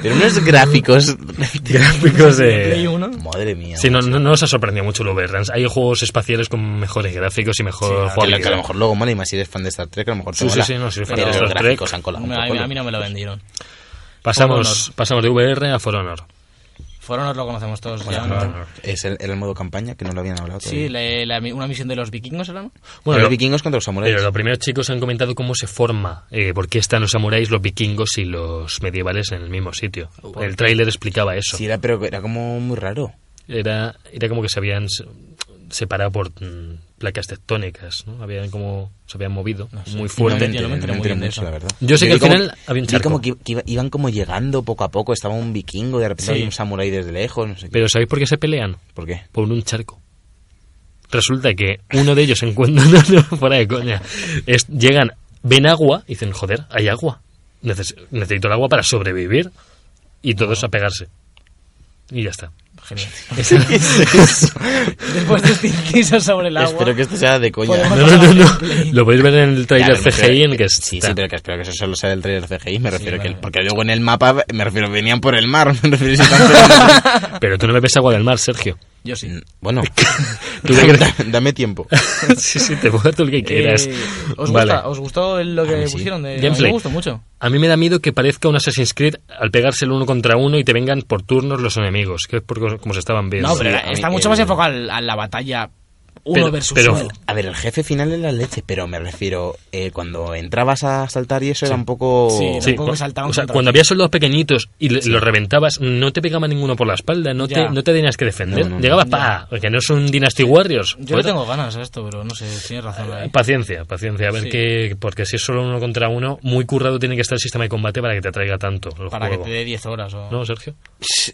[SPEAKER 3] Pero unos gráficos...
[SPEAKER 2] Gráficos
[SPEAKER 4] Play
[SPEAKER 2] de.
[SPEAKER 4] 1.
[SPEAKER 3] Madre mía.
[SPEAKER 2] Sí, no, no, no os ha sorprendido mucho lo verán. Hay juegos espaciales con mejores gráficos y mejor
[SPEAKER 3] Que lo- que
[SPEAKER 2] jugabilidad.
[SPEAKER 3] a lo mejor luego mola y más si eres fan de Star Trek, a lo mejor te
[SPEAKER 2] Sí, sí,
[SPEAKER 3] mola.
[SPEAKER 2] sí, no, si eres fan
[SPEAKER 3] Pero
[SPEAKER 2] de
[SPEAKER 3] los
[SPEAKER 2] Star Trek-
[SPEAKER 3] gráficos han colado un
[SPEAKER 4] No, a, mí,
[SPEAKER 3] poco.
[SPEAKER 4] a mí no me lo vendieron.
[SPEAKER 2] Pasamos, pasamos de VR a For Honor.
[SPEAKER 4] Fueron, nos lo conocemos todos.
[SPEAKER 3] Ah,
[SPEAKER 4] ya, ¿no?
[SPEAKER 3] Es el, era el modo campaña que no lo habían hablado
[SPEAKER 4] Sí,
[SPEAKER 3] todavía.
[SPEAKER 4] la- la- una misión de los vikingos era, ¿no?
[SPEAKER 3] Bueno,
[SPEAKER 2] Bueno,
[SPEAKER 3] los
[SPEAKER 2] lo-
[SPEAKER 3] vikingos contra los samuráis.
[SPEAKER 2] Pero los primeros chicos han comentado cómo se forma, eh, por qué están los samuráis, los vikingos y los medievales en el mismo sitio. El tráiler explicaba eso.
[SPEAKER 3] Sí, era, pero era como muy raro.
[SPEAKER 2] Era, era como que se habían se- separado por mm, placas tectónicas, ¿no? Habían como, se habían movido
[SPEAKER 3] Ah,
[SPEAKER 2] muy fuerte.
[SPEAKER 4] yo no me enteré muy bien de
[SPEAKER 3] mucho,
[SPEAKER 4] eso.
[SPEAKER 3] la verdad.
[SPEAKER 2] Pues Yo sé
[SPEAKER 3] vi
[SPEAKER 2] que al
[SPEAKER 3] como-
[SPEAKER 2] final había un
[SPEAKER 3] vi
[SPEAKER 2] charco.
[SPEAKER 3] como que, que iba- iban como llegando poco a poco. Estaba un vikingo, de repente
[SPEAKER 4] Sí.
[SPEAKER 3] había un samurái desde lejos. No sé qué.
[SPEAKER 2] Pero ¿sabéis por qué se pelean?
[SPEAKER 3] ¿Por qué?
[SPEAKER 2] Por un charco. Resulta que uno de ellos se encuentra, no, no, fuera de coña, Es- llegan, ven agua y dicen, joder, hay agua. Neces- necesito el agua para sobrevivir. Y todos a pegarse. Y ya está.
[SPEAKER 4] Genial.
[SPEAKER 3] Espero
[SPEAKER 4] Después de este inciso sobre el agua.
[SPEAKER 3] que esto sea de coña.
[SPEAKER 4] Podemos-
[SPEAKER 2] No, no, no, no. Lo podéis ver en el trailer
[SPEAKER 3] Claro, me refiero-
[SPEAKER 2] CGI en el
[SPEAKER 4] eh,
[SPEAKER 2] que
[SPEAKER 3] Sí,
[SPEAKER 2] está.
[SPEAKER 3] sí, pero que espero que eso solo sea del trailer CGI. Me refiero que. el-
[SPEAKER 4] vale.
[SPEAKER 3] porque luego en el mapa, me refiero, venían por el mar. Me refiero si están peleando.
[SPEAKER 2] Pero tú no me ves agua del mar, Sergio.
[SPEAKER 4] Yo
[SPEAKER 2] Mm,
[SPEAKER 4] sí. Eh,
[SPEAKER 3] Bueno,
[SPEAKER 2] ¿Tú qué crees?
[SPEAKER 3] Da- dame tiempo.
[SPEAKER 2] sí, sí, te puedo dar todo el que quieras.
[SPEAKER 4] Eh, ¿os,
[SPEAKER 2] Vale.
[SPEAKER 4] gusta, ¿Os gustó el- lo
[SPEAKER 3] A
[SPEAKER 4] que
[SPEAKER 3] mí sí.
[SPEAKER 4] pusieron? De, a mí
[SPEAKER 2] Gameplay.
[SPEAKER 4] me gustó mucho.
[SPEAKER 2] A mí me da miedo que parezca un Assassin's Creed al pegarse el uno contra uno y te vengan por turnos los enemigos, que es porque como se estaban viendo.
[SPEAKER 4] No, pero
[SPEAKER 3] sí,
[SPEAKER 4] era-
[SPEAKER 3] a mí
[SPEAKER 4] está mucho
[SPEAKER 3] el-
[SPEAKER 4] más enfocado al- a la batalla uno
[SPEAKER 2] Pero-
[SPEAKER 4] versus
[SPEAKER 2] pero-
[SPEAKER 4] uno.
[SPEAKER 3] A ver, el jefe final es la leche, pero me refiero, eh, cuando entrabas a saltar y eso era un poco...
[SPEAKER 4] Sí,
[SPEAKER 2] Sí,
[SPEAKER 4] Tampoco
[SPEAKER 2] cu-
[SPEAKER 4] saltaban
[SPEAKER 2] o sea,
[SPEAKER 4] contra
[SPEAKER 2] cuando
[SPEAKER 4] ti.
[SPEAKER 2] había soldados pequeñitos y le- los reventabas, no te pegaba ninguno por la espalda, no,
[SPEAKER 4] Ya.
[SPEAKER 2] te, no te tenías que defender.
[SPEAKER 3] No, no, no.
[SPEAKER 2] Llegabas, pa, porque no son Dynasty Warriors.
[SPEAKER 4] Yo le
[SPEAKER 2] Joder,
[SPEAKER 4] tengo ganas a esto, pero no sé, tienes razón
[SPEAKER 2] Eh,
[SPEAKER 4] eh. ahí.
[SPEAKER 2] Paciencia, paciencia, a ver
[SPEAKER 4] Sí.
[SPEAKER 2] qué. Porque si es solo uno contra uno, muy currado tiene que estar el sistema de combate para que te atraiga tanto el
[SPEAKER 4] Para que
[SPEAKER 2] juego.
[SPEAKER 4] te dé 10 horas o...
[SPEAKER 2] ¿No, Sergio?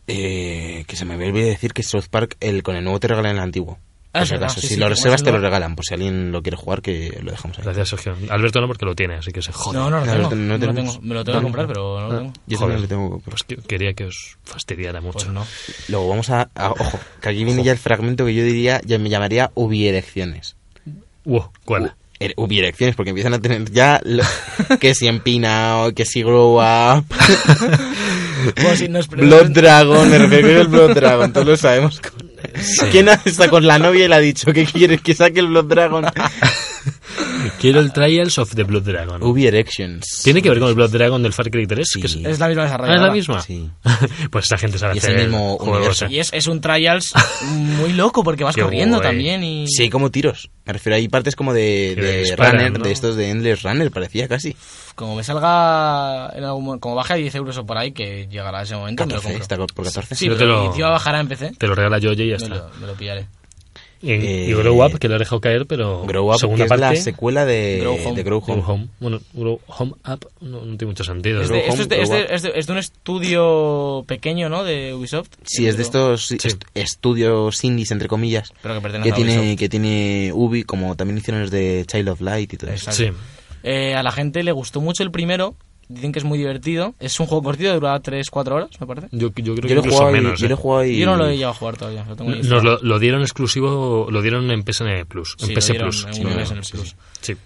[SPEAKER 3] Eh, que se me había olvidado decir que South Park el, con el nuevo te regalan el antiguo.
[SPEAKER 4] Ah,
[SPEAKER 3] Por
[SPEAKER 4] es
[SPEAKER 3] si
[SPEAKER 4] verdad,
[SPEAKER 3] acaso,
[SPEAKER 4] sí,
[SPEAKER 3] si
[SPEAKER 4] sí,
[SPEAKER 3] lo
[SPEAKER 4] que
[SPEAKER 3] reservas
[SPEAKER 4] como
[SPEAKER 3] te
[SPEAKER 4] es
[SPEAKER 3] lo
[SPEAKER 4] nuevo.
[SPEAKER 3] regalan, por si alguien lo quiere jugar que lo dejamos ahí.
[SPEAKER 2] Gracias, Sergio. Alberto no, porque lo tiene, así que se jode.
[SPEAKER 4] No, no lo
[SPEAKER 3] No,
[SPEAKER 4] tengo.
[SPEAKER 3] lo ten- no
[SPEAKER 4] no lo
[SPEAKER 3] tenemos. Ah.
[SPEAKER 4] tengo. Me lo tengo que
[SPEAKER 3] No.
[SPEAKER 4] comprar, pero no lo tengo.
[SPEAKER 2] Joder.
[SPEAKER 3] Yo también lo tengo.
[SPEAKER 2] Pues que- quería que os fastidiara mucho.
[SPEAKER 4] Pues no.
[SPEAKER 3] Luego vamos a, a- Ojo, que aquí viene ya el fragmento que yo diría, ya me llamaría ubierecciones.
[SPEAKER 2] Wow, ¿Cuál?
[SPEAKER 3] Er- Ubierecciones, porque empiezan a tener ya lo- que si empinado, que si grow up,
[SPEAKER 4] Bueno, si nos
[SPEAKER 3] Blood
[SPEAKER 4] preguntan-
[SPEAKER 3] Dragon, me refiero que es el Blood Dragon, todos lo sabemos. ¿Quién está con la novia y le ha dicho que quieres que saque el Blood Dragon?
[SPEAKER 2] Quiero el Trials of the Blood Dragon.
[SPEAKER 3] Ubi Erections.
[SPEAKER 2] ¿Tiene que ver con el Blood Dragon del Far Cry 3?
[SPEAKER 3] Sí.
[SPEAKER 2] Que es-
[SPEAKER 4] Es la misma
[SPEAKER 2] Ah, ¿es
[SPEAKER 4] desarrolladora.
[SPEAKER 2] la misma?
[SPEAKER 3] Sí.
[SPEAKER 2] pues esa gente sabe
[SPEAKER 3] Y es
[SPEAKER 2] hacer
[SPEAKER 3] el mismo
[SPEAKER 2] juegos,
[SPEAKER 3] universo.
[SPEAKER 2] ¿eh?
[SPEAKER 4] Y es, es un Trials muy loco porque vas
[SPEAKER 2] Qué
[SPEAKER 4] corriendo
[SPEAKER 2] guay.
[SPEAKER 4] también y...
[SPEAKER 3] Sí, hay como tiros. Me refiero, hay partes como de,
[SPEAKER 2] Que
[SPEAKER 3] de
[SPEAKER 2] disparan,
[SPEAKER 3] Runner,
[SPEAKER 2] ¿no?
[SPEAKER 3] de estos de Endless Runner, parecía casi.
[SPEAKER 4] Como me salga en algún mo- Como baje a 10 euros o por ahí, que llegará ese momento, me lo
[SPEAKER 3] 14,
[SPEAKER 4] compro.
[SPEAKER 3] está por 14.
[SPEAKER 4] Sí,
[SPEAKER 2] Yo te
[SPEAKER 4] pero
[SPEAKER 2] lo-
[SPEAKER 4] y encima bajará en PC.
[SPEAKER 2] Te lo regala yo y ya
[SPEAKER 4] me,
[SPEAKER 2] está.
[SPEAKER 4] lo, me lo pillaré.
[SPEAKER 2] Y, y
[SPEAKER 3] Eh,
[SPEAKER 2] Grow Up, que lo he dejado caer, pero
[SPEAKER 3] Grow Up,
[SPEAKER 2] segunda
[SPEAKER 3] que
[SPEAKER 2] parte.
[SPEAKER 3] es la secuela de
[SPEAKER 4] Grow Home.
[SPEAKER 3] de Grow Home.
[SPEAKER 2] Grow Home. Bueno, Grow Home Up no, no tiene mucho sentido.
[SPEAKER 4] Es
[SPEAKER 2] ¿no?
[SPEAKER 4] de, esto es, de,
[SPEAKER 3] Grow
[SPEAKER 4] es, de,
[SPEAKER 3] Up.
[SPEAKER 4] es de- es de un estudio pequeño, ¿no? De Ubisoft.
[SPEAKER 3] Sí, es de estos est- estudios indies, entre comillas,
[SPEAKER 4] Pero que pertenece
[SPEAKER 3] que
[SPEAKER 4] a
[SPEAKER 3] tiene,
[SPEAKER 4] Ubisoft.
[SPEAKER 3] que tiene Ubi, como también hicieron los de Child of Light y todo eso.
[SPEAKER 4] Exacto.
[SPEAKER 2] Sí.
[SPEAKER 4] Eh, a la gente le gustó mucho el primero. Dicen que es muy divertido. Es un juego cortito, dura 3-4 horas, me parece.
[SPEAKER 2] Yo, yo creo
[SPEAKER 3] Yo
[SPEAKER 2] que
[SPEAKER 3] lo he
[SPEAKER 2] incluso
[SPEAKER 3] jugado y-
[SPEAKER 2] menos.
[SPEAKER 3] yo
[SPEAKER 2] ¿eh?
[SPEAKER 3] lo he jugado y-
[SPEAKER 4] Yo no lo he llegado a jugar todavía. Lo tengo ahí.
[SPEAKER 2] Nos lo, lo dieron exclusivo, lo dieron en PSN Plus. En
[SPEAKER 4] Sí, lo
[SPEAKER 2] PS
[SPEAKER 4] dieron
[SPEAKER 2] Plus.
[SPEAKER 4] en
[SPEAKER 2] si
[SPEAKER 4] un
[SPEAKER 2] no me
[SPEAKER 4] mes en el
[SPEAKER 2] equivoco.
[SPEAKER 4] Plus.
[SPEAKER 2] Sí.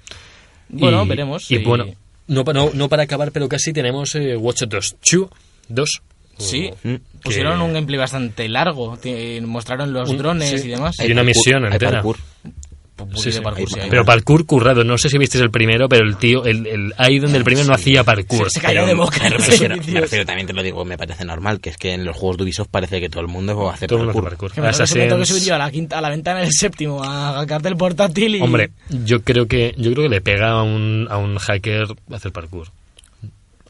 [SPEAKER 4] Bueno,
[SPEAKER 2] Y-
[SPEAKER 4] veremos.
[SPEAKER 2] Y
[SPEAKER 4] si-
[SPEAKER 2] bueno, no, pa- no, no para acabar, pero casi tenemos eh, Watch Dogs 2. 2
[SPEAKER 4] Sí,
[SPEAKER 3] Mm.
[SPEAKER 4] pusieron
[SPEAKER 2] oh, que-
[SPEAKER 4] un gameplay bastante largo. te- mostraron los
[SPEAKER 2] Un-
[SPEAKER 4] drones
[SPEAKER 2] sí.
[SPEAKER 4] y demás.
[SPEAKER 2] Hay una
[SPEAKER 3] parkour-
[SPEAKER 2] misión
[SPEAKER 3] hay
[SPEAKER 2] entera.
[SPEAKER 3] parkour.
[SPEAKER 4] Pu- pu-
[SPEAKER 2] Sí,
[SPEAKER 4] de
[SPEAKER 2] sí.
[SPEAKER 4] parkour, sí, hay.
[SPEAKER 2] Pero parkour currado. No sé si visteis el primero, pero el tío, el, el Aiden del primero no hacía parkour.
[SPEAKER 4] Eh, Se- se cayó de boca.
[SPEAKER 3] me
[SPEAKER 4] en los
[SPEAKER 3] refiero, me
[SPEAKER 4] inicios.
[SPEAKER 3] refiero, también te lo digo, me parece normal, que es que en los juegos de Ubisoft parece que todo el mundo va a hacer
[SPEAKER 2] Todo el mundo
[SPEAKER 3] parkour.
[SPEAKER 2] hace parkour.
[SPEAKER 4] Que me tengo que- me tengo que
[SPEAKER 2] Assassin's-
[SPEAKER 4] subir yo a la, quinta- a la ventana del séptimo a sacarte el portátil y...
[SPEAKER 2] Hombre, yo creo que yo creo que le pega a un, a un hacker hacer parkour.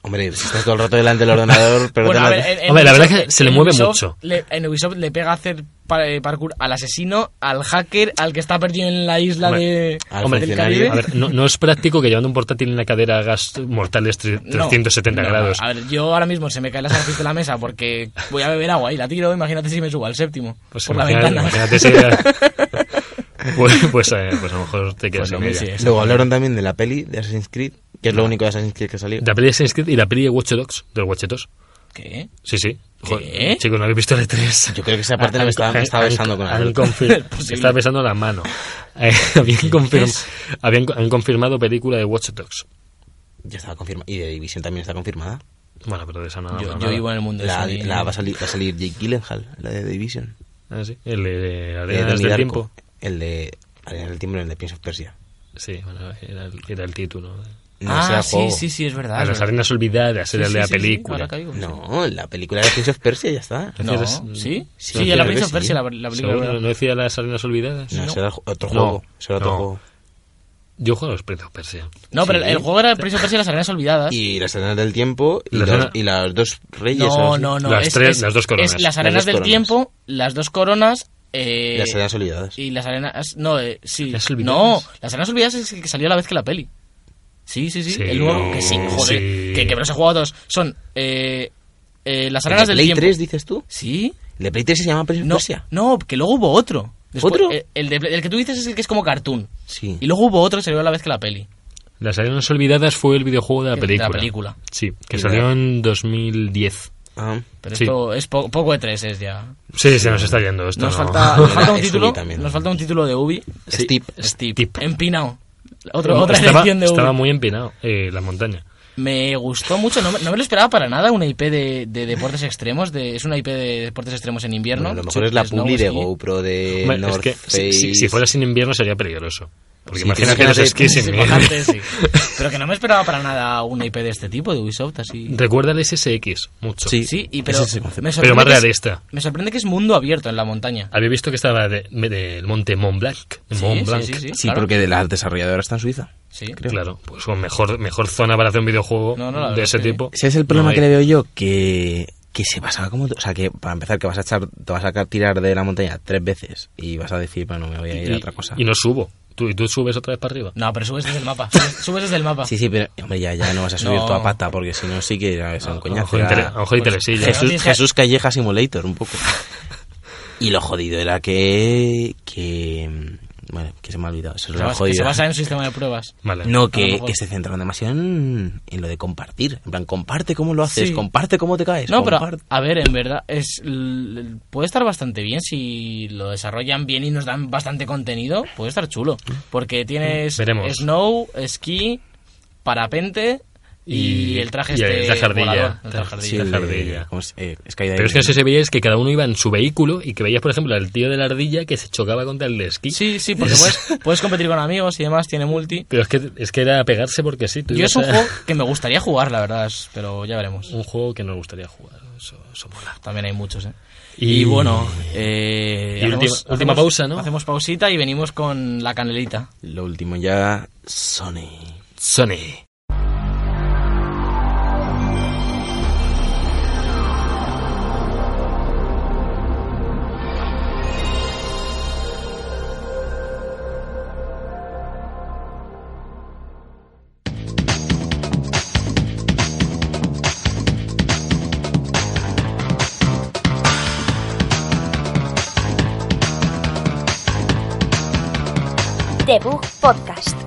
[SPEAKER 3] Hombre, si estás todo el rato delante del ordenador, pero
[SPEAKER 4] Bueno,
[SPEAKER 3] te
[SPEAKER 4] a
[SPEAKER 3] lo-
[SPEAKER 4] ver, en- en
[SPEAKER 2] Hombre, la verdad
[SPEAKER 4] Ubisoft-
[SPEAKER 2] es que se le
[SPEAKER 4] en
[SPEAKER 2] mueve
[SPEAKER 4] Ubisoft
[SPEAKER 2] mucho.
[SPEAKER 4] le- en Ubisoft le pega hacer pa- eh, parkour al asesino, al hacker, al que está perdido en la isla
[SPEAKER 2] Hombre,
[SPEAKER 4] de...
[SPEAKER 3] al
[SPEAKER 2] Hombre,
[SPEAKER 4] del
[SPEAKER 3] funcionario.
[SPEAKER 4] Caribe.
[SPEAKER 2] a ver, no, no es práctico que llevando un portátil en la cadera hagas mortales tre-
[SPEAKER 4] No,
[SPEAKER 2] 370
[SPEAKER 4] no,
[SPEAKER 2] grados.
[SPEAKER 4] A ver, yo ahora mismo se me cae la sartén de la mesa porque voy a beber agua y la tiro, imagínate si me subo al séptimo
[SPEAKER 2] Pues
[SPEAKER 4] por
[SPEAKER 2] imagina-
[SPEAKER 4] la ventana.
[SPEAKER 2] imagínate si- pues, pues, eh, pues a lo mejor te quedas
[SPEAKER 4] Pues a
[SPEAKER 2] en
[SPEAKER 4] mí
[SPEAKER 2] media.
[SPEAKER 4] sí, es.
[SPEAKER 3] Luego hablaron también de la peli de Assassin's Creed, que es lo único de Assassin's Creed que salió.
[SPEAKER 2] La peli de Assassin's Creed y la peli de Watch Dogs, de los Watchetos.
[SPEAKER 4] ¿Qué?
[SPEAKER 2] Sí, sí.
[SPEAKER 4] ¿Qué?
[SPEAKER 2] Chicos, no habéis visto el E 3.
[SPEAKER 3] Yo creo que esa parte la me estaba, me estaba besando con
[SPEAKER 2] han
[SPEAKER 3] Alberto.
[SPEAKER 2] confir-
[SPEAKER 4] Es posible.
[SPEAKER 2] Estaba besando la mano. Eh, habían, confirm- habían han confirmado película de Watch Dogs.
[SPEAKER 3] Ya estaba confirmada. Y de Division también está confirmada.
[SPEAKER 2] Bueno, pero de esa nada.
[SPEAKER 4] Yo,
[SPEAKER 2] nada.
[SPEAKER 4] yo vivo en el mundo ¿eh? de
[SPEAKER 3] La,
[SPEAKER 4] Sony.
[SPEAKER 3] la va, a salir, va a salir Jake Gyllenhaal, la de Division.
[SPEAKER 2] Ah, sí. El de
[SPEAKER 3] De
[SPEAKER 2] Arenas del
[SPEAKER 3] Donnie Darko.
[SPEAKER 2] Tiempo.
[SPEAKER 3] El de Arenas del Tiempo, el de Prince of Persia.
[SPEAKER 2] Sí, bueno, era el, era el título.
[SPEAKER 3] No será
[SPEAKER 4] ah, sí,
[SPEAKER 3] juego.
[SPEAKER 4] sí, sí, es verdad.
[SPEAKER 2] A
[SPEAKER 4] es
[SPEAKER 2] las
[SPEAKER 4] verdad.
[SPEAKER 2] arenas olvidadas
[SPEAKER 4] Sí,
[SPEAKER 2] era el
[SPEAKER 4] sí,
[SPEAKER 2] de la
[SPEAKER 4] sí, sí,
[SPEAKER 2] película.
[SPEAKER 4] ahora caigo, sí.
[SPEAKER 3] No, la película de Prince of Persia ya está.
[SPEAKER 4] No,
[SPEAKER 2] Entonces,
[SPEAKER 4] ¿sí?
[SPEAKER 3] sí,
[SPEAKER 4] Sí, la
[SPEAKER 3] creo que
[SPEAKER 4] Prince of
[SPEAKER 3] sí.
[SPEAKER 4] Persia, la, la película.
[SPEAKER 2] ¿seguro?
[SPEAKER 4] ¿verdad?
[SPEAKER 2] ¿No decía las arenas olvidadas?
[SPEAKER 3] No, será ju- otro
[SPEAKER 2] No,
[SPEAKER 3] juego. será otro
[SPEAKER 2] no.
[SPEAKER 3] juego.
[SPEAKER 2] Yo juego a los Prince of Persia.
[SPEAKER 4] No, pero
[SPEAKER 3] Sí.
[SPEAKER 4] el, el juego era el Prince of Persia y las arenas olvidadas.
[SPEAKER 3] Y las arenas del tiempo y,
[SPEAKER 2] Las
[SPEAKER 3] los,
[SPEAKER 2] arenas-
[SPEAKER 3] y las dos reyes. o algo
[SPEAKER 4] ¿Ah, no,
[SPEAKER 3] así.
[SPEAKER 4] no, no.
[SPEAKER 2] Las
[SPEAKER 4] es-
[SPEAKER 2] tres-
[SPEAKER 4] es-
[SPEAKER 2] las dos coronas.
[SPEAKER 4] Es las
[SPEAKER 3] Las
[SPEAKER 4] arenas
[SPEAKER 3] dos
[SPEAKER 4] del
[SPEAKER 3] coronas.
[SPEAKER 4] tiempo, las dos coronas. Eh,
[SPEAKER 3] Las arenas olvidadas.
[SPEAKER 4] Y las arenas. No, eh, sí.
[SPEAKER 2] Las
[SPEAKER 4] no,
[SPEAKER 2] olvidadas.
[SPEAKER 4] las arenas olvidadas es el que salió a la vez que la peli. Sí, sí, sí.
[SPEAKER 2] Sí,
[SPEAKER 4] el nuevo. Que sí, joder.
[SPEAKER 2] sí.
[SPEAKER 4] Que, que me los he jugado todos. Son eh, eh, las
[SPEAKER 3] ¿El
[SPEAKER 4] arenas
[SPEAKER 3] de
[SPEAKER 4] del
[SPEAKER 3] Play
[SPEAKER 4] tiempo.
[SPEAKER 3] 3 dices tú?
[SPEAKER 4] Sí.
[SPEAKER 3] ¿El de Play 3 se llama Prince of
[SPEAKER 4] No,
[SPEAKER 3] Persia?
[SPEAKER 4] no, que luego hubo otro.
[SPEAKER 3] ¿Otro?
[SPEAKER 4] eh, El, de- el que tú dices es el que es como cartoon.
[SPEAKER 3] Sí.
[SPEAKER 4] Y luego hubo otro que salió a la vez que la peli.
[SPEAKER 2] Las arenas olvidadas fue el videojuego de la
[SPEAKER 4] De la
[SPEAKER 2] película.
[SPEAKER 4] película.
[SPEAKER 2] Sí, que
[SPEAKER 3] Y
[SPEAKER 2] salió
[SPEAKER 3] la-
[SPEAKER 2] en 2010.
[SPEAKER 3] Ah.
[SPEAKER 4] Pero
[SPEAKER 2] Sí.
[SPEAKER 4] esto es po- poco de tres, es ya.
[SPEAKER 2] Sí, se nos está yendo esto.
[SPEAKER 4] Nos
[SPEAKER 2] no.
[SPEAKER 4] falta, nos falta un
[SPEAKER 3] Es
[SPEAKER 4] título.
[SPEAKER 3] Ubi también.
[SPEAKER 4] Nos falta un título de Ubi.
[SPEAKER 3] Steep.
[SPEAKER 4] Steve.
[SPEAKER 2] Steep.
[SPEAKER 4] Empinado. Otro- otra
[SPEAKER 2] Eh, estaba,
[SPEAKER 4] edición de Ubi.
[SPEAKER 2] estaba muy empinado eh, la montaña.
[SPEAKER 4] Me gustó mucho, no me, no me lo esperaba para nada una IP de, de deportes extremos. De, es una IP de deportes extremos en invierno.
[SPEAKER 3] Bueno, a lo mejor es la
[SPEAKER 4] Snow
[SPEAKER 3] publi de
[SPEAKER 4] ski.
[SPEAKER 3] GoPro, de
[SPEAKER 2] Hombre, es
[SPEAKER 3] Eh, North
[SPEAKER 2] que si,
[SPEAKER 3] Face.
[SPEAKER 2] si- si fuera sin invierno sería peligroso. Porque
[SPEAKER 3] Sí,
[SPEAKER 2] imagínate
[SPEAKER 3] que
[SPEAKER 2] los
[SPEAKER 3] imagínate,
[SPEAKER 2] esquís
[SPEAKER 4] Sí,
[SPEAKER 2] sin
[SPEAKER 4] bastante,
[SPEAKER 2] nieve.
[SPEAKER 4] sí. Pero que no me esperaba para nada una IP de este tipo, de Ubisoft, así.
[SPEAKER 2] Recuerda el SSX mucho.
[SPEAKER 3] Sí.
[SPEAKER 4] Sí, y pero,
[SPEAKER 3] Ese es el concepto.
[SPEAKER 4] me sorprende
[SPEAKER 2] Pero más
[SPEAKER 4] que es-
[SPEAKER 2] realista.
[SPEAKER 4] me sorprende que es mundo abierto en la montaña.
[SPEAKER 2] Había visto que estaba de- me- del monte Mont Blanc. de
[SPEAKER 4] Sí,
[SPEAKER 2] Mont
[SPEAKER 4] sí,
[SPEAKER 2] Blanc.
[SPEAKER 4] sí, sí.
[SPEAKER 3] Sí,
[SPEAKER 4] claro.
[SPEAKER 3] porque de las desarrolladoras está en Suiza.
[SPEAKER 4] Sí.
[SPEAKER 2] Claro, pues bueno, mejor, mejor zona para hacer un videojuego
[SPEAKER 4] No, no,
[SPEAKER 2] de
[SPEAKER 4] la verdad
[SPEAKER 2] ese
[SPEAKER 4] es que sí.
[SPEAKER 2] tipo.
[SPEAKER 3] Ese es el problema
[SPEAKER 2] No hay.
[SPEAKER 3] que le veo yo, que, que se basaba como... O sea, que para empezar, que vas a echar, te vas a ca- tirar de la montaña tres veces y vas a decir, bueno, me voy a ir a otra cosa.
[SPEAKER 2] Y, no subo. Tú, y tú subes otra vez para arriba.
[SPEAKER 4] No, pero subes desde el mapa. Subes, subes desde el mapa.
[SPEAKER 3] Sí, sí, pero hombre, ya, ya no vas a subir
[SPEAKER 4] No.
[SPEAKER 3] toda pata, porque si no sí que es un
[SPEAKER 2] a lo
[SPEAKER 3] coñazo.
[SPEAKER 2] mejor,
[SPEAKER 3] era-
[SPEAKER 2] intele- a lo mejor interesilla.
[SPEAKER 4] Jesús-
[SPEAKER 3] Jesús, Jesús Calleja Simulator, un poco. Y lo jodido era que... que bueno, que se me ha olvidado. Eso es
[SPEAKER 4] Que
[SPEAKER 3] lo
[SPEAKER 4] bas- que
[SPEAKER 3] jodido.
[SPEAKER 4] se basa en un sistema de pruebas.
[SPEAKER 2] Vale.
[SPEAKER 3] No,
[SPEAKER 4] A lo
[SPEAKER 3] que,
[SPEAKER 4] mejor.
[SPEAKER 3] que se centraron demasiado en, en lo de compartir. En plan, comparte cómo lo haces,
[SPEAKER 4] Sí.
[SPEAKER 3] comparte cómo te caes.
[SPEAKER 4] No, pero
[SPEAKER 3] comparte.
[SPEAKER 4] a ver, en verdad, es l- l- puede estar bastante bien si lo desarrollan bien y nos dan bastante contenido. Puede estar chulo. Porque tienes
[SPEAKER 2] Veremos.
[SPEAKER 4] snow, esquí, parapente y,
[SPEAKER 2] Y-
[SPEAKER 4] el traje
[SPEAKER 2] y el
[SPEAKER 4] este.
[SPEAKER 2] traje ardilla.
[SPEAKER 4] volador, el traje
[SPEAKER 3] Sí,
[SPEAKER 4] ardilla.
[SPEAKER 3] el de-
[SPEAKER 2] Jardilla.
[SPEAKER 3] ¿cómo se- eh, Skydive.
[SPEAKER 2] Pero es que eso se veía es que cada uno iba en su vehículo y que veías, por ejemplo, al tío de la ardilla que se chocaba contra el de esquí.
[SPEAKER 4] Sí, sí, porque puedes, puedes competir con amigos y demás, tiene multi.
[SPEAKER 2] Pero es que, es que era pegarse porque sí. Tú
[SPEAKER 4] Yo
[SPEAKER 2] ibas
[SPEAKER 4] es un
[SPEAKER 2] a-
[SPEAKER 4] juego que me gustaría jugar, la verdad, es- pero ya veremos.
[SPEAKER 2] un juego que nos gustaría jugar. Eso, eso mola.
[SPEAKER 4] También hay muchos, ¿eh?
[SPEAKER 2] Y-
[SPEAKER 4] Y, bueno, eh,
[SPEAKER 2] Y última- última pausa, ¿no?
[SPEAKER 4] Hacemos pausita y venimos con la canelita.
[SPEAKER 3] Lo último ya, Sony.
[SPEAKER 2] Sony.
[SPEAKER 1] The Bug Podcast.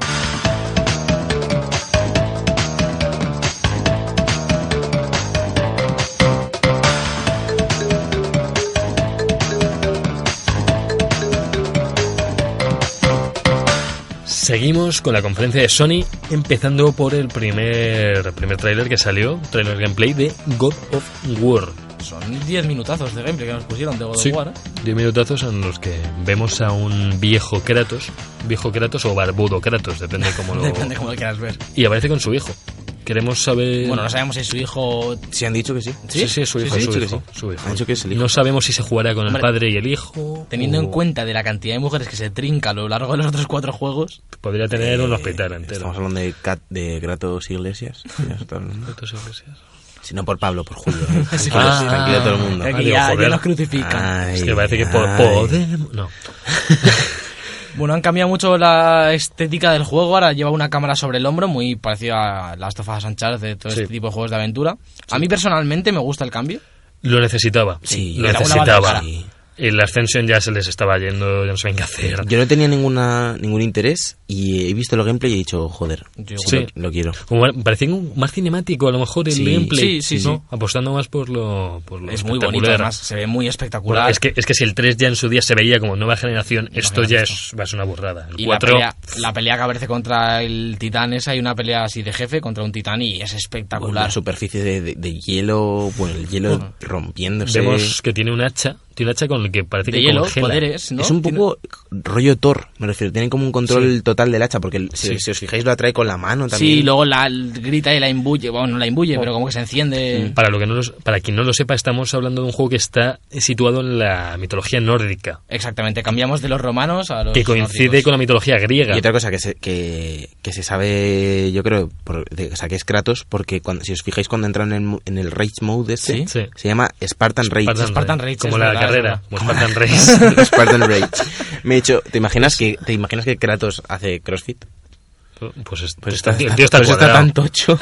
[SPEAKER 2] Seguimos con la conferencia de Sony, empezando por el primer, primer tráiler que salió, tráiler gameplay de God of War.
[SPEAKER 4] Son 10 minutazos de gameplay que nos pusieron de God of
[SPEAKER 2] Sí,
[SPEAKER 4] War, ¿eh?
[SPEAKER 2] 10 minutazos en los que vemos a un viejo Kratos, viejo Kratos o barbudo Kratos, depende cómo lo...
[SPEAKER 4] Depende cómo lo quieras ver.
[SPEAKER 2] Y aparece con su hijo. Queremos saber...
[SPEAKER 4] Bueno, no sabemos si es su hijo...
[SPEAKER 3] Si han dicho que sí.
[SPEAKER 2] Sí, sí, es su hijo,
[SPEAKER 3] sí,
[SPEAKER 2] es su
[SPEAKER 3] sí,
[SPEAKER 2] hijo,
[SPEAKER 3] sí.
[SPEAKER 2] su hijo.
[SPEAKER 3] Han dicho que es el hijo.
[SPEAKER 2] No sabemos si se jugará con el
[SPEAKER 4] Hombre,
[SPEAKER 2] padre y el hijo.
[SPEAKER 4] Teniendo en
[SPEAKER 2] o
[SPEAKER 4] cuenta de la cantidad de mujeres que se trinca a lo largo de los otros cuatro juegos,
[SPEAKER 2] Podría tener un
[SPEAKER 3] Eh,
[SPEAKER 2] hospital entero.
[SPEAKER 3] Estamos hablando de, Cat, de Gratos Iglesias. Ya está hablando.
[SPEAKER 2] Entonces, gracias.
[SPEAKER 3] si no por Pablo, por Julio. ¿eh? Tranquilos,
[SPEAKER 2] Ah.
[SPEAKER 3] tranquilo todo el mundo.
[SPEAKER 2] Ah,
[SPEAKER 4] aquí
[SPEAKER 2] digo,
[SPEAKER 4] ya, ya
[SPEAKER 2] joder. Ah.
[SPEAKER 4] nos crucifican.
[SPEAKER 3] Ay,
[SPEAKER 2] Es que parece que po-
[SPEAKER 3] ay.
[SPEAKER 2] podemos... No.
[SPEAKER 4] Bueno, han cambiado mucho la estética del juego. Ahora lleva una cámara sobre el hombro, muy parecida a Last of Us Uncharted, de todo
[SPEAKER 2] Sí.
[SPEAKER 4] este tipo de juegos de aventura. A mí personalmente me gusta el cambio.
[SPEAKER 2] Lo necesitaba.
[SPEAKER 3] Sí,
[SPEAKER 2] lo
[SPEAKER 3] era
[SPEAKER 4] una
[SPEAKER 2] necesitaba.
[SPEAKER 4] baldosa.
[SPEAKER 3] Sí.
[SPEAKER 2] El Ascension ya se les estaba yendo, ya no saben qué hacer.
[SPEAKER 3] Yo no tenía ninguna, ningún interés y he visto el gameplay y he dicho, joder,
[SPEAKER 4] Yo-
[SPEAKER 3] sí, lo- Lo, quiero.
[SPEAKER 2] Como parecía un- más cinemático a lo mejor el
[SPEAKER 3] Sí,
[SPEAKER 2] gameplay.
[SPEAKER 4] sí, sí,
[SPEAKER 2] ¿no? Apostando más por lo, por lo
[SPEAKER 4] es muy bonito,
[SPEAKER 2] espectacular.
[SPEAKER 4] además se ve muy
[SPEAKER 2] Bueno,
[SPEAKER 4] espectacular.
[SPEAKER 2] es, que, es que si el 3 ya en su día se veía como nueva generación, esto ya
[SPEAKER 4] esto.
[SPEAKER 2] es, va a ser una burrada. El
[SPEAKER 4] y
[SPEAKER 2] 4,
[SPEAKER 4] la, pelea, la pelea que aparece contra el titán esa, hay una pelea así de jefe contra un titán y es
[SPEAKER 3] Con
[SPEAKER 4] espectacular.
[SPEAKER 3] la superficie de, de- de hielo, bueno, el hielo rompiéndose.
[SPEAKER 2] vemos que tiene un hacha. Tiene un hacha con el que parece
[SPEAKER 4] de
[SPEAKER 2] que
[SPEAKER 4] hielo,
[SPEAKER 2] congela.
[SPEAKER 4] poderes, ¿no?
[SPEAKER 3] Es un
[SPEAKER 4] Tiene-
[SPEAKER 3] poco rollo Thor, me refiero. Tienen como un control total del hacha, porque el- si,
[SPEAKER 2] Sí.
[SPEAKER 3] si os fijáis lo atrae con la mano también.
[SPEAKER 4] Sí, luego la grita y la imbuye, bueno, no la imbuye, pero como que se enciende.
[SPEAKER 2] Para, lo que no los- para quien no lo sepa, estamos hablando de un juego que está situado en la mitología nórdica,
[SPEAKER 4] Exactamente, cambiamos de los romanos a los
[SPEAKER 2] que coincide
[SPEAKER 4] nórdicos.
[SPEAKER 2] con la mitología griega.
[SPEAKER 3] Y otra cosa que se, que, que se sabe, yo creo, por- de- o sea, que es Kratos, porque cuando, si os fijáis cuando entran en el, mo- en el Rage Mode este,
[SPEAKER 2] Sí. Sí.
[SPEAKER 3] se llama Spartan Rage.
[SPEAKER 2] Spartan
[SPEAKER 4] Spartan
[SPEAKER 2] Race,
[SPEAKER 4] Race,
[SPEAKER 2] como
[SPEAKER 4] es
[SPEAKER 2] la
[SPEAKER 4] verdad, es
[SPEAKER 2] carrera,
[SPEAKER 4] verdad.
[SPEAKER 2] como Spartan Race.
[SPEAKER 3] Spartan Rage. Me he dicho, ¿te imaginas que te imaginas que Kratos hace CrossFit?
[SPEAKER 2] Pues, es-
[SPEAKER 3] Pues está,
[SPEAKER 2] el tío está,
[SPEAKER 3] pues está
[SPEAKER 2] cuadrado.
[SPEAKER 3] tan tocho.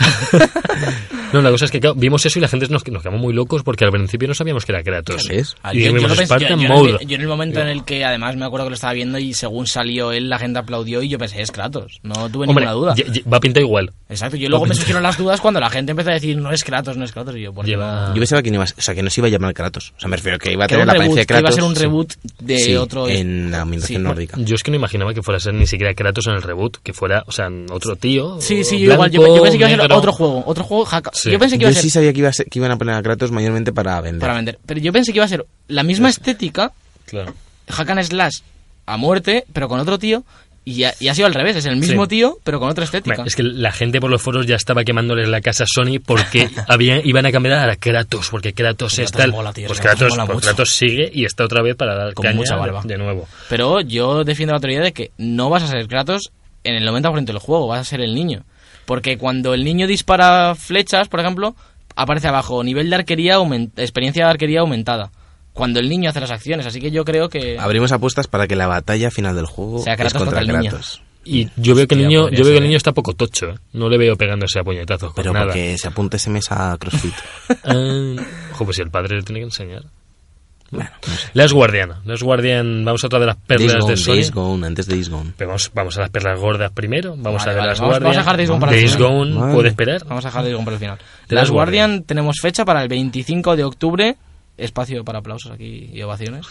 [SPEAKER 2] No, la cosa es que claro, vimos eso y la gente nos, nos quedamos muy locos porque al principio no sabíamos que era Kratos.
[SPEAKER 3] Ya ves.
[SPEAKER 4] Ah,
[SPEAKER 2] Y
[SPEAKER 4] yo- yo
[SPEAKER 2] vimos
[SPEAKER 4] lo pensé-
[SPEAKER 2] Spartan
[SPEAKER 4] yo- yo en el-
[SPEAKER 2] Mode.
[SPEAKER 4] yo en el momento en el que además me acuerdo que lo estaba viendo y según salió él la gente aplaudió y yo pensé, es Kratos. No tuve
[SPEAKER 2] Hombre,
[SPEAKER 4] ninguna duda.
[SPEAKER 2] ye- ye- va a pintar igual.
[SPEAKER 4] Exacto, yo luego me surgieron las dudas cuando la gente empezó a decir, no es Kratos, no es Kratos. Y yo, ¿por qué
[SPEAKER 2] Lleva...
[SPEAKER 3] Yo pensaba que no, iba, a- o sea, que no se iba a llamar Kratos. O sea, me refiero que iba a
[SPEAKER 4] no? Que
[SPEAKER 3] tener
[SPEAKER 4] era un
[SPEAKER 3] la apariencia de
[SPEAKER 4] reboot, que
[SPEAKER 3] Kratos.
[SPEAKER 4] iba a ser un
[SPEAKER 3] sí.
[SPEAKER 4] reboot de
[SPEAKER 3] Sí,
[SPEAKER 4] otro...
[SPEAKER 3] En la
[SPEAKER 4] Sí,
[SPEAKER 3] ambientación
[SPEAKER 4] bueno,
[SPEAKER 3] nórdica.
[SPEAKER 2] Yo es que no imaginaba que fuera a ser ni siquiera Kratos en el reboot, que fuera, o sea, otro tío.
[SPEAKER 4] Sí, sí, yo
[SPEAKER 2] blanco,
[SPEAKER 4] igual, yo, yo pensé que iba a ser
[SPEAKER 2] negro.
[SPEAKER 4] otro juego, otro juego hack-
[SPEAKER 2] Sí.
[SPEAKER 4] Yo pensé que
[SPEAKER 3] Yo
[SPEAKER 4] iba a
[SPEAKER 3] sí
[SPEAKER 4] ser
[SPEAKER 3] sabía que, iba a ser- que iban a poner a Kratos mayormente para vender.
[SPEAKER 4] para vender, pero yo pensé que iba a ser la misma estética,
[SPEAKER 2] Claro.
[SPEAKER 4] hack and slash a muerte, pero con otro tío, y ha, y ha sido al revés, es el mismo
[SPEAKER 2] Sí.
[SPEAKER 4] tío, pero con otra estética.
[SPEAKER 2] Es que la gente por los foros ya estaba quemándoles la casa a Sony porque había, iban a cambiar a Kratos, porque Kratos, es
[SPEAKER 4] Kratos
[SPEAKER 2] tal.
[SPEAKER 4] mola, tío,
[SPEAKER 2] pues
[SPEAKER 4] Kratos
[SPEAKER 2] Kratos,
[SPEAKER 4] mola
[SPEAKER 2] pues
[SPEAKER 4] mucho.
[SPEAKER 2] Kratos sigue y está otra vez para dar
[SPEAKER 4] Con
[SPEAKER 2] caña
[SPEAKER 4] mucha barba.
[SPEAKER 2] de, de nuevo.
[SPEAKER 4] Pero yo defiendo la teoría de que no vas a ser Kratos en el 90% del juego, vas a ser el niño. Porque cuando el niño dispara flechas, por ejemplo, aparece abajo nivel de arquería, aumen- experiencia de arquería aumentada. Cuando el niño hace las acciones, así que yo creo que...
[SPEAKER 3] Abrimos apuestas para que la batalla final del juego
[SPEAKER 4] Sea
[SPEAKER 3] es
[SPEAKER 4] Kratos
[SPEAKER 3] contra,
[SPEAKER 4] contra el niño.
[SPEAKER 3] Kratos.
[SPEAKER 2] Y yo veo que el
[SPEAKER 4] Hostia,
[SPEAKER 2] niño,
[SPEAKER 4] podría
[SPEAKER 2] yo veo que
[SPEAKER 4] ser,
[SPEAKER 2] el
[SPEAKER 4] ¿eh?
[SPEAKER 2] niño está poco tocho, ¿eh? No le veo pegándose a puñetazos con
[SPEAKER 3] Pero
[SPEAKER 2] nada.
[SPEAKER 3] porque se apunta ese mes a CrossFit.
[SPEAKER 2] Ah, ojo, pues si el padre le tiene que enseñar. Las Guardian, Las Guardian, vamos a otra de las
[SPEAKER 3] Days
[SPEAKER 2] perlas de
[SPEAKER 3] Gone, Days
[SPEAKER 2] Sony.
[SPEAKER 3] Gone, antes de Days Gone.
[SPEAKER 2] Pero vamos, vamos a las perlas gordas primero, vamos
[SPEAKER 4] Vale,
[SPEAKER 2] a ver
[SPEAKER 4] vale,
[SPEAKER 2] las
[SPEAKER 4] vamos-
[SPEAKER 2] Guardian.
[SPEAKER 4] vamos a dejar Days Gone para el final.
[SPEAKER 2] Gone
[SPEAKER 3] Vale.
[SPEAKER 2] puede esperar.
[SPEAKER 4] Vamos a dejar de comprar al final.
[SPEAKER 2] The
[SPEAKER 4] Las
[SPEAKER 2] Last
[SPEAKER 4] Guardian,
[SPEAKER 2] Guardian.
[SPEAKER 4] tenemos fecha para el 25 de octubre. Espacio para aplausos aquí y ovaciones.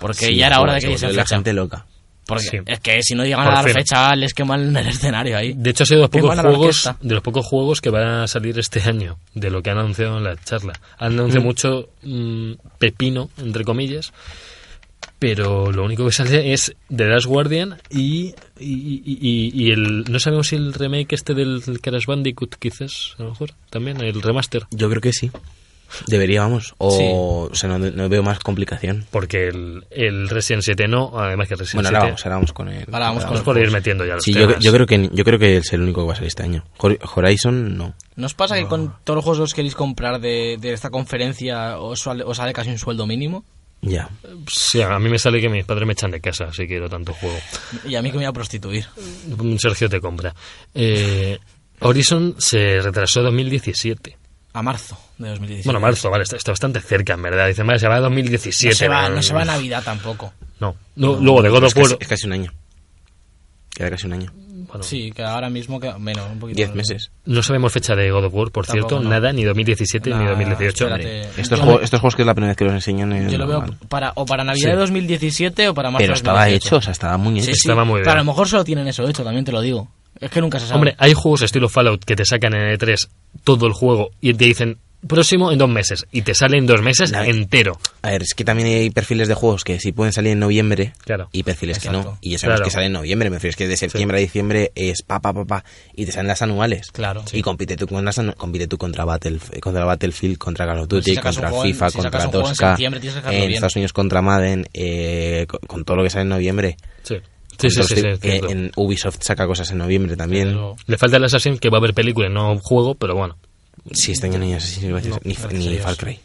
[SPEAKER 4] Porque
[SPEAKER 3] Sí,
[SPEAKER 4] ya era hora de
[SPEAKER 3] se
[SPEAKER 4] que diese
[SPEAKER 3] volvió la
[SPEAKER 4] fecha.
[SPEAKER 3] gente loca.
[SPEAKER 4] Porque
[SPEAKER 2] Sí.
[SPEAKER 4] es que si no llegan
[SPEAKER 2] Por
[SPEAKER 4] a dar
[SPEAKER 2] fin.
[SPEAKER 4] fecha, les queman el escenario ahí.
[SPEAKER 2] De hecho, ha sido de los
[SPEAKER 4] Qué
[SPEAKER 2] pocos
[SPEAKER 4] mala la
[SPEAKER 2] juegos,
[SPEAKER 4] orquesta.
[SPEAKER 2] de los pocos juegos que van a salir este año, de lo que han anunciado en la charla. Han anunciado mucho mm, pepino, entre comillas, pero lo único que sale es The Last Guardian y, y, y- y- y el... No sabemos si el remake este del Crash Bandicoot, quizás, a lo mejor, también, el remaster.
[SPEAKER 3] Yo creo que sí. Debería, vamos. O, o sea, no, no veo más complicación.
[SPEAKER 2] Porque el, el Resident 7 no, además que el Resident
[SPEAKER 3] Bueno,
[SPEAKER 2] 7...
[SPEAKER 3] ahora vamos, ahora vamos con el.
[SPEAKER 4] Ahora vamos con
[SPEAKER 2] Vamos
[SPEAKER 4] los
[SPEAKER 2] por ir
[SPEAKER 4] juegos.
[SPEAKER 2] metiendo ya los
[SPEAKER 3] Sí, yo,
[SPEAKER 2] temas.
[SPEAKER 3] yo creo que yo creo que es el único que va a salir este año. Hor- Horizon no.
[SPEAKER 4] ¿Nos pasa que con todos los juegos que os queréis comprar de, de esta conferencia os sale, os sale casi un sueldo mínimo?
[SPEAKER 3] Ya.
[SPEAKER 2] Sí, a mí me sale que mis padres me echan de casa, así que quiero tanto juego.
[SPEAKER 4] Y a mí que me voy a prostituir.
[SPEAKER 2] Sergio te compra. Eh, Horizon se retrasó 2017.
[SPEAKER 4] A marzo de 2017.
[SPEAKER 2] Bueno, marzo, vale, está, está bastante cerca, en verdad. Dice, vale, se va a 2017.
[SPEAKER 4] no se va,
[SPEAKER 2] ¿no?
[SPEAKER 4] no se va a Navidad tampoco.
[SPEAKER 2] No. No, Luego de God
[SPEAKER 3] Es
[SPEAKER 2] of
[SPEAKER 3] casi,
[SPEAKER 2] War.
[SPEAKER 3] es casi un año. Queda casi un año.
[SPEAKER 2] bueno,
[SPEAKER 4] Sí, que ahora mismo queda menos, un poquito.
[SPEAKER 3] Diez
[SPEAKER 4] menos.
[SPEAKER 3] meses.
[SPEAKER 2] No sabemos fecha de God of War, por
[SPEAKER 4] Tampoco,
[SPEAKER 2] cierto.
[SPEAKER 4] no.
[SPEAKER 2] Nada, ni 2017 ni
[SPEAKER 4] Nah,
[SPEAKER 2] 2018.
[SPEAKER 4] espérate. Eh,
[SPEAKER 3] Estos,
[SPEAKER 4] yo
[SPEAKER 3] juegos,
[SPEAKER 4] lo-
[SPEAKER 3] estos juegos que es la primera vez que los enseñan. eh,
[SPEAKER 4] Yo lo veo
[SPEAKER 3] normal.
[SPEAKER 4] para, o para Navidad de
[SPEAKER 2] Sí.
[SPEAKER 4] 2017 o para marzo
[SPEAKER 3] Pero
[SPEAKER 4] de
[SPEAKER 3] estaba
[SPEAKER 4] 2018.
[SPEAKER 3] hecho, o sea, estaba muy hecho.
[SPEAKER 4] Sí, sí.
[SPEAKER 2] Estaba muy
[SPEAKER 4] Pero a
[SPEAKER 2] bien.
[SPEAKER 4] lo mejor solo tienen eso hecho, también te lo digo. Es que nunca se sabe.
[SPEAKER 2] Hombre, hay juegos estilo Fallout que te sacan en E3 todo el juego y te dicen próximo en dos meses y te sale en dos meses
[SPEAKER 3] Nah.
[SPEAKER 2] entero.
[SPEAKER 3] A ver, es que también hay perfiles de juegos que sí pueden salir en noviembre
[SPEAKER 2] Claro.
[SPEAKER 3] y perfiles que
[SPEAKER 4] Exacto.
[SPEAKER 3] no. Y ya sabemos
[SPEAKER 2] Claro.
[SPEAKER 3] que sale en noviembre, me refiero, es que de septiembre a diciembre es pa, pa, pa, pa, y te salen las anuales.
[SPEAKER 4] Claro.
[SPEAKER 3] Y compite tú, con las anu- compite tú contra, Battle, contra Battlefield, contra Call of
[SPEAKER 4] Pues si
[SPEAKER 3] Duty,
[SPEAKER 4] sacas un
[SPEAKER 3] contra
[SPEAKER 4] juego en-
[SPEAKER 3] FIFA,
[SPEAKER 4] si
[SPEAKER 3] contra
[SPEAKER 4] sacas un juego en
[SPEAKER 3] Tosca,
[SPEAKER 4] septiembre, tienes que sacarlo
[SPEAKER 3] en
[SPEAKER 4] bien.
[SPEAKER 3] Estados Unidos contra Madden, eh, con, con todo lo que sale en noviembre.
[SPEAKER 2] Sí, sí, sí.
[SPEAKER 3] Entonces,
[SPEAKER 2] sí, sí, es
[SPEAKER 3] eh,
[SPEAKER 2] cierto.
[SPEAKER 3] en Ubisoft saca cosas en noviembre también.
[SPEAKER 4] Pero-
[SPEAKER 2] Le falta el Assassin que va a haber película, no juego, pero bueno.
[SPEAKER 3] Sí, este año ni, Assassin's Creed, ni,
[SPEAKER 4] gracias a
[SPEAKER 3] ni
[SPEAKER 4] Dios.
[SPEAKER 3] Far Cry.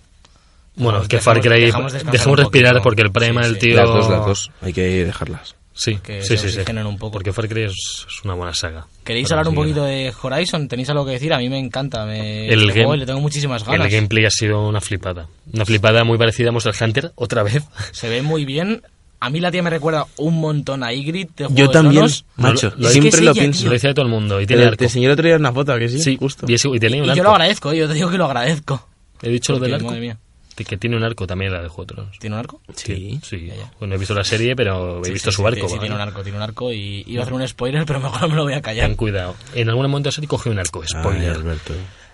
[SPEAKER 2] Bueno,
[SPEAKER 4] Dejamos-
[SPEAKER 2] que Far Cry.
[SPEAKER 4] dejamos
[SPEAKER 2] Dejamos,
[SPEAKER 4] descansar un
[SPEAKER 2] respirar
[SPEAKER 4] poquito.
[SPEAKER 2] porque el Prema,
[SPEAKER 4] Sí,
[SPEAKER 2] el
[SPEAKER 4] sí.
[SPEAKER 2] tío.
[SPEAKER 3] Las dos, las dos, hay que dejarlas.
[SPEAKER 2] Sí,
[SPEAKER 4] Que
[SPEAKER 2] sí,
[SPEAKER 4] se
[SPEAKER 2] sí. sí.
[SPEAKER 4] oxigenen un poco.
[SPEAKER 2] Porque Far Cry es, es una buena saga.
[SPEAKER 4] ¿Queréis
[SPEAKER 2] Pero
[SPEAKER 4] hablar un
[SPEAKER 2] sí,
[SPEAKER 4] poquito de Horizon? ¿Tenéis algo que decir? A mí me encanta. Me...
[SPEAKER 2] El
[SPEAKER 4] este
[SPEAKER 2] game-
[SPEAKER 4] juego le tengo muchísimas ganas.
[SPEAKER 2] El gameplay ha sido una flipada. Una flipada muy parecida a Monster Hunter, otra vez.
[SPEAKER 4] Se ve muy bien. A mí la tía me recuerda un montón a Ygritte de Juego
[SPEAKER 3] Yo
[SPEAKER 4] de
[SPEAKER 3] también,
[SPEAKER 4] Tronos.
[SPEAKER 3] macho,
[SPEAKER 2] No, lo- lo-
[SPEAKER 3] siempre
[SPEAKER 4] es que
[SPEAKER 3] lo
[SPEAKER 4] sí, ya,
[SPEAKER 3] pienso.
[SPEAKER 2] Lo decía todo el mundo. Y tiene
[SPEAKER 3] Te, te
[SPEAKER 2] arco.
[SPEAKER 3] enseñé el otro día una foto, ¿a que sí?
[SPEAKER 2] Sí,
[SPEAKER 3] justo.
[SPEAKER 2] Y, es- y tiene un
[SPEAKER 4] Y yo
[SPEAKER 2] arco.
[SPEAKER 4] lo agradezco, yo te digo que lo agradezco.
[SPEAKER 2] He dicho lo del
[SPEAKER 4] Porque,
[SPEAKER 2] arco.
[SPEAKER 4] madre mía.
[SPEAKER 2] Que- Que tiene un arco también la de Juego de Tronos.
[SPEAKER 4] ¿Tiene un arco?
[SPEAKER 3] Sí.
[SPEAKER 2] Sí. Bueno, he visto la serie, pero he
[SPEAKER 4] Sí,
[SPEAKER 2] visto
[SPEAKER 4] sí,
[SPEAKER 2] su
[SPEAKER 4] sí,
[SPEAKER 2] arco.
[SPEAKER 4] Sí,
[SPEAKER 2] ¿vale?
[SPEAKER 4] tiene un arco, tiene un arco y iba a hacer un spoiler, pero mejor me lo voy a callar.
[SPEAKER 2] Ten cuidado. En algún momento de la serie coge un arco. Spoiler.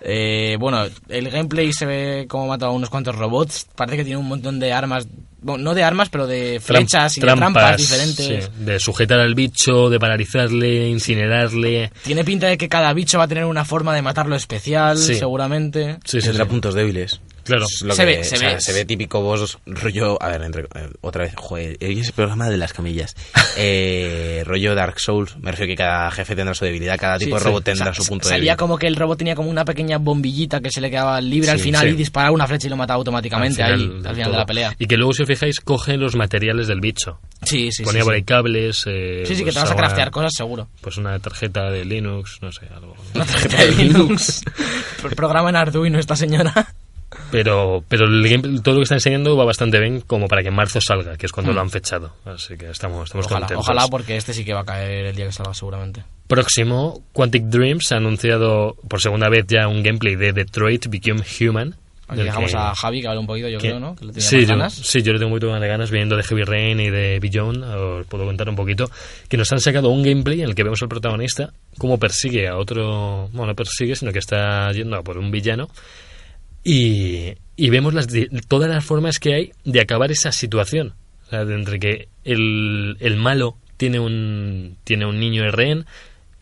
[SPEAKER 4] Eh, bueno, el gameplay se ve como mata a unos cuantos robots. Parece que tiene un montón de armas. Bueno, no de armas, pero de
[SPEAKER 2] Tram-
[SPEAKER 4] flechas y de trampas diferentes.
[SPEAKER 2] sí, de sujetar al bicho, de paralizarle, incinerarle.
[SPEAKER 4] Tiene pinta de que cada bicho va a tener una forma de matarlo especial,
[SPEAKER 2] Sí.
[SPEAKER 4] seguramente.
[SPEAKER 2] Sí, sí,
[SPEAKER 3] Tendrá
[SPEAKER 2] sí.
[SPEAKER 3] puntos débiles.
[SPEAKER 2] Claro.
[SPEAKER 3] Es lo
[SPEAKER 4] Se
[SPEAKER 3] que-
[SPEAKER 4] ve, se
[SPEAKER 3] o sea,
[SPEAKER 4] ve.
[SPEAKER 3] se ve típico vos rollo. A ver, entre- eh, otra vez, joder, hoy es el programa de las camillas. Eh, rollo Dark Souls. Me refiero que cada jefe tendrá su debilidad, cada tipo de robot tendrá su punto
[SPEAKER 4] Salía
[SPEAKER 3] débil.
[SPEAKER 4] como que el robot tenía como una pequeña bombillita que se le quedaba libre al
[SPEAKER 2] Sí,
[SPEAKER 4] final
[SPEAKER 2] sí.
[SPEAKER 4] y disparaba una flecha y lo mataba automáticamente
[SPEAKER 2] Al
[SPEAKER 4] ahí,
[SPEAKER 2] del
[SPEAKER 4] al final de
[SPEAKER 2] todo.
[SPEAKER 4] la pelea.
[SPEAKER 2] Y que luego, si os fijáis, coge los materiales del bicho.
[SPEAKER 4] Sí, sí, sí.
[SPEAKER 2] Ponía
[SPEAKER 4] sí.
[SPEAKER 2] por ahí cables. eh,
[SPEAKER 4] Sí, sí, que
[SPEAKER 2] pues
[SPEAKER 4] te vas a
[SPEAKER 2] alguna-
[SPEAKER 4] craftear cosas seguro.
[SPEAKER 2] Pues una tarjeta de Linux, no sé, algo.
[SPEAKER 4] Una tarjeta de Linux. Pro- Programa en Arduino esta señora.
[SPEAKER 2] Pero, pero el game- todo lo que está enseñando va bastante bien como para que en marzo salga, que es cuando lo han fechado. Así que estamos, estamos
[SPEAKER 4] Hmm. Ojalá,
[SPEAKER 2] contentos.
[SPEAKER 4] ojalá, porque este sí que va a caer el día que salga seguramente.
[SPEAKER 2] Próximo, Quantic Dreams ha anunciado por segunda vez ya un gameplay de Detroit Become Human.
[SPEAKER 4] Aquí
[SPEAKER 2] del
[SPEAKER 4] Dejamos
[SPEAKER 2] que-
[SPEAKER 4] a Javi que hable un poquito, yo
[SPEAKER 2] que-
[SPEAKER 4] creo, ¿no? Que le tenía
[SPEAKER 2] sí,
[SPEAKER 4] más
[SPEAKER 2] yo,
[SPEAKER 4] ganas.
[SPEAKER 2] sí, yo le tengo muy de ganas viendo de Heavy Rain y de Beyond, os puedo contar un poquito, que nos han sacado un gameplay en el que vemos al protagonista cómo persigue a otro, bueno, no persigue, sino que está yendo a por un villano y, y vemos las, di- todas las formas que hay de acabar esa situación. O sea, de entre que el, el malo tiene un, tiene un niño de rehén,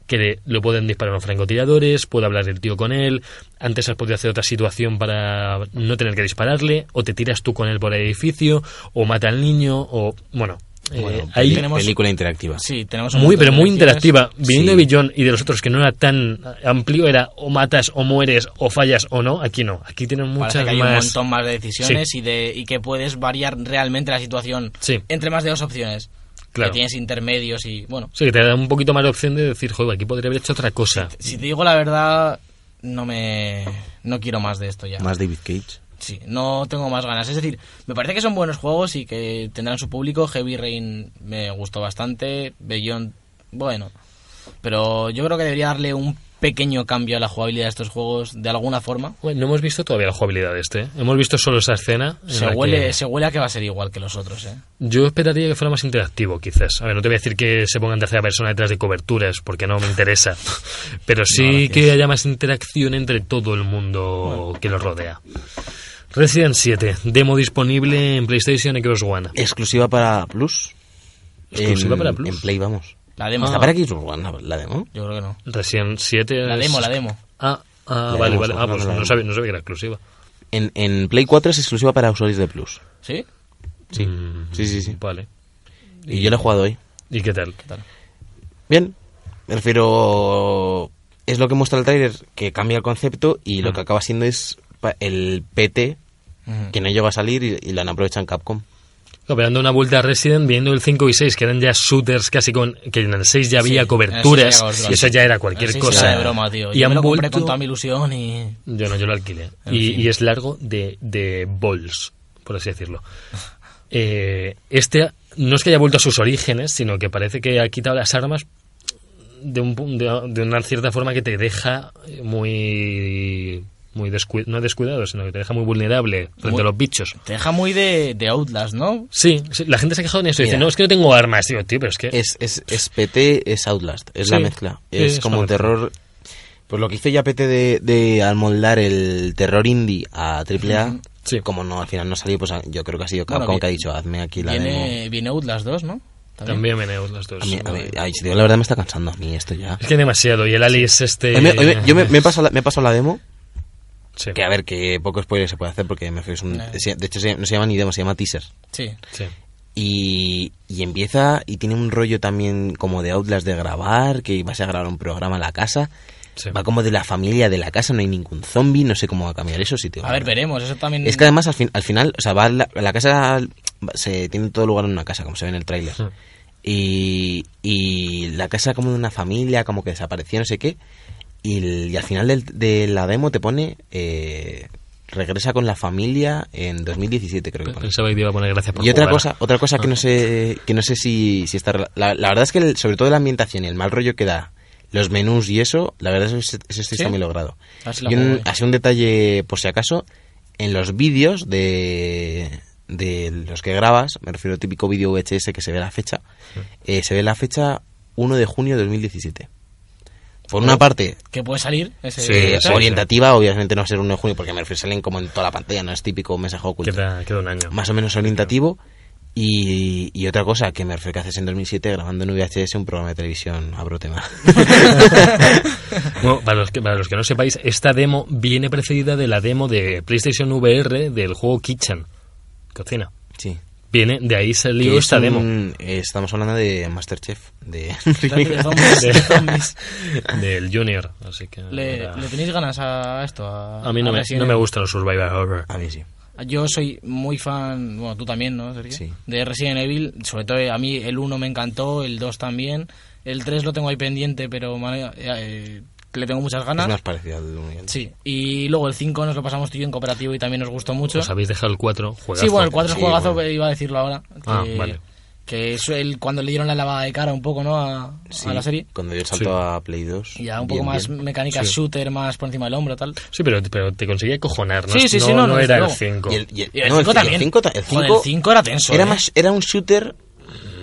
[SPEAKER 2] que le, lo pueden disparar los francotiradores, puede hablar el tío con él, antes has podido hacer otra situación para no tener que dispararle, o te tiras tú con él por el edificio, o mata al niño, o... Bueno, eh,
[SPEAKER 3] Bueno,
[SPEAKER 2] ahí...
[SPEAKER 3] peli-
[SPEAKER 4] tenemos-
[SPEAKER 3] película interactiva.
[SPEAKER 4] Sí, tenemos un
[SPEAKER 2] Muy,
[SPEAKER 4] montón
[SPEAKER 2] pero
[SPEAKER 4] de
[SPEAKER 2] muy
[SPEAKER 4] elecciones.
[SPEAKER 2] interactiva. Viniendo
[SPEAKER 3] Sí.
[SPEAKER 2] de Billón y de los otros que no era tan amplio, era o matas o mueres o fallas o no. Aquí no. Aquí tienen
[SPEAKER 4] Parece
[SPEAKER 2] muchas
[SPEAKER 4] que hay un
[SPEAKER 2] más.
[SPEAKER 4] montón más de decisiones y, de, y que puedes variar realmente la situación
[SPEAKER 2] Sí.
[SPEAKER 4] entre más de dos opciones.
[SPEAKER 2] Claro.
[SPEAKER 4] Que tienes intermedios y, bueno,
[SPEAKER 2] Sí, que te da un poquito más de opción de decir, joder, aquí podría haber hecho otra cosa.
[SPEAKER 4] si te digo la verdad, no me... no quiero más de esto ya.
[SPEAKER 3] Más David Cage.
[SPEAKER 4] Sí, no tengo más ganas. Es decir, me parece que son buenos juegos y que tendrán su público. Heavy Rain me gustó bastante. Beyond, bueno. Pero yo creo que debería darle un pequeño cambio a la jugabilidad de estos juegos de alguna forma.
[SPEAKER 2] Bueno, no hemos visto todavía la jugabilidad de este. ¿eh? Hemos visto solo esa escena. en
[SPEAKER 4] Se
[SPEAKER 2] la que-
[SPEAKER 4] huele, se huele a que va a ser igual que los otros, ¿eh?
[SPEAKER 2] Yo esperaría que fuera más interactivo, quizás. A ver, no te voy a decir que se ponga en tercera persona detrás de coberturas, porque no me interesa. Pero sí que haya más interacción entre todo el mundo que lo rodea. Resident 7, demo disponible en PlayStation y Xbox One.
[SPEAKER 3] Exclusiva para Plus.
[SPEAKER 2] Exclusiva
[SPEAKER 3] En-
[SPEAKER 2] para Plus.
[SPEAKER 3] En Play, vamos.
[SPEAKER 4] La
[SPEAKER 2] Ah.
[SPEAKER 4] demo.
[SPEAKER 3] ¿Está para Xbox One la- la demo?
[SPEAKER 4] Yo creo que no.
[SPEAKER 2] Resident 7.
[SPEAKER 4] La
[SPEAKER 2] es-
[SPEAKER 4] demo, la demo.
[SPEAKER 2] Ah, ah
[SPEAKER 3] La
[SPEAKER 2] vale,
[SPEAKER 3] demo,
[SPEAKER 2] vale. Ah,
[SPEAKER 3] supongo
[SPEAKER 2] pues
[SPEAKER 3] que
[SPEAKER 2] no
[SPEAKER 3] la demo.
[SPEAKER 2] sabía, no sabía que era exclusiva.
[SPEAKER 3] En, en Play 4 es exclusiva para usuarios de Plus.
[SPEAKER 4] ¿Sí?
[SPEAKER 3] Sí.
[SPEAKER 2] Mm,
[SPEAKER 3] Sí, sí, sí.
[SPEAKER 2] Vale.
[SPEAKER 3] Y yo la he jugado hoy.
[SPEAKER 2] ¿Y qué tal?
[SPEAKER 3] Bien. Me refiero. Es lo que muestra el tráiler, que cambia el concepto y lo que acaba siendo es pa- el PT
[SPEAKER 4] Ujú.
[SPEAKER 3] que no llegó a salir y, y lo han aprovechado en Capcom.
[SPEAKER 2] No, pero dando una vuelta a Resident, viendo el 5 y 6, que eran ya shooters casi con. que en el 6 ya había
[SPEAKER 4] Sí,
[SPEAKER 2] coberturas,
[SPEAKER 4] en el 6 ya había
[SPEAKER 2] y eso ya era cualquier
[SPEAKER 4] Sí, sí,
[SPEAKER 2] cosa.
[SPEAKER 4] era de broma, tío.
[SPEAKER 2] Y
[SPEAKER 4] yo
[SPEAKER 2] han
[SPEAKER 4] me lo compré
[SPEAKER 2] vuelto-
[SPEAKER 4] con toda mi ilusión y...
[SPEAKER 2] Yo no, yo lo alquilé.
[SPEAKER 4] En
[SPEAKER 2] Y,
[SPEAKER 4] fin.
[SPEAKER 2] y es largo de, de bols, por así decirlo. eh, este no es que haya vuelto a sus orígenes, sino que parece que ha quitado las armas de, un pu- de- de una cierta forma que te deja muy muy descu- no descuidado, sino que te deja muy vulnerable frente
[SPEAKER 4] Muy-
[SPEAKER 2] a los bichos.
[SPEAKER 4] Te deja muy de, de Outlast, ¿no?
[SPEAKER 2] Sí, sí, la gente se ha quejado en eso. Dice,
[SPEAKER 3] Mira.
[SPEAKER 2] no, es que no tengo armas, tío, tío, pero es que...
[SPEAKER 3] Es, es, es PT, es Outlast, es la
[SPEAKER 2] Sí,
[SPEAKER 3] mezcla.
[SPEAKER 2] sí,
[SPEAKER 3] es
[SPEAKER 2] es
[SPEAKER 3] como
[SPEAKER 2] la mezcla.
[SPEAKER 3] terror. Pues lo que hizo ya PT de, de al moldar el terror indie a AAA,
[SPEAKER 2] Sí.
[SPEAKER 3] como no al final no salió, pues yo creo que ha sido
[SPEAKER 4] Bueno,
[SPEAKER 3] Capcom
[SPEAKER 4] vi-
[SPEAKER 3] que ha dicho, hazme aquí la de...
[SPEAKER 4] Viene, viene Outlast 2, ¿no?
[SPEAKER 2] También veneos las dos.
[SPEAKER 3] A mí, a mí- ay, si te digo la verdad me está cansando a mí esto ya.
[SPEAKER 2] Es que hay demasiado. Y el Alice este...
[SPEAKER 3] Hoy me- hoy me- yo me, me he pasado la, me he pasado la demo,
[SPEAKER 2] Sí,
[SPEAKER 3] que a ver, que poco spoiler se puede hacer porque me es un...
[SPEAKER 4] No.
[SPEAKER 3] se- De hecho se- no se llama ni demo, se llama teaser.
[SPEAKER 4] Sí.
[SPEAKER 2] sí.
[SPEAKER 3] Y, y empieza y tiene un rollo también como de Outlast de grabar, que vas a grabar un programa a la casa.
[SPEAKER 2] Sí.
[SPEAKER 3] Va como de la familia de la casa, no hay ningún zombie, no sé cómo va a cambiar eso. Si te
[SPEAKER 4] A ver, veremos. Eso también.
[SPEAKER 3] Es que además al, fin- al final, o sea, va la, la casa, se tiene todo lugar en una casa, como se ve en el tráiler.
[SPEAKER 2] Sí.
[SPEAKER 3] Y, y la casa como de una familia, como que desapareció, no sé qué. Y, el- y al final del- de la demo te pone... eh, regresa con la familia en 2017 creo que pone.
[SPEAKER 2] Pensaba que iba a poner gracias por
[SPEAKER 3] Y otra
[SPEAKER 2] jugar.
[SPEAKER 3] cosa, otra cosa que no sé, que no sé si, si está rela- la, la verdad es que el- sobre todo la ambientación y el mal rollo que da, los menús y eso, la verdad es que eso sí está
[SPEAKER 4] ¿Sí?
[SPEAKER 3] muy logrado.
[SPEAKER 4] A ver si la
[SPEAKER 3] Y
[SPEAKER 4] pongo
[SPEAKER 3] un,
[SPEAKER 4] ahí.
[SPEAKER 3] así un detalle, por si acaso, en los vídeos de de los que grabas, me refiero al típico vídeo VHS que se ve la fecha, eh, se ve la fecha 1 de junio de 2017. Por una parte,
[SPEAKER 4] Que puede salir ese.
[SPEAKER 2] Sí,
[SPEAKER 3] eh,
[SPEAKER 2] sí,
[SPEAKER 3] orientativa, obviamente no va a ser 1 de junio, porque me refiero, salen como en toda la pantalla, no es típico mensaje oculto
[SPEAKER 2] Queda, queda un año.
[SPEAKER 3] más o menos orientativo. Y, y otra cosa que me refiero que haces en 2007 grabando en VHS un programa de televisión, abro tema.
[SPEAKER 2] Bueno, para, los que, para los que no sepáis, esta demo viene precedida de la demo de PlayStation VR del juego Kitchen. Cocina.
[SPEAKER 3] sí.
[SPEAKER 2] Viene, de ahí salió
[SPEAKER 3] Que es
[SPEAKER 2] esta
[SPEAKER 3] un-
[SPEAKER 2] demo.
[SPEAKER 3] eh, estamos hablando de Masterchef. De...
[SPEAKER 4] de zombies, de zombies.
[SPEAKER 2] del Junior. Así que.
[SPEAKER 4] ¿Le,
[SPEAKER 2] era-
[SPEAKER 4] le tenéis ganas a esto? A,
[SPEAKER 2] A mí no
[SPEAKER 4] a
[SPEAKER 2] me,
[SPEAKER 4] Resident
[SPEAKER 2] no me
[SPEAKER 4] Evil?
[SPEAKER 2] gustan los Survivor Horror.
[SPEAKER 3] A mí sí.
[SPEAKER 4] Yo soy muy fan, bueno, tú también, ¿no, Sergio?
[SPEAKER 3] Sí.
[SPEAKER 4] De Resident Evil, sobre todo eh, a mí el 1 me encantó, el 2 también, el 3 lo tengo ahí pendiente, pero me- eh, eh, le tengo muchas
[SPEAKER 3] Es
[SPEAKER 4] ganas.
[SPEAKER 3] más parecido al Lumion.
[SPEAKER 4] Sí, y luego el 5 nos lo pasamos tú y yo en cooperativo y también nos gustó mucho.
[SPEAKER 2] Os habéis dejado el 4.
[SPEAKER 4] Sí, bueno, el 4
[SPEAKER 3] Pues Sí,
[SPEAKER 4] es juegazo,
[SPEAKER 3] bueno.
[SPEAKER 4] que iba a decirlo ahora. Que,
[SPEAKER 2] Ah, vale.
[SPEAKER 4] que es el, cuando le dieron la lavada de cara un poco, ¿no? A,
[SPEAKER 3] Sí,
[SPEAKER 4] a la serie.
[SPEAKER 3] Cuando yo
[SPEAKER 2] Sí.
[SPEAKER 3] salto a Play 2.
[SPEAKER 4] Ya un
[SPEAKER 3] bien,
[SPEAKER 4] poco más
[SPEAKER 3] bien. Eh,
[SPEAKER 4] mecánica
[SPEAKER 2] Sí.
[SPEAKER 4] shooter, más por encima del hombro, tal.
[SPEAKER 2] Sí, pero, pero te conseguía cojonar. No,
[SPEAKER 4] Sí, sí,
[SPEAKER 2] no,
[SPEAKER 4] sí,
[SPEAKER 2] no,
[SPEAKER 4] no,
[SPEAKER 2] era
[SPEAKER 4] no, desde
[SPEAKER 2] el
[SPEAKER 4] luego.
[SPEAKER 2] 5.
[SPEAKER 3] Y el, y el-
[SPEAKER 4] Y el
[SPEAKER 3] no, el
[SPEAKER 4] cinco
[SPEAKER 3] cinco-
[SPEAKER 4] también.
[SPEAKER 3] El 5 el
[SPEAKER 4] Joder,
[SPEAKER 3] cinco
[SPEAKER 4] el cinco era tenso,
[SPEAKER 3] Era,
[SPEAKER 4] ¿eh?
[SPEAKER 3] más, era un shooter,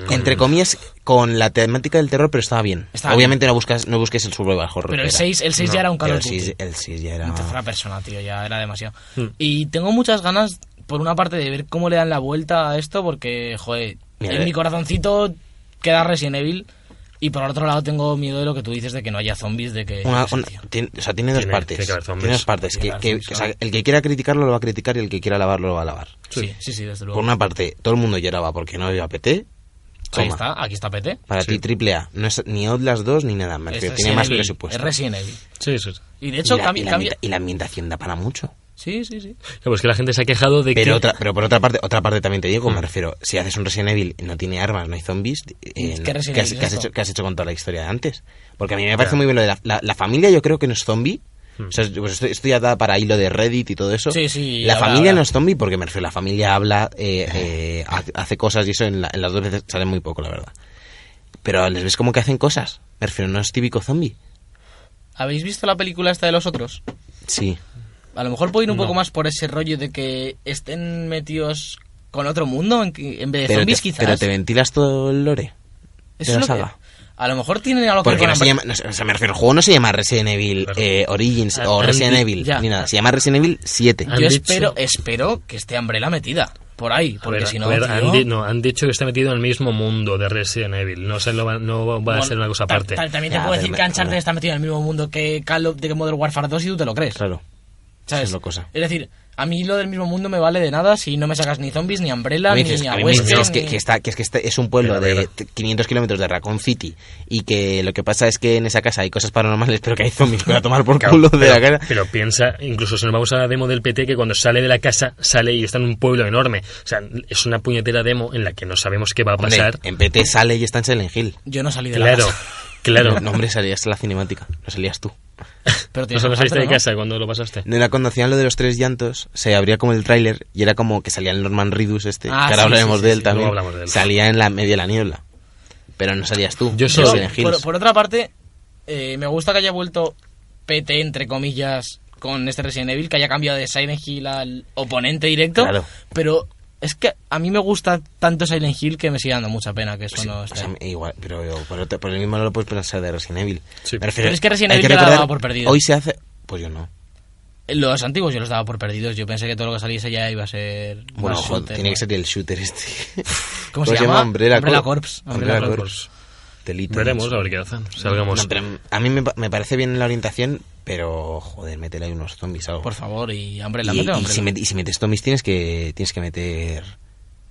[SPEAKER 3] entre comillas, con la temática del terror, pero estaba bien.
[SPEAKER 4] Estaba
[SPEAKER 3] Obviamente No, buscas, no busques el survival horror.
[SPEAKER 4] Pero el
[SPEAKER 3] que era.
[SPEAKER 4] 6, el 6 ya era un Call
[SPEAKER 3] Pero
[SPEAKER 4] of
[SPEAKER 3] el
[SPEAKER 4] Duty.
[SPEAKER 3] 6 el 6 ya era... Hmm.
[SPEAKER 4] En tercera persona, tío, ya era demasiado. Y tengo muchas ganas, por una parte, de ver cómo le dan la vuelta a esto, porque, joder,
[SPEAKER 3] Mira,
[SPEAKER 4] en
[SPEAKER 3] eh.
[SPEAKER 4] mi corazoncito queda Resident Evil. Y por otro lado, tengo miedo de lo que tú dices de que no haya zombies, de que.
[SPEAKER 3] Una-
[SPEAKER 4] no sé,
[SPEAKER 3] una-
[SPEAKER 4] tío.
[SPEAKER 3] tiene- o sea, tiene dos
[SPEAKER 2] Tiene-
[SPEAKER 3] partes.
[SPEAKER 2] tiene que haber zombies.
[SPEAKER 3] Tiene dos partes.
[SPEAKER 4] Tiene
[SPEAKER 3] Que,
[SPEAKER 4] que haber
[SPEAKER 3] que-
[SPEAKER 4] zombies.
[SPEAKER 3] o sea, el que quiera criticarlo lo va a criticar y el que quiera lavarlo lo va a lavar.
[SPEAKER 4] Sí, sí, sí, desde luego.
[SPEAKER 3] Por una parte, todo el mundo lloraba porque no había PT.
[SPEAKER 4] Ahí
[SPEAKER 3] Toma.
[SPEAKER 4] está, aquí está PT.
[SPEAKER 3] Para ti, triple A. No es ni Outlast 2 ni nada. Me
[SPEAKER 4] Es
[SPEAKER 3] refiero,
[SPEAKER 4] Resident
[SPEAKER 3] tiene más
[SPEAKER 4] Evil,
[SPEAKER 3] presupuesto.
[SPEAKER 4] Es Resident Evil.
[SPEAKER 2] Sí, sí. sí.
[SPEAKER 4] Y de
[SPEAKER 3] Y
[SPEAKER 4] hecho,
[SPEAKER 3] la-
[SPEAKER 4] cambia.
[SPEAKER 3] y la
[SPEAKER 4] cambia-
[SPEAKER 3] ambienta- y la ambientación da para mucho.
[SPEAKER 4] Sí, sí, sí.
[SPEAKER 2] Ya, pues que la gente se ha quejado de que.
[SPEAKER 3] Pero, otra, pero por otra parte, otra parte también te digo, me refiero, si haces un Resident Evil y no tiene armas, no hay zombies, eh,
[SPEAKER 4] Mm. ¿Qué
[SPEAKER 3] no-
[SPEAKER 4] Resident
[SPEAKER 3] ¿qué, has,
[SPEAKER 4] Evil
[SPEAKER 3] qué has
[SPEAKER 4] es esto?
[SPEAKER 3] hecho, qué has hecho con toda la historia de antes? Porque a mí me parece muy bien lo de la, la- la familia, yo creo que no es zombie. O sea, pues esto, esto ya da para hilo de Reddit y todo eso.
[SPEAKER 4] Mm. Sí, sí,
[SPEAKER 3] la
[SPEAKER 4] habrá,
[SPEAKER 3] familia
[SPEAKER 4] habrá.
[SPEAKER 3] no es zombie porque me refiero, la familia habla, eh, eh, ha- hace cosas y eso en, la- en las dos veces sale muy poco, la verdad. Pero les ves como que hacen cosas. Me refiero, no es típico zombie.
[SPEAKER 4] ¿Habéis visto la película esta de los otros?
[SPEAKER 3] Sí.
[SPEAKER 4] A lo mejor puedo ir un poco más por ese rollo de que estén metidos con otro mundo en, que- en vez de
[SPEAKER 3] pero,
[SPEAKER 4] zombies,
[SPEAKER 3] te,
[SPEAKER 4] quizás.
[SPEAKER 3] pero te ventilas todo el lore.
[SPEAKER 4] Eso
[SPEAKER 3] de la
[SPEAKER 4] es lo que-
[SPEAKER 3] saga.
[SPEAKER 4] a lo mejor tienen algo que ver
[SPEAKER 3] Porque
[SPEAKER 4] con
[SPEAKER 3] no
[SPEAKER 4] la-
[SPEAKER 3] se llama, no se- o sea, me refiero, el juego no se llama Resident Evil eh, Origins
[SPEAKER 2] Ah,
[SPEAKER 3] o
[SPEAKER 2] han
[SPEAKER 3] Resident
[SPEAKER 2] di-
[SPEAKER 3] Evil
[SPEAKER 4] ya. Ah,
[SPEAKER 3] ni nada, se llama Resident Evil 7.
[SPEAKER 2] Han
[SPEAKER 4] Yo
[SPEAKER 2] dicho-
[SPEAKER 4] espero, espero que esté Umbrella metida por ahí,
[SPEAKER 2] A
[SPEAKER 4] porque
[SPEAKER 2] ver,
[SPEAKER 4] si no,
[SPEAKER 2] a ver,
[SPEAKER 4] tío,
[SPEAKER 2] han, di- no, han dicho que está metido en el mismo mundo de Resident Evil. No, se lo va, no va a
[SPEAKER 4] bueno,
[SPEAKER 2] ser una cosa
[SPEAKER 4] ta-
[SPEAKER 2] aparte.
[SPEAKER 4] ta- también te
[SPEAKER 3] Ya,
[SPEAKER 4] puedo
[SPEAKER 3] pero
[SPEAKER 4] decir
[SPEAKER 3] me-
[SPEAKER 4] que Uncharted
[SPEAKER 3] me-
[SPEAKER 4] está metido en el mismo mundo que Call of de Modern Warfare 2 y tú te lo crees.
[SPEAKER 3] Claro.
[SPEAKER 4] ¿sabes?
[SPEAKER 3] es la cosa.
[SPEAKER 4] Es decir, a mí lo del mismo mundo me vale de nada si no me sacas ni zombies, ni Umbrella,
[SPEAKER 3] A mí
[SPEAKER 4] ni
[SPEAKER 3] me dices-
[SPEAKER 4] a
[SPEAKER 3] a mí me
[SPEAKER 4] Western,
[SPEAKER 3] dices que,
[SPEAKER 4] ni-
[SPEAKER 3] que está, que es que este es un pueblo
[SPEAKER 2] Pero,
[SPEAKER 3] de
[SPEAKER 2] pero-
[SPEAKER 3] t- 500 kilómetros de Raccoon City y que lo que pasa es que en esa casa hay cosas paranormales, pero que hay zombies para tomar por culo de la cara.
[SPEAKER 2] Pero piensa, incluso si nos vamos a la demo del PT, que cuando sale de la casa, sale y está en un pueblo enorme. O sea, es una puñetera demo en la que no sabemos qué va a
[SPEAKER 3] Hombre,
[SPEAKER 2] pasar.
[SPEAKER 3] en PT sale y está en Silent Hill.
[SPEAKER 4] Yo no salí de la
[SPEAKER 2] Claro,
[SPEAKER 4] casa.
[SPEAKER 2] claro.
[SPEAKER 3] No, hombre, salías a la cinemática, no salías tú.
[SPEAKER 4] Pero
[SPEAKER 2] ¿No
[SPEAKER 4] tienes
[SPEAKER 2] se lo
[SPEAKER 4] que
[SPEAKER 2] saliste de
[SPEAKER 4] hacerlo, ¿no?
[SPEAKER 2] casa cuando lo pasaste?
[SPEAKER 3] No era cuando hacían lo de los tres llantos, se abría como el tráiler y era como que salía el Norman Reedus este,
[SPEAKER 4] Ah,
[SPEAKER 3] que ahora
[SPEAKER 4] sí,
[SPEAKER 3] hablaremos
[SPEAKER 4] sí,
[SPEAKER 3] de
[SPEAKER 4] sí,
[SPEAKER 3] él
[SPEAKER 4] sí,
[SPEAKER 3] también.
[SPEAKER 2] luego hablamos de él.
[SPEAKER 3] Salía en la media de la niebla. Pero no salías tú.
[SPEAKER 2] Yo
[SPEAKER 3] ni
[SPEAKER 2] solo-
[SPEAKER 3] Silent Hills.
[SPEAKER 4] Por, por otra parte, eh, me gusta que haya vuelto PT, entre comillas, con este Resident Evil, que haya cambiado de Silent Hill al oponente directo.
[SPEAKER 3] Claro.
[SPEAKER 4] Pero es que a mí me gusta tanto Silent Hill que me sigue dando mucha pena que eso
[SPEAKER 3] Sí, pues
[SPEAKER 4] no
[SPEAKER 3] o
[SPEAKER 4] esté.
[SPEAKER 3] sea, igual, pero yo- por, otro- por el mismo no lo puedes pensar de Resident Evil.
[SPEAKER 2] Sí.
[SPEAKER 4] Pero es que Resident
[SPEAKER 3] hay
[SPEAKER 4] Evil yo la
[SPEAKER 3] recordar,
[SPEAKER 4] daba por perdido.
[SPEAKER 3] Hoy se hace. Pues yo no.
[SPEAKER 4] Los antiguos yo los daba por perdidos. Yo pensé que todo lo que saliese ya iba a ser.
[SPEAKER 3] Bueno,
[SPEAKER 4] más
[SPEAKER 3] joder,
[SPEAKER 4] shooter,
[SPEAKER 3] tiene
[SPEAKER 4] ¿no?
[SPEAKER 3] que ser el shooter este.
[SPEAKER 4] ¿Cómo se llama?
[SPEAKER 3] Umbrella,
[SPEAKER 4] Umbrella
[SPEAKER 3] Corp.
[SPEAKER 4] Corps. Umbrella Corps.
[SPEAKER 3] Delito.
[SPEAKER 2] Veremos a ver qué hacen. Salgamos.
[SPEAKER 3] No, pero a mí me, pa- me parece bien la orientación, pero joder, métele ahí unos zombies algo.
[SPEAKER 4] Por favor, y hambre la
[SPEAKER 3] y,
[SPEAKER 4] mete,
[SPEAKER 3] y
[SPEAKER 4] hombre.
[SPEAKER 3] si met- y si metes zombies tienes que tienes que meter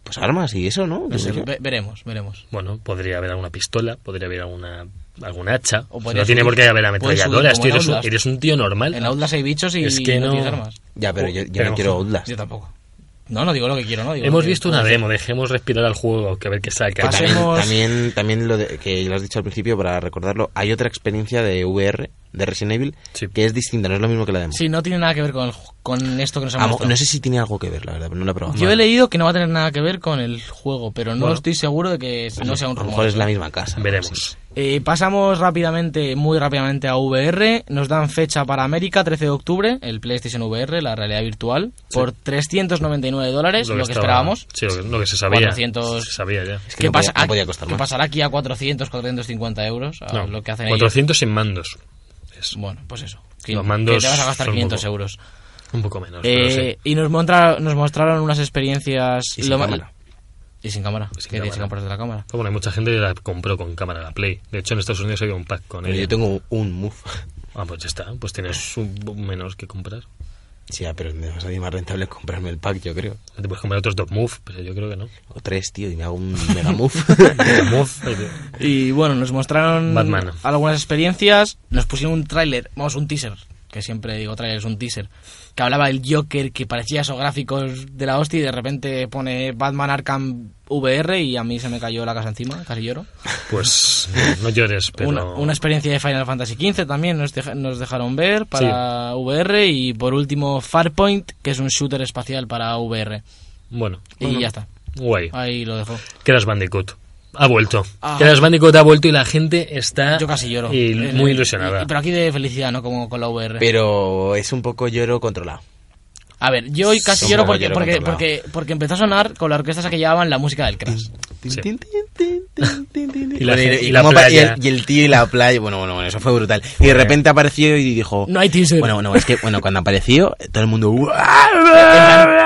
[SPEAKER 3] pues armas y eso, ¿no?
[SPEAKER 4] No sé,
[SPEAKER 3] Digo yo.
[SPEAKER 4] ve- veremos, veremos.
[SPEAKER 2] Bueno, podría haber alguna pistola, podría haber alguna, algún hacha.
[SPEAKER 4] O
[SPEAKER 2] O sea,
[SPEAKER 4] podría
[SPEAKER 2] no tiene
[SPEAKER 4] subir-
[SPEAKER 2] por qué haber
[SPEAKER 4] puedes subir
[SPEAKER 2] ametralladoras,
[SPEAKER 4] como
[SPEAKER 2] tío.
[SPEAKER 4] en
[SPEAKER 2] Eres, un-
[SPEAKER 4] Outlast.
[SPEAKER 2] eres un tío normal.
[SPEAKER 4] En Outlast hay bichos y
[SPEAKER 2] Es que
[SPEAKER 4] no
[SPEAKER 2] no-
[SPEAKER 4] tienes armas.
[SPEAKER 3] Ya, pero yo, yo
[SPEAKER 2] Pero-
[SPEAKER 3] no quiero Outlast.
[SPEAKER 4] Uh, Yo tampoco. No, no digo lo que quiero, no. digo lo
[SPEAKER 2] Hemos
[SPEAKER 4] que-
[SPEAKER 2] visto una demo, dejemos respirar al juego, que a ver qué saca.
[SPEAKER 3] Que también,
[SPEAKER 4] Pasemos-
[SPEAKER 3] también, también lo de- que lo has dicho al principio para recordarlo, hay otra experiencia de VR de Resident Evil
[SPEAKER 2] Sí.
[SPEAKER 3] que es distinta, no es lo mismo que la demo.
[SPEAKER 4] Sí, no tiene nada que ver con, el ju- con esto que nos
[SPEAKER 3] A
[SPEAKER 4] han
[SPEAKER 3] mo-
[SPEAKER 4] mostrado.
[SPEAKER 3] no sé si tiene algo que ver, la verdad, pero no la he probado.
[SPEAKER 4] Yo he leído que no va a tener nada que ver con el juego, pero no estoy seguro de que no sea un
[SPEAKER 3] Pues a lo
[SPEAKER 4] rumor.
[SPEAKER 3] mejor es la misma casa.
[SPEAKER 2] Veremos.
[SPEAKER 4] Eh, pasamos rápidamente, muy rápidamente a VR. Nos dan fecha para América, 13 de octubre, el PlayStation VR, la realidad virtual, por 399 dólares, lo que,
[SPEAKER 2] estaba-
[SPEAKER 4] esperábamos.
[SPEAKER 2] Sí, lo que, lo que se sabía.
[SPEAKER 4] 400.
[SPEAKER 2] Se sabía ya.
[SPEAKER 3] Es que
[SPEAKER 4] ¿Qué
[SPEAKER 3] no podía-
[SPEAKER 4] pasa- Ah,
[SPEAKER 3] no podía costar
[SPEAKER 4] qué
[SPEAKER 3] más.
[SPEAKER 4] pasará aquí a 400, 450 euros? A
[SPEAKER 2] No,
[SPEAKER 4] lo que hacen ellos.
[SPEAKER 2] 400 sin mandos. Es
[SPEAKER 4] Bueno, pues eso. Que,
[SPEAKER 2] Los mandos
[SPEAKER 4] que te vas a gastar
[SPEAKER 2] son
[SPEAKER 4] 500
[SPEAKER 2] poco.
[SPEAKER 4] euros.
[SPEAKER 2] un poco menos.
[SPEAKER 4] Eh,
[SPEAKER 2] pero sí.
[SPEAKER 4] Y nos, montra- nos mostraron unas experiencias...
[SPEAKER 3] Y sin
[SPEAKER 4] lo ma-
[SPEAKER 3] cámara.
[SPEAKER 4] Y sin cámara.
[SPEAKER 2] sin
[SPEAKER 4] que tienes que
[SPEAKER 2] cámara.
[SPEAKER 4] comprarte la cámara.
[SPEAKER 2] Bueno, hay mucha gente que la compró con cámara la Play. De hecho, en Estados Unidos había un pack con
[SPEAKER 3] Pero
[SPEAKER 2] ella.
[SPEAKER 3] yo tengo un move.
[SPEAKER 2] Ah, pues ya está. Pues tienes un un menos que comprar.
[SPEAKER 3] Sí, ah, pero me va a salir más rentable comprarme el pack, yo creo.
[SPEAKER 2] Te puedes comprar otros dos Move, pero yo creo que no.
[SPEAKER 3] O tres, tío, y me hago un mega move.
[SPEAKER 2] Dos Move. eh,
[SPEAKER 4] Y bueno, nos mostraron
[SPEAKER 2] Batman.
[SPEAKER 4] algunas experiencias, nos pusieron un tráiler, vamos, un teaser, que siempre digo tráiler, es un teaser, que hablaba del Joker, que parecía esos gráficos de la hostia y de repente pone Batman Arkham VR y a mí se me cayó la casa encima, casi lloro.
[SPEAKER 2] Pues no, no llores, pero.
[SPEAKER 4] Una, una experiencia de Final Fantasy XV también nos, deja- nos dejaron ver para VR y por último Farpoint, que es un shooter espacial para VR.
[SPEAKER 2] Bueno.
[SPEAKER 4] Y
[SPEAKER 2] bueno,
[SPEAKER 4] ya está,
[SPEAKER 2] Guay.
[SPEAKER 4] ahí lo dejo.
[SPEAKER 2] Crash Bandicoot. Ha vuelto.
[SPEAKER 4] Ah.
[SPEAKER 2] Crash Bandicoot ha vuelto y la gente está
[SPEAKER 4] Yo casi lloro.
[SPEAKER 2] y-
[SPEAKER 4] Eh,
[SPEAKER 2] muy
[SPEAKER 4] eh,
[SPEAKER 2] ilusionada.
[SPEAKER 4] y- pero aquí de felicidad, no como con la VR.
[SPEAKER 3] pero es un poco lloro controlado.
[SPEAKER 4] A ver, yo hoy casi
[SPEAKER 3] Son
[SPEAKER 4] lloro
[SPEAKER 3] poco
[SPEAKER 4] porque,
[SPEAKER 3] lloro
[SPEAKER 4] porque,
[SPEAKER 3] controlado.
[SPEAKER 4] porque, porque empezó a sonar con las orquestas que llevaban la música del Crash.
[SPEAKER 2] Sí.
[SPEAKER 3] Y,
[SPEAKER 2] Y la
[SPEAKER 3] bueno,
[SPEAKER 2] gente-
[SPEAKER 3] y-
[SPEAKER 2] y
[SPEAKER 3] y
[SPEAKER 2] la
[SPEAKER 3] cómo pa- y
[SPEAKER 2] playa.
[SPEAKER 3] el, y el tío y la playa. Bueno, bueno, bueno, eso fue brutal. Y de repente apareció y dijo.
[SPEAKER 4] No hay teaser.
[SPEAKER 3] Bueno, bueno, es que bueno, cuando apareció, todo el mundo.
[SPEAKER 4] En plan, porque claro,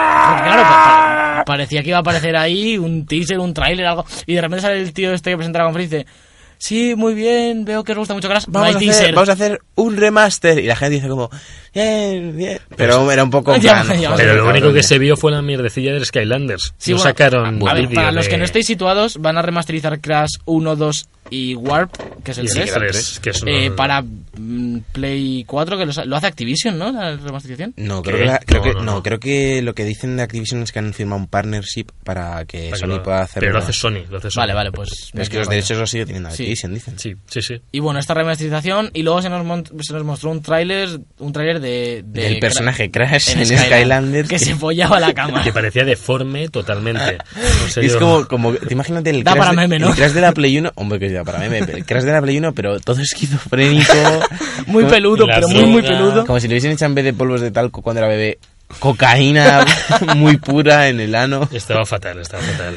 [SPEAKER 4] pa- pa- parecía que iba a aparecer ahí un teaser, un tráiler, algo. Y de repente sale el tío este que presenta la conferencia y dice: Sí, muy bien, veo que os gusta mucho Crash. No
[SPEAKER 3] Vamos
[SPEAKER 4] hay
[SPEAKER 3] a, hacer,
[SPEAKER 4] teaser.
[SPEAKER 3] vamos a hacer un remaster. Y la gente dice como. Bien, bien. Pero era un poco. en
[SPEAKER 4] Ya,
[SPEAKER 3] plan,
[SPEAKER 4] ya,
[SPEAKER 3] joder,
[SPEAKER 2] Pero lo único que
[SPEAKER 3] cabrones.
[SPEAKER 2] se vio fue la mierdecilla de Skylanders.
[SPEAKER 4] Sí,
[SPEAKER 2] no
[SPEAKER 4] bueno,
[SPEAKER 2] sacaron
[SPEAKER 4] a- a ver,
[SPEAKER 2] vídeo
[SPEAKER 4] para los
[SPEAKER 2] de-
[SPEAKER 4] que no estéis situados, van a remasterizar Crash 1, 2 y Warp, que es
[SPEAKER 2] y
[SPEAKER 4] el
[SPEAKER 2] el
[SPEAKER 4] 3.
[SPEAKER 2] tres, que es
[SPEAKER 4] eh,
[SPEAKER 2] un-
[SPEAKER 4] para mm, Play 4, que lo, sa- lo hace Activision, ¿no? La remasterización.
[SPEAKER 3] No,
[SPEAKER 2] ¿Qué?
[SPEAKER 3] creo que, la- creo
[SPEAKER 2] No,
[SPEAKER 3] que-
[SPEAKER 2] no,
[SPEAKER 3] no,
[SPEAKER 2] no.
[SPEAKER 3] creo que lo que dicen de Activision es que han firmado un partnership para que
[SPEAKER 2] para que
[SPEAKER 3] Sony
[SPEAKER 2] lo-
[SPEAKER 3] pueda hacer.
[SPEAKER 2] Pero lo
[SPEAKER 3] una-
[SPEAKER 2] hace Sony. Lo hace Sony.
[SPEAKER 4] Vale, vale, pues.
[SPEAKER 3] Pero es que
[SPEAKER 4] me
[SPEAKER 3] los
[SPEAKER 4] quedo
[SPEAKER 3] derechos los sigue teniendo
[SPEAKER 4] Sí.
[SPEAKER 3] Activision, dicen.
[SPEAKER 2] Sí, sí, sí.
[SPEAKER 4] Y bueno, esta remasterización y luego se nos, mon- se nos mostró un tráiler un tráiler de, de
[SPEAKER 3] Del
[SPEAKER 4] Cra-
[SPEAKER 3] personaje Crash en,
[SPEAKER 4] Skyland,
[SPEAKER 3] Skylander.
[SPEAKER 4] que se follaba la cama.
[SPEAKER 2] Que parecía deforme totalmente. No sé,
[SPEAKER 3] es
[SPEAKER 2] yo-
[SPEAKER 3] como, como, te imagínate el
[SPEAKER 4] Da
[SPEAKER 3] crash,
[SPEAKER 4] para
[SPEAKER 3] de,
[SPEAKER 4] meme, ¿no?
[SPEAKER 3] el crash de la Play 1, hombre que da para meme, pero el crash de la Play 1, pero todo esquizofrénico,
[SPEAKER 4] muy peludo,
[SPEAKER 2] La
[SPEAKER 4] pero muy muy
[SPEAKER 2] droga.
[SPEAKER 4] peludo.
[SPEAKER 3] como si le hubiesen hecho en vez de polvos de talco cuando era bebé, cocaína muy pura en el ano.
[SPEAKER 2] Estaba fatal, estaba fatal.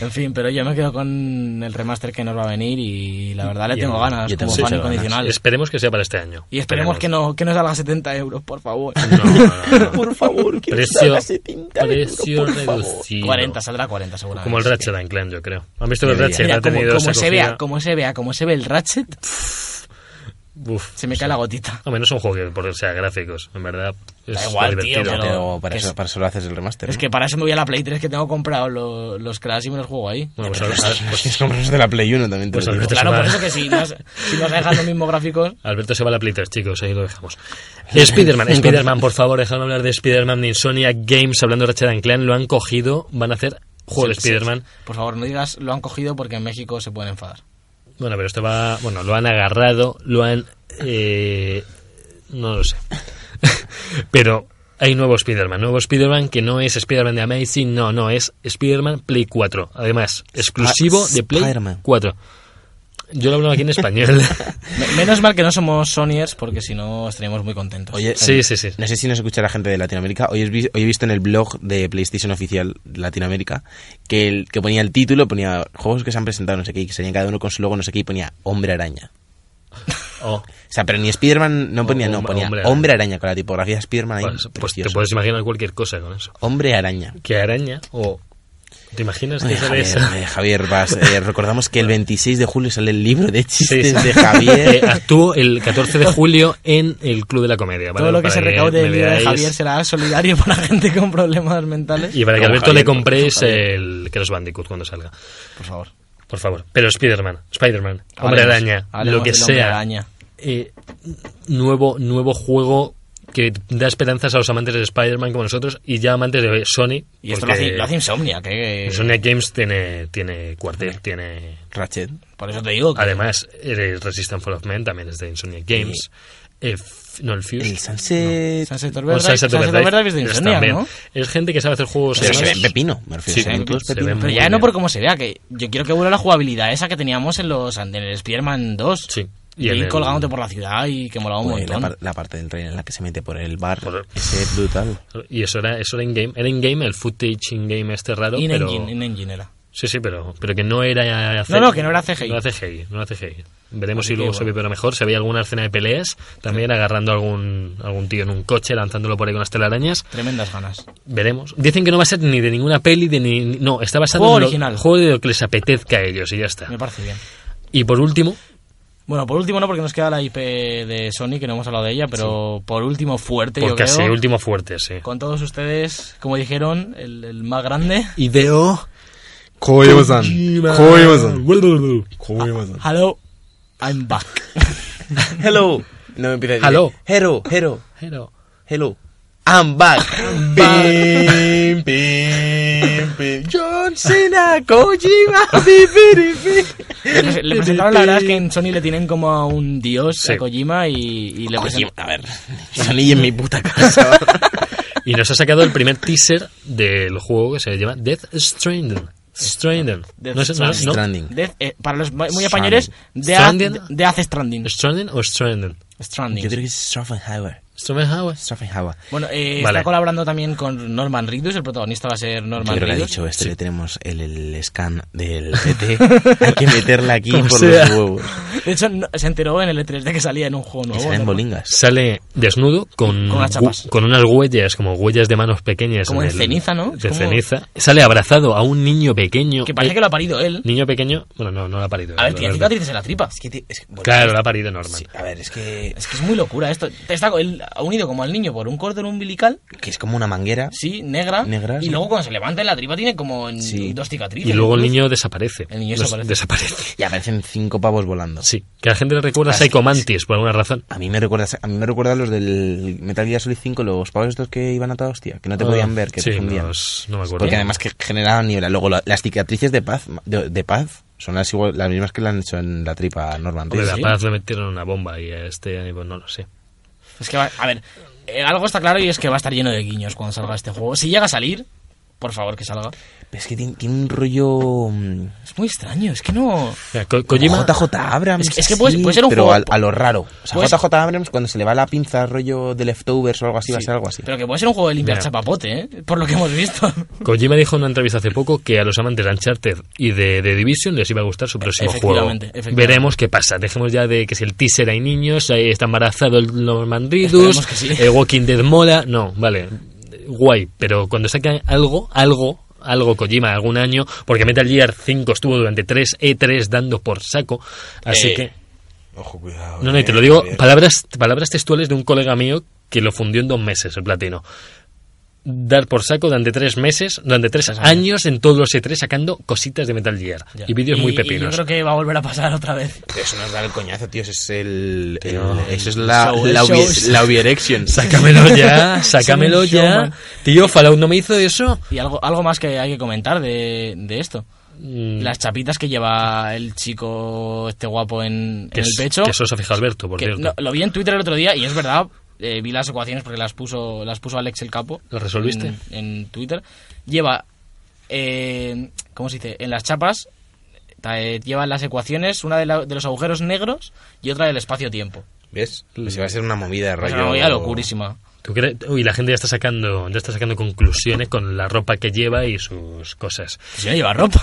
[SPEAKER 4] En fin, pero yo me quedo con el remaster que nos va a venir y la verdad le
[SPEAKER 2] Yo-
[SPEAKER 4] tengo ganas
[SPEAKER 3] yo
[SPEAKER 4] como
[SPEAKER 3] tengo
[SPEAKER 4] fan
[SPEAKER 3] muchas ganas.
[SPEAKER 4] incondicional.
[SPEAKER 2] Esperemos que sea para este año.
[SPEAKER 4] Y esperemos que no que no salga 70 euros, por favor.
[SPEAKER 2] No, no, no, no.
[SPEAKER 3] Por favor, que
[SPEAKER 2] Precio-
[SPEAKER 3] no salga 70 euros,
[SPEAKER 2] Precio
[SPEAKER 3] por favor.
[SPEAKER 2] reducido.
[SPEAKER 4] 40 saldrá 40 seguramente.
[SPEAKER 2] Como el Ratchet and Clank, yo creo. ¿Han visto que el
[SPEAKER 3] Mira,
[SPEAKER 2] Ratchet
[SPEAKER 4] Mira,
[SPEAKER 2] ha
[SPEAKER 4] como,
[SPEAKER 2] tenido
[SPEAKER 4] como
[SPEAKER 2] esa
[SPEAKER 4] se vea,
[SPEAKER 2] acogida?
[SPEAKER 4] como se vea, como se ve el Ratchet,
[SPEAKER 2] Uf,
[SPEAKER 4] se me
[SPEAKER 2] o
[SPEAKER 4] cae
[SPEAKER 2] sea,
[SPEAKER 4] la gotita.
[SPEAKER 2] Hombre, no es un juego que por sea gráficos, en verdad. Es
[SPEAKER 4] Da igual,
[SPEAKER 2] lo
[SPEAKER 4] tío,
[SPEAKER 2] divertido.
[SPEAKER 4] pero-
[SPEAKER 3] Pero para
[SPEAKER 4] que
[SPEAKER 3] eso,
[SPEAKER 4] es-
[SPEAKER 3] para eso lo haces el remaster.
[SPEAKER 4] Es
[SPEAKER 3] ¿no?
[SPEAKER 4] que para eso me voy a la Play 3 que tengo comprado lo- los Crash y me los juego ahí.
[SPEAKER 2] Bueno, pues ahora- ahora- pues-
[SPEAKER 3] Es como los de la Play 1 también. te
[SPEAKER 2] Pues
[SPEAKER 3] lo
[SPEAKER 2] al
[SPEAKER 3] digo.
[SPEAKER 2] Esta
[SPEAKER 4] Claro, por
[SPEAKER 2] semana.
[SPEAKER 4] eso que si nos, si nos dejan los mismos gráficos,
[SPEAKER 2] Alberto se va a la Play 3, chicos, ahí lo dejamos. Spider-Man, Spider-Man, por favor, dejadme hablar de Spider-Man de Insomnia Games, hablando de Ratchet and Clank, lo han cogido, van a hacer juego de
[SPEAKER 4] Sí, sí,
[SPEAKER 2] Spider-Man.
[SPEAKER 4] Por favor, no digas lo han cogido porque en México se pueden enfadar.
[SPEAKER 2] Bueno, pero esto va, bueno, lo han agarrado, lo han eh, No lo sé. Pero hay nuevo Spider-Man. Nuevo Spider-Man que no es Spider-Man de Amazing, no, no, es Spider-Man Play 4. Además, exclusivo de Play
[SPEAKER 3] Spider-Man.
[SPEAKER 2] 4. Yo lo hablo aquí en español.
[SPEAKER 4] Me- Menos mal que no somos Sonyers porque si no estaríamos muy contentos.
[SPEAKER 3] Oye,
[SPEAKER 2] sí, sí, sí.
[SPEAKER 3] No sé si nos escucha la gente de Latinoamérica. Hoy, he vi- hoy he visto en el blog de PlayStation Oficial Latinoamérica que, el, que ponía el título, ponía juegos que se han presentado, no sé qué, y que salían cada uno con su logo, no sé qué, y ponía Hombre Araña.
[SPEAKER 2] Oh,
[SPEAKER 3] O sea, pero ni Spider-Man no ponía, no,
[SPEAKER 2] Hombre-
[SPEAKER 3] ponía
[SPEAKER 2] Hombre
[SPEAKER 3] Hombre
[SPEAKER 2] Araña.
[SPEAKER 3] Araña, con la tipografía de Spider-Man ahí.
[SPEAKER 2] pues, pues te
[SPEAKER 3] precioso.
[SPEAKER 2] puedes imaginar cualquier cosa con eso.
[SPEAKER 3] Hombre Araña.
[SPEAKER 2] Que araña o... Pues ¿Te imaginas que
[SPEAKER 3] Ay,
[SPEAKER 2] sale
[SPEAKER 3] Javier,
[SPEAKER 2] eso?
[SPEAKER 3] ay, Javier vas, eh, recordamos que el 26 de julio sale el libro de
[SPEAKER 2] Sí,
[SPEAKER 3] chistes
[SPEAKER 2] sí.
[SPEAKER 3] de
[SPEAKER 2] Eh,
[SPEAKER 3] Javier.
[SPEAKER 2] actúo el 14 de julio en el Club de la Comedia. ¿vale?
[SPEAKER 4] Todo lo que
[SPEAKER 2] Para
[SPEAKER 4] se recaude
[SPEAKER 2] me
[SPEAKER 4] del libro de
[SPEAKER 2] veáis.
[SPEAKER 4] Javier será solidario para gente con problemas mentales.
[SPEAKER 2] Y para que
[SPEAKER 3] Como
[SPEAKER 2] Alberto
[SPEAKER 3] Javier,
[SPEAKER 2] le compréis
[SPEAKER 3] como Javier.
[SPEAKER 2] el Crash Bandicoot cuando salga.
[SPEAKER 4] Por favor.
[SPEAKER 2] Por favor. Pero Spider-Man, Spider-Man, Hombre
[SPEAKER 4] Hablemos-
[SPEAKER 2] Araña,
[SPEAKER 4] hablemos
[SPEAKER 2] lo que
[SPEAKER 4] del hombre
[SPEAKER 2] sea.
[SPEAKER 4] araña.
[SPEAKER 2] eh, nuevo, nuevo juego que da esperanzas a los amantes de Spider-Man como nosotros y ya amantes de Sony.
[SPEAKER 4] Y esto
[SPEAKER 2] porque
[SPEAKER 4] lo hace, lo hace Insomnia, que...
[SPEAKER 2] Insomniac Games tiene, tiene cuartel, tiene...
[SPEAKER 3] Ratchet.
[SPEAKER 4] Por eso te digo que...
[SPEAKER 2] Además, eh, Resistance Fall of Men también es de Insomniac Games. Eh, f- no, el Fuse.
[SPEAKER 3] El Sunset.
[SPEAKER 4] Sunset
[SPEAKER 2] O
[SPEAKER 4] Overdrive,
[SPEAKER 2] Sunset
[SPEAKER 4] Sunset
[SPEAKER 2] Overdrive
[SPEAKER 4] Overdrive es de
[SPEAKER 2] está
[SPEAKER 4] Insomnia,
[SPEAKER 2] bien.
[SPEAKER 4] ¿no?
[SPEAKER 2] Es gente que sabe hacer juegos...
[SPEAKER 3] Pero se
[SPEAKER 2] serios.
[SPEAKER 3] ven pepino, me refiero.
[SPEAKER 2] Sí,
[SPEAKER 3] se ven todos
[SPEAKER 2] se
[SPEAKER 3] pepino.
[SPEAKER 2] ven
[SPEAKER 4] Pero
[SPEAKER 2] muy
[SPEAKER 4] ya no
[SPEAKER 2] bien.
[SPEAKER 4] por cómo se vea, que yo quiero que vuelva la jugabilidad esa que teníamos en los en el Spider-Man 2.
[SPEAKER 2] Sí.
[SPEAKER 4] Y
[SPEAKER 2] en
[SPEAKER 4] ir
[SPEAKER 2] el- Pues,
[SPEAKER 4] colgándote por la ciudad y que molaba un
[SPEAKER 3] Joder, Pues la,
[SPEAKER 4] montón.
[SPEAKER 3] par- la parte del tren en la que se mete por el bar
[SPEAKER 2] Joder.
[SPEAKER 3] es brutal.
[SPEAKER 2] Y eso era, eso era in-game. Era in-game, el footage in-game este raro, pero...
[SPEAKER 4] In-engine, in-engine era.
[SPEAKER 2] Sí, sí, pero, pero que no era...
[SPEAKER 4] No, no, que no era CGI.
[SPEAKER 2] No era CGI, no era CGI. Veremos si
[SPEAKER 4] Así que
[SPEAKER 2] luego se
[SPEAKER 4] bueno.
[SPEAKER 2] ve pero mejor. Se veía alguna escena de peleas, también agarrando algún algún tío en un coche, lanzándolo por ahí con las telarañas.
[SPEAKER 4] Tremendas ganas.
[SPEAKER 2] Veremos. Dicen que no va a ser ni de ninguna peli, de ni... No, está basado
[SPEAKER 4] Juego
[SPEAKER 2] en lo-
[SPEAKER 4] original.
[SPEAKER 2] juego de lo que les apetezca a ellos y ya está.
[SPEAKER 4] Me parece bien.
[SPEAKER 2] Y por último,
[SPEAKER 4] Bueno, por último no, porque nos queda la IP de Sony, que no hemos hablado de ella, pero por último fuerte, yo
[SPEAKER 2] porque
[SPEAKER 4] creo.
[SPEAKER 2] así, último fuerte, sí.
[SPEAKER 4] Con todos ustedes, como dijeron, el, el más grande.
[SPEAKER 2] Ideo...
[SPEAKER 9] Koyozan. Koyozan.
[SPEAKER 4] Hello, I'm back.
[SPEAKER 3] Hello. No me empieza a decir.
[SPEAKER 2] Hello.
[SPEAKER 3] Hello, hello,
[SPEAKER 2] Pero...
[SPEAKER 3] hello. I'm back. Pim, pim, pim. John Cena, Kojima, pi, pi, pi, pi.
[SPEAKER 4] Le prese- le presentaron, la verdad es que en Sony le tienen como a un dios
[SPEAKER 2] Sí.
[SPEAKER 4] a Kojima y, y le
[SPEAKER 3] Kojima,
[SPEAKER 4] presentan...
[SPEAKER 3] a ver, salí en mi puta casa.
[SPEAKER 2] Y nos ha sacado el primer teaser del juego que se llama Death Stranding. Stranding.
[SPEAKER 4] Death
[SPEAKER 2] No sé, no, no.
[SPEAKER 3] Stranding.
[SPEAKER 4] Death, eh, para los muy muy españoles, Death,
[SPEAKER 2] Stranding.
[SPEAKER 4] Death Stranding.
[SPEAKER 2] Stranding o Stranding.
[SPEAKER 3] Yo
[SPEAKER 4] Stranding.
[SPEAKER 3] creo que es Straffenhauer.
[SPEAKER 2] Stranding
[SPEAKER 3] Straffenhauer.
[SPEAKER 4] Bueno, eh,
[SPEAKER 2] Vale.
[SPEAKER 4] está colaborando también con Norman Reedus, el protagonista va a ser
[SPEAKER 3] Yo
[SPEAKER 4] Norman
[SPEAKER 3] creo que ha
[SPEAKER 4] Reedus.
[SPEAKER 3] dicho este, le tenemos el, el scan del PT. Hay que meterla aquí
[SPEAKER 2] Como
[SPEAKER 3] por
[SPEAKER 2] sea.
[SPEAKER 3] los huevos.
[SPEAKER 4] De hecho, no- se enteró en el E3 de que salía en un juego
[SPEAKER 3] Y
[SPEAKER 4] nuevo.
[SPEAKER 3] salen
[SPEAKER 4] ¿no?
[SPEAKER 3] bolingas.
[SPEAKER 2] Sale desnudo con,
[SPEAKER 4] Con unas chapas.
[SPEAKER 2] gu- con unas huellas, como huellas de manos pequeñas.
[SPEAKER 4] Como de
[SPEAKER 2] el-
[SPEAKER 4] ceniza, ¿no? Es
[SPEAKER 2] De
[SPEAKER 4] como-
[SPEAKER 2] ceniza. Sale abrazado a un niño pequeño.
[SPEAKER 4] Que parece
[SPEAKER 2] Eh,
[SPEAKER 4] que lo ha parido él.
[SPEAKER 2] Niño pequeño, bueno, no, no lo ha parido.
[SPEAKER 4] A ver,
[SPEAKER 2] la
[SPEAKER 4] tiene
[SPEAKER 2] verdad.
[SPEAKER 4] cicatrices en la tripa.
[SPEAKER 3] Es que, ti- es que- bueno,
[SPEAKER 2] Claro, lo ha parido Norman.
[SPEAKER 3] sí, a ver, es que,
[SPEAKER 4] Es que es muy locura esto. Está, él ha unido como al niño por un cordón umbilical,
[SPEAKER 3] que es como una manguera.
[SPEAKER 4] sí, negra.
[SPEAKER 3] Negra,
[SPEAKER 4] y
[SPEAKER 3] sí.
[SPEAKER 4] luego cuando se levanta en la tripa tiene como en-
[SPEAKER 3] Sí.
[SPEAKER 4] dos cicatrices.
[SPEAKER 2] Y luego el
[SPEAKER 4] incluso.
[SPEAKER 2] niño desaparece.
[SPEAKER 4] El niño
[SPEAKER 2] Los-
[SPEAKER 4] desaparece.
[SPEAKER 2] desaparece.
[SPEAKER 3] Y aparecen cinco pavos volando.
[SPEAKER 2] Sí, que a la gente le recuerda a
[SPEAKER 3] Así
[SPEAKER 2] Psycho
[SPEAKER 3] es.
[SPEAKER 2] Mantis por alguna razón.
[SPEAKER 3] A mí me recuerda a mí me recuerda a los del Metal Gear Solid 5, los pavos estos que iban a toda hostia, que no te
[SPEAKER 2] Ah,
[SPEAKER 3] podían ver, que
[SPEAKER 2] sí,
[SPEAKER 3] te fundían.
[SPEAKER 2] los- no me acuerdo.
[SPEAKER 3] Porque además que generaban niebla. Luego la- las cicatrices de paz de, de paz son las igual- las mismas que le han hecho en la tripa a Norman
[SPEAKER 2] Hombre,
[SPEAKER 3] Reedus. ¿eh?
[SPEAKER 2] la paz le metieron una bomba y a este pues, no lo sé.
[SPEAKER 4] Es que, va- a ver, eh, algo está claro y es que va a estar lleno de guiños cuando salga este juego. Si llega a salir, por favor que salga.
[SPEAKER 3] Pero Es que tiene, tiene un rollo mm,
[SPEAKER 4] Es muy extraño, es que no...
[SPEAKER 2] Mira, Ko- Kojima,
[SPEAKER 3] JJ Abrams.
[SPEAKER 4] Es que- es que puede- puede ser un
[SPEAKER 3] pero
[SPEAKER 4] juego-
[SPEAKER 3] a, a lo raro. O sea,
[SPEAKER 4] puede-
[SPEAKER 3] JJ Abrams cuando se le va la pinza rollo de leftovers o algo así va a
[SPEAKER 4] Sí,
[SPEAKER 3] ser algo así.
[SPEAKER 4] Pero que puede ser un juego de limpiar
[SPEAKER 2] Mira.
[SPEAKER 4] chapapote, ¿eh? Por lo que hemos visto.
[SPEAKER 2] Kojima dijo en una entrevista hace poco que a los amantes de Uncharted y de, de Division les iba a gustar su próximo juego.
[SPEAKER 4] E- Efectivamente, efectivamente.
[SPEAKER 2] Veremos qué pasa. Dejemos ya de que si el teaser hay niños, ahí está embarazado el Norman
[SPEAKER 4] Esperemos
[SPEAKER 2] Reedus,
[SPEAKER 4] que sí.
[SPEAKER 2] el Walking Dead mola. No, vale, guay. Pero cuando sacan algo, algo, algo Kojima algún año, porque Metal Gear 5 estuvo durante 3 E3 dando por saco. Así
[SPEAKER 3] Eh,
[SPEAKER 2] que...
[SPEAKER 3] Ojo, cuidado.
[SPEAKER 2] No, no, y te lo digo, palabras, palabras textuales de un colega mío que lo fundió en dos meses el platino. Dar por saco durante tres meses, durante tres
[SPEAKER 4] Tres
[SPEAKER 2] años,
[SPEAKER 4] años.
[SPEAKER 2] en todos los E3 sacando cositas de Metal Gear
[SPEAKER 4] Ya.
[SPEAKER 2] y vídeos muy
[SPEAKER 4] Y yo
[SPEAKER 2] pepinos.
[SPEAKER 4] creo que va a volver a pasar otra vez.
[SPEAKER 3] Eso nos da el coñazo, tío. Eso es el.
[SPEAKER 2] Tío.
[SPEAKER 3] el- eso es la,
[SPEAKER 4] Show,
[SPEAKER 3] la,
[SPEAKER 4] el
[SPEAKER 3] obvi-
[SPEAKER 4] show.
[SPEAKER 3] la obvierection.
[SPEAKER 2] Sácamelo ya, sácamelo
[SPEAKER 4] Soy un
[SPEAKER 2] ya.
[SPEAKER 4] showman.
[SPEAKER 2] Tío, Fallout no me hizo eso.
[SPEAKER 4] Y algo, algo más que hay que comentar de, de esto.
[SPEAKER 2] Mm,
[SPEAKER 4] Las chapitas que lleva el chico este guapo en,
[SPEAKER 2] que
[SPEAKER 4] en el
[SPEAKER 2] es-
[SPEAKER 4] pecho.
[SPEAKER 2] Que eso se ha fijado Alberto, por
[SPEAKER 4] que
[SPEAKER 2] cierto.
[SPEAKER 4] no- lo vi en Twitter el otro día y es verdad, eh, vi las ecuaciones porque las puso, las puso Alex el Capo.
[SPEAKER 2] ¿Las resolviste?
[SPEAKER 4] En, en Twitter. Lleva, eh, ¿cómo se dice? En las chapas ta- eh, lleva las ecuaciones, una de, la- de los agujeros negros y otra del espacio-tiempo.
[SPEAKER 3] ¿Ves? Pues iba a ser una movida,
[SPEAKER 4] Es
[SPEAKER 3] rollo.
[SPEAKER 4] una movida locurísima.
[SPEAKER 2] ¿Tú crees? Uy, la gente ya está sacando, ya está sacando conclusiones con la ropa que lleva y sus cosas.
[SPEAKER 4] Si no Pues lleva ropa.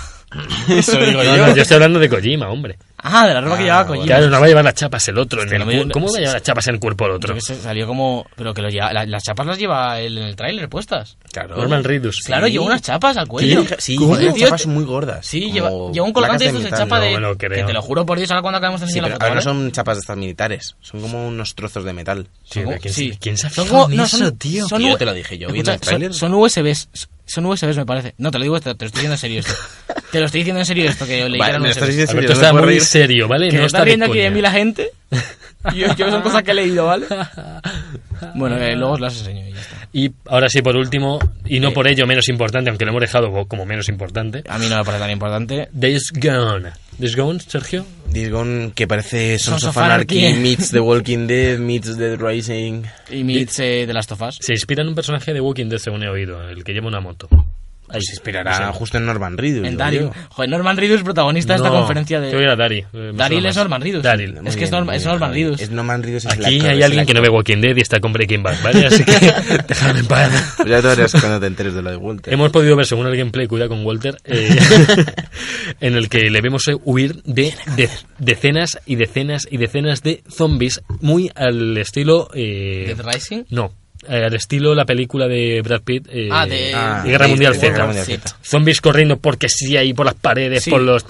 [SPEAKER 3] Eso digo
[SPEAKER 2] No,
[SPEAKER 3] yo.
[SPEAKER 2] no, yo estoy hablando de Kojima, hombre.
[SPEAKER 4] Ah, de la ropa que llevaba Kojima.
[SPEAKER 2] Claro, no va a llevar las chapas el otro. En
[SPEAKER 4] Hostia,
[SPEAKER 2] el
[SPEAKER 4] no me-
[SPEAKER 2] cu- ¿Cómo va a llevar las chapas en el cuerpo el otro?
[SPEAKER 4] Yo que sé, salió como... Pero que lo lleva, la- las chapas las lleva él en el tráiler puestas.
[SPEAKER 3] Claro.
[SPEAKER 2] Norman Reedus.
[SPEAKER 4] Claro, lleva unas chapas al cuello.
[SPEAKER 3] Sí,
[SPEAKER 4] Joder,
[SPEAKER 3] joder,
[SPEAKER 4] tío,
[SPEAKER 3] chapas muy gordas.
[SPEAKER 4] Sí,
[SPEAKER 3] como
[SPEAKER 4] lleva, lleva un colgante de
[SPEAKER 3] placas
[SPEAKER 4] estos de
[SPEAKER 3] metal,
[SPEAKER 4] chapa
[SPEAKER 3] ¿no?
[SPEAKER 4] de...
[SPEAKER 2] me lo creo.
[SPEAKER 4] Que te lo juro por Dios, ahora cuando acabemos de
[SPEAKER 3] Sí,
[SPEAKER 4] enseñar
[SPEAKER 3] pero
[SPEAKER 4] la foto,
[SPEAKER 3] ahora no
[SPEAKER 4] ¿vale?
[SPEAKER 3] son chapas de estas militares. Son como unos trozos de metal.
[SPEAKER 2] Tío,
[SPEAKER 4] Son-
[SPEAKER 2] ¿quién,
[SPEAKER 4] sí.
[SPEAKER 2] se- quién se ha
[SPEAKER 4] Son
[SPEAKER 2] fijado
[SPEAKER 4] como-
[SPEAKER 2] en
[SPEAKER 4] no,
[SPEAKER 2] eso,
[SPEAKER 4] son-
[SPEAKER 2] tío?
[SPEAKER 4] son
[SPEAKER 3] que
[SPEAKER 4] u-
[SPEAKER 3] yo te lo dije yo, vi en
[SPEAKER 4] Escucha,
[SPEAKER 3] el tráiler.
[SPEAKER 4] Son, son USBs. Son USBs, me parece. No, te lo digo, te, te lo estoy diciendo en serio esto. te lo estoy diciendo en serio esto, que leí que
[SPEAKER 3] Vale,
[SPEAKER 4] eran
[SPEAKER 3] me lo estás
[SPEAKER 4] USBs.
[SPEAKER 3] diciendo en serio,
[SPEAKER 2] Alberto
[SPEAKER 3] no me
[SPEAKER 2] está
[SPEAKER 3] puedo
[SPEAKER 2] muy
[SPEAKER 3] reír.
[SPEAKER 2] serio, ¿vale?
[SPEAKER 4] Que
[SPEAKER 2] no está
[SPEAKER 4] me está
[SPEAKER 2] de
[SPEAKER 4] riendo aquí de
[SPEAKER 2] coña.
[SPEAKER 4] mí la gente. Y es que son cosas que he leído, ¿vale? Bueno, eh, luego os las enseño y ya está.
[SPEAKER 2] Y ahora sí, por último, y no por ello menos importante, aunque lo hemos dejado como menos importante,
[SPEAKER 4] A mí no me parece tan importante.
[SPEAKER 2] Days Gone. Days Gone, Sergio.
[SPEAKER 3] Days Gone, que parece Sons
[SPEAKER 4] Sons
[SPEAKER 3] of
[SPEAKER 4] of
[SPEAKER 3] Anarchy,
[SPEAKER 4] Anarchy.
[SPEAKER 3] meets The Walking Dead, meets Dead Rising.
[SPEAKER 4] Y Mitch eh, de las tofas.
[SPEAKER 2] Se inspira en un personaje de Walking Dead, según he oído, el que lleva una moto.
[SPEAKER 3] Ahí se inspirará
[SPEAKER 2] Sí.
[SPEAKER 3] justo en Norman Reedus.
[SPEAKER 4] En
[SPEAKER 3] yo
[SPEAKER 4] Daryl.
[SPEAKER 3] digo.
[SPEAKER 4] Joder, Norman Reedus es protagonista de
[SPEAKER 2] No,
[SPEAKER 4] esta conferencia de...
[SPEAKER 2] Yo era Daryl. eh, me
[SPEAKER 4] Daryl
[SPEAKER 2] suena
[SPEAKER 4] es
[SPEAKER 2] más.
[SPEAKER 4] Norman Reedus.
[SPEAKER 2] Daryl.
[SPEAKER 4] Es
[SPEAKER 3] Muy
[SPEAKER 4] que es
[SPEAKER 3] bien,
[SPEAKER 4] Norma-
[SPEAKER 3] muy
[SPEAKER 4] es
[SPEAKER 3] bien,
[SPEAKER 4] Norman
[SPEAKER 3] Javi.
[SPEAKER 4] Reedus.
[SPEAKER 3] Es Norman Reedus. es el
[SPEAKER 2] Aquí
[SPEAKER 3] actor,
[SPEAKER 2] hay
[SPEAKER 3] es
[SPEAKER 2] alguien
[SPEAKER 3] el
[SPEAKER 2] que no ve
[SPEAKER 3] actor.
[SPEAKER 2] Walking Dead y está con Breaking Bad, ¿vale? Así que dejadme en paz.
[SPEAKER 3] Pues Ya te verás cuando te enteres de lo de Walter.
[SPEAKER 2] Hemos podido ver, según el gameplay, cuida con Walter, eh, en el que le vemos eh, huir de, de- decenas y decenas y decenas de zombies, muy al estilo... eh,
[SPEAKER 4] Dead Rising.
[SPEAKER 2] no, eh, al estilo la película de Brad Pitt. eh,
[SPEAKER 4] Ah, de...
[SPEAKER 3] Ah,
[SPEAKER 2] Guerra Mundial
[SPEAKER 3] de
[SPEAKER 2] Z.
[SPEAKER 3] Guerra Mundial Z.
[SPEAKER 2] Zombies corriendo porque sí ahí por las paredes,
[SPEAKER 4] Sí.
[SPEAKER 2] por los...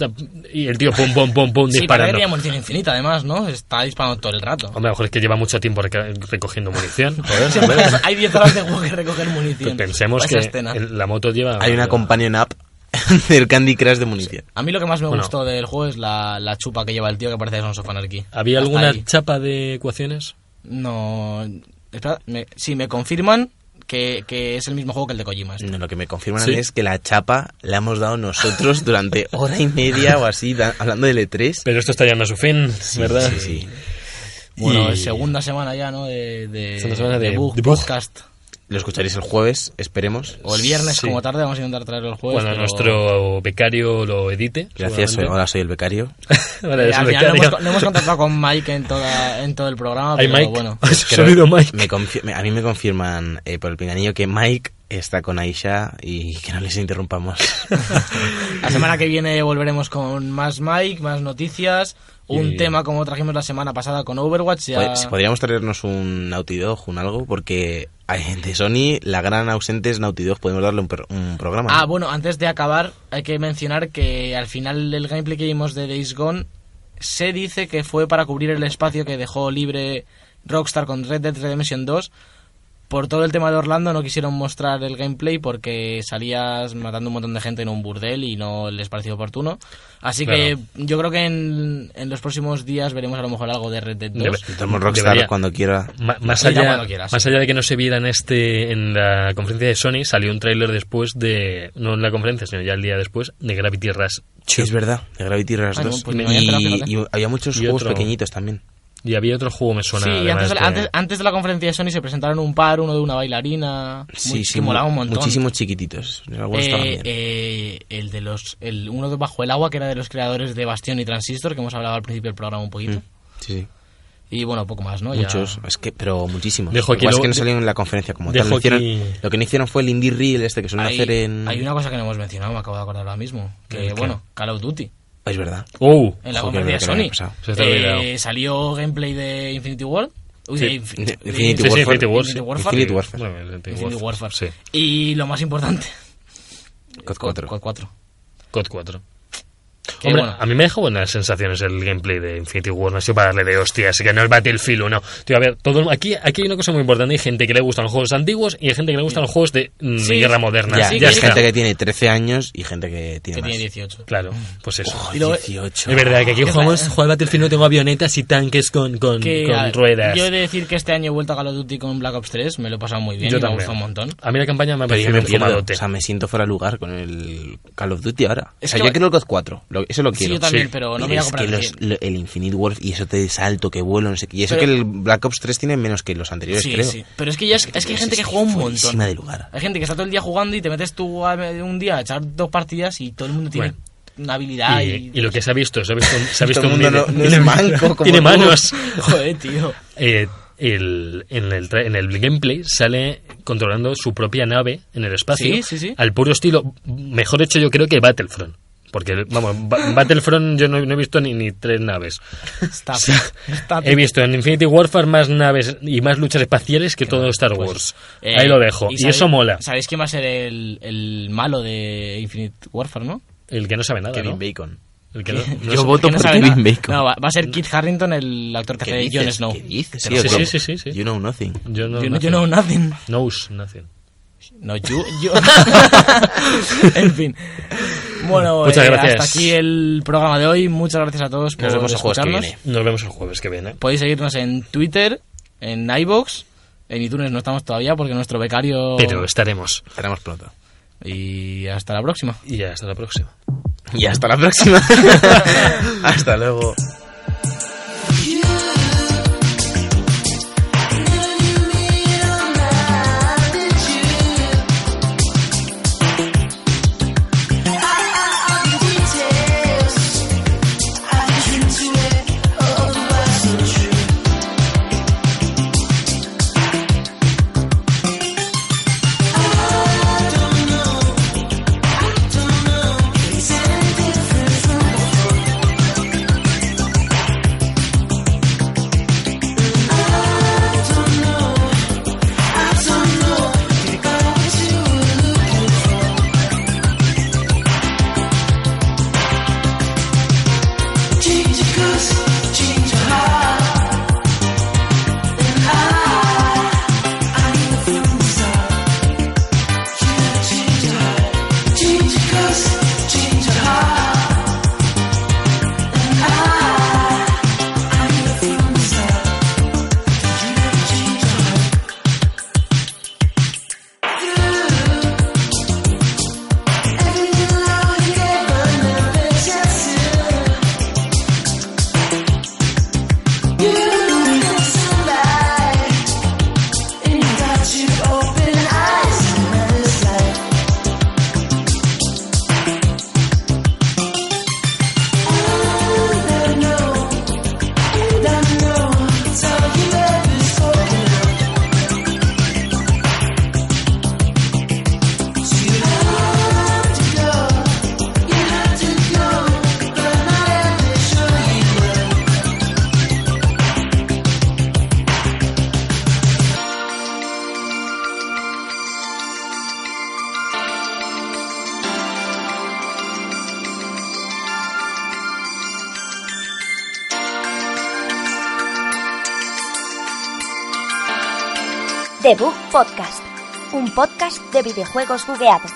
[SPEAKER 2] Y el tío pum, pum, pum, pum,
[SPEAKER 4] Sí, para que
[SPEAKER 2] disparando.
[SPEAKER 4] tenía munición infinita, además, ¿no? Está disparando todo el rato.
[SPEAKER 2] Hombre, a lo mejor es que lleva mucho tiempo reca- recogiendo munición. Joder,
[SPEAKER 4] Sí,
[SPEAKER 2] joder.
[SPEAKER 4] Pues Hay 10 horas de juego que recoger munición.
[SPEAKER 2] Pues pensemos
[SPEAKER 4] Esa
[SPEAKER 2] que
[SPEAKER 4] escena.
[SPEAKER 2] el- la moto lleva...
[SPEAKER 3] Hay una companion app del Candy Crush de munición.
[SPEAKER 4] A mí lo que más me
[SPEAKER 2] Bueno.
[SPEAKER 4] gustó del juego es la, la chupa que lleva el tío que parece Sons of Anarchy.
[SPEAKER 2] ¿Había
[SPEAKER 4] Hasta
[SPEAKER 2] alguna
[SPEAKER 4] ahí.
[SPEAKER 2] chapa de ecuaciones?
[SPEAKER 4] No... Espera, me- sí, me confirman que, que es el mismo juego que el de Kojima. este.
[SPEAKER 2] Mm.
[SPEAKER 3] No, lo que me confirman
[SPEAKER 2] Sí.
[SPEAKER 3] es que la chapa la hemos dado nosotros durante hora y media o así, da- hablando del E3.
[SPEAKER 2] Pero esto está llegando a su fin, ¿verdad?
[SPEAKER 3] Sí, sí.
[SPEAKER 4] Bueno,
[SPEAKER 2] Y-
[SPEAKER 4] segunda semana ya, ¿no? De, de,
[SPEAKER 2] Segunda semana de-
[SPEAKER 4] Bug
[SPEAKER 2] de Bug.
[SPEAKER 4] Podcast.
[SPEAKER 3] Lo escucharéis el jueves, esperemos.
[SPEAKER 4] O el viernes
[SPEAKER 2] Sí.
[SPEAKER 4] como tarde, vamos a intentar traerlo el jueves.
[SPEAKER 2] Cuando
[SPEAKER 4] pues, pero- eh,
[SPEAKER 2] nuestro becario lo edite.
[SPEAKER 3] Gracias, soy-
[SPEAKER 2] seguramente.
[SPEAKER 3] hola, soy el becario.
[SPEAKER 2] Hola, soy
[SPEAKER 4] Eh, al final no
[SPEAKER 2] becario.
[SPEAKER 4] hemos, no hemos contactado con Mike en, toda, en todo el programa,
[SPEAKER 2] Ay,
[SPEAKER 4] pero
[SPEAKER 2] Mike.
[SPEAKER 4] bueno.
[SPEAKER 2] Has
[SPEAKER 3] Creo-
[SPEAKER 2] sonido Mike.
[SPEAKER 3] me confi- me- a mí me confirman eh, por el pinganillo que Mike está con Aisha y que no les interrumpamos.
[SPEAKER 4] La semana que viene volveremos con más Mike, más noticias, un
[SPEAKER 2] Y-
[SPEAKER 4] tema como trajimos la semana pasada con Overwatch. ya-
[SPEAKER 3] Pod- Si podríamos traernos un Naughty Dog, un algo, porque ay, de Sony la gran ausente es Naughty Dog, podemos darle un, pro- un programa.
[SPEAKER 4] Ah, bueno, antes de acabar hay que mencionar que al final del gameplay que vimos de Days Gone se dice que fue para cubrir el espacio que dejó libre Rockstar con Red Dead Redemption 2. Por todo el tema de Orlando no quisieron mostrar el gameplay porque salías matando un montón de gente en un burdel y no les pareció oportuno. Así
[SPEAKER 2] Claro.
[SPEAKER 4] que yo creo que en, en los próximos días veremos a lo mejor algo de Red Dead 2.
[SPEAKER 2] Debe-
[SPEAKER 3] Entramos Rockstar
[SPEAKER 2] debería-
[SPEAKER 3] cuando quiera.
[SPEAKER 2] Ma- más,
[SPEAKER 4] Mira
[SPEAKER 2] allá,
[SPEAKER 4] cuando quieras.
[SPEAKER 2] más allá de que no se viera en, este, en la conferencia de Sony, salió un tráiler después de... No en la conferencia, sino ya el día después, de Gravity Rush.
[SPEAKER 3] Sí, es verdad, de Gravity Rush
[SPEAKER 4] Ah, no,
[SPEAKER 3] 2.
[SPEAKER 4] pues me
[SPEAKER 3] y,
[SPEAKER 4] voy a enterar, fíjate.
[SPEAKER 3] y había muchos
[SPEAKER 2] Y
[SPEAKER 3] juegos
[SPEAKER 2] otro.
[SPEAKER 3] pequeñitos también.
[SPEAKER 2] Y había otro juego, me
[SPEAKER 3] Pues
[SPEAKER 2] suena.
[SPEAKER 4] Sí, y
[SPEAKER 2] además
[SPEAKER 4] antes, de la-
[SPEAKER 2] de-
[SPEAKER 4] antes, antes de la conferencia de Sony se presentaron un par, uno de una bailarina,
[SPEAKER 3] Sí,
[SPEAKER 4] muy-
[SPEAKER 3] sí,
[SPEAKER 4] que molaba un montón.
[SPEAKER 3] Muchísimos chiquititos. Algunos estaban
[SPEAKER 4] Eh,
[SPEAKER 3] bien.
[SPEAKER 4] eh, el de los el uno de bajo el agua que era de los creadores de Bastión y Transistor que hemos hablado al principio del programa un poquito
[SPEAKER 3] Mm. Sí, sí.
[SPEAKER 4] y bueno poco más no Oh, Ya-
[SPEAKER 3] Muchos, es que, pero muchísimos.
[SPEAKER 2] Dejo
[SPEAKER 3] Lo que
[SPEAKER 2] aquí
[SPEAKER 3] pasa
[SPEAKER 2] lo-
[SPEAKER 3] es que no salieron en la conferencia como
[SPEAKER 2] dejo
[SPEAKER 3] tal. Lo, hicieron-
[SPEAKER 2] aquí-
[SPEAKER 3] lo que no hicieron fue el Indie Reel este que suelen
[SPEAKER 4] hay,
[SPEAKER 3] hacer en...
[SPEAKER 4] hay una cosa que no hemos mencionado me acabo de acordar ahora mismo que
[SPEAKER 2] ¿El qué?
[SPEAKER 4] bueno Call of Duty
[SPEAKER 3] Ah, Es verdad.
[SPEAKER 2] ¡Oh!
[SPEAKER 4] en
[SPEAKER 3] Joder,
[SPEAKER 4] la conferencia
[SPEAKER 3] que lo había
[SPEAKER 4] de Sony
[SPEAKER 3] pasado.
[SPEAKER 2] Se te ha
[SPEAKER 4] eh,
[SPEAKER 2] olvidado.
[SPEAKER 4] salió gameplay de Infinity War Uy,
[SPEAKER 2] Sí,
[SPEAKER 4] de Infi-
[SPEAKER 3] de-
[SPEAKER 4] de
[SPEAKER 3] Infinity
[SPEAKER 2] Sí, sí,
[SPEAKER 3] Warfare.
[SPEAKER 2] Infinity War, sí.
[SPEAKER 4] Infinity Warfare.
[SPEAKER 3] Infinity Warfare.
[SPEAKER 2] Bueno, Infinity
[SPEAKER 4] Infinity Warfare.
[SPEAKER 2] Sí.
[SPEAKER 4] y lo más importante
[SPEAKER 3] COD 4.
[SPEAKER 4] COD 4
[SPEAKER 2] COD 4.
[SPEAKER 4] Que,
[SPEAKER 2] Hombre,
[SPEAKER 4] bueno.
[SPEAKER 2] a mí me dejó buenas sensaciones el gameplay de Infinity War, no ha sido para darle de hostias, que no es Battlefield 1. Tío, a ver, todo, el- aquí, aquí hay una cosa muy importante, hay gente que le gustan los juegos antiguos y hay gente que le gustan los juegos de mm,
[SPEAKER 4] Sí.
[SPEAKER 2] guerra moderna.
[SPEAKER 3] Ya,
[SPEAKER 2] Ya,
[SPEAKER 4] sí,
[SPEAKER 3] y hay
[SPEAKER 2] está.
[SPEAKER 3] gente que tiene 13 años y gente que tiene
[SPEAKER 4] que
[SPEAKER 3] más.
[SPEAKER 4] tiene 18
[SPEAKER 2] Claro, pues eso.
[SPEAKER 3] Ojo,
[SPEAKER 4] Y luego-
[SPEAKER 3] 18.
[SPEAKER 2] es verdad que aquí
[SPEAKER 4] Que
[SPEAKER 2] jugamos,
[SPEAKER 4] pa-
[SPEAKER 2] jugar Battlefield 1 tengo avionetas y tanques con, con,
[SPEAKER 4] que
[SPEAKER 2] con
[SPEAKER 4] a-
[SPEAKER 2] ruedas.
[SPEAKER 4] yo he de decir que este año he vuelto a Call of Duty con Black Ops 3 me lo he pasado muy bien
[SPEAKER 2] Yo
[SPEAKER 4] y me ha
[SPEAKER 2] también.
[SPEAKER 4] gustado un montón
[SPEAKER 2] A mí la campaña me ha
[SPEAKER 3] Pero yo
[SPEAKER 2] parecido
[SPEAKER 3] me
[SPEAKER 2] un
[SPEAKER 3] pierdo.
[SPEAKER 2] fumadote.
[SPEAKER 3] O sea, me siento fuera de lugar con el Call of Duty ahora. o
[SPEAKER 4] Es
[SPEAKER 3] sea,
[SPEAKER 4] que
[SPEAKER 3] yo
[SPEAKER 4] va-
[SPEAKER 3] quiero el COD 4. Lo- eso lo quiero.
[SPEAKER 4] Sí, yo también,
[SPEAKER 2] Sí.
[SPEAKER 4] pero no
[SPEAKER 3] Pero
[SPEAKER 4] me voy a
[SPEAKER 3] es que
[SPEAKER 4] comprar el
[SPEAKER 3] los-
[SPEAKER 4] 100.
[SPEAKER 3] lo- el Infinite Wolf y eso te salto que vuelo, no sé qué. Y eso
[SPEAKER 4] Pero-
[SPEAKER 3] que el Black Ops 3 tiene menos que los anteriores,
[SPEAKER 4] Sí,
[SPEAKER 3] creo.
[SPEAKER 4] sí. Pero es que ya es, es que hay gente que
[SPEAKER 3] Está
[SPEAKER 4] juega un
[SPEAKER 3] fuerísima
[SPEAKER 4] montón.
[SPEAKER 3] de lugar.
[SPEAKER 4] Hay gente que está todo el día jugando y te metes tú a- un día a echar dos partidas y todo el mundo tiene
[SPEAKER 2] Bueno.
[SPEAKER 4] una habilidad. Y,
[SPEAKER 2] y, y lo que se ha visto, se ha visto, un- se ha visto
[SPEAKER 3] Todo el
[SPEAKER 2] un
[SPEAKER 3] mundo
[SPEAKER 2] vídeo-
[SPEAKER 3] no- no es manco como
[SPEAKER 2] tiene
[SPEAKER 3] tú.
[SPEAKER 2] manos.
[SPEAKER 4] Joder, tío.
[SPEAKER 2] Eh, el- en, el, tra- en el gameplay sale controlando su propia nave en el espacio
[SPEAKER 4] Sí, sí, sí.
[SPEAKER 2] al puro estilo, mejor hecho yo creo que Battlefront. Porque, vamos, Ba- Battlefront yo no, no he visto ni, ni tres naves.
[SPEAKER 4] Está,
[SPEAKER 2] O sea,
[SPEAKER 4] está-
[SPEAKER 2] he visto en Infinity Warfare más naves y más luchas espaciales que todo Star Wars.
[SPEAKER 4] Eh,
[SPEAKER 2] Ahí lo dejo. Y,
[SPEAKER 4] sabéis-
[SPEAKER 2] eso mola.
[SPEAKER 4] ¿Sabéis quién va a ser el, el malo de Infinite Warfare, no?
[SPEAKER 2] El que no sabe nada,
[SPEAKER 3] Kevin
[SPEAKER 2] ¿no?
[SPEAKER 3] Bacon.
[SPEAKER 2] El que no- no
[SPEAKER 4] Que
[SPEAKER 2] sabe-
[SPEAKER 3] voto
[SPEAKER 4] que no
[SPEAKER 3] por
[SPEAKER 4] sabe
[SPEAKER 3] Kevin
[SPEAKER 4] nada.
[SPEAKER 3] Bacon.
[SPEAKER 4] No, va, va a ser Kit Harrington el actor que hace de Jon Snow.
[SPEAKER 3] ¿Qué dices?
[SPEAKER 2] Sí,
[SPEAKER 3] tío?
[SPEAKER 2] sí, sí, sí, sí.
[SPEAKER 3] You know nothing.
[SPEAKER 2] Yo no,
[SPEAKER 4] yo, no,
[SPEAKER 2] nothing.
[SPEAKER 4] yo no, nothing.
[SPEAKER 2] Knows nothing.
[SPEAKER 4] No, yo. yo. en fin. Bueno,
[SPEAKER 2] Muchas
[SPEAKER 4] eh,
[SPEAKER 2] gracias.
[SPEAKER 4] hasta aquí el programa de hoy. Muchas gracias a todos por
[SPEAKER 3] Nos vemos el jueves que
[SPEAKER 4] escucharnos.
[SPEAKER 3] viene.
[SPEAKER 2] Nos vemos el jueves que viene.
[SPEAKER 4] Podéis seguirnos en Twitter, en iBox. En iTunes no estamos todavía porque nuestro becario.
[SPEAKER 2] Pero estaremos.
[SPEAKER 3] Estaremos pronto.
[SPEAKER 4] Y hasta la próxima.
[SPEAKER 2] Y ya, hasta la próxima.
[SPEAKER 3] Y hasta la próxima. hasta luego.
[SPEAKER 8] The Book Podcast, un podcast de videojuegos bugueados.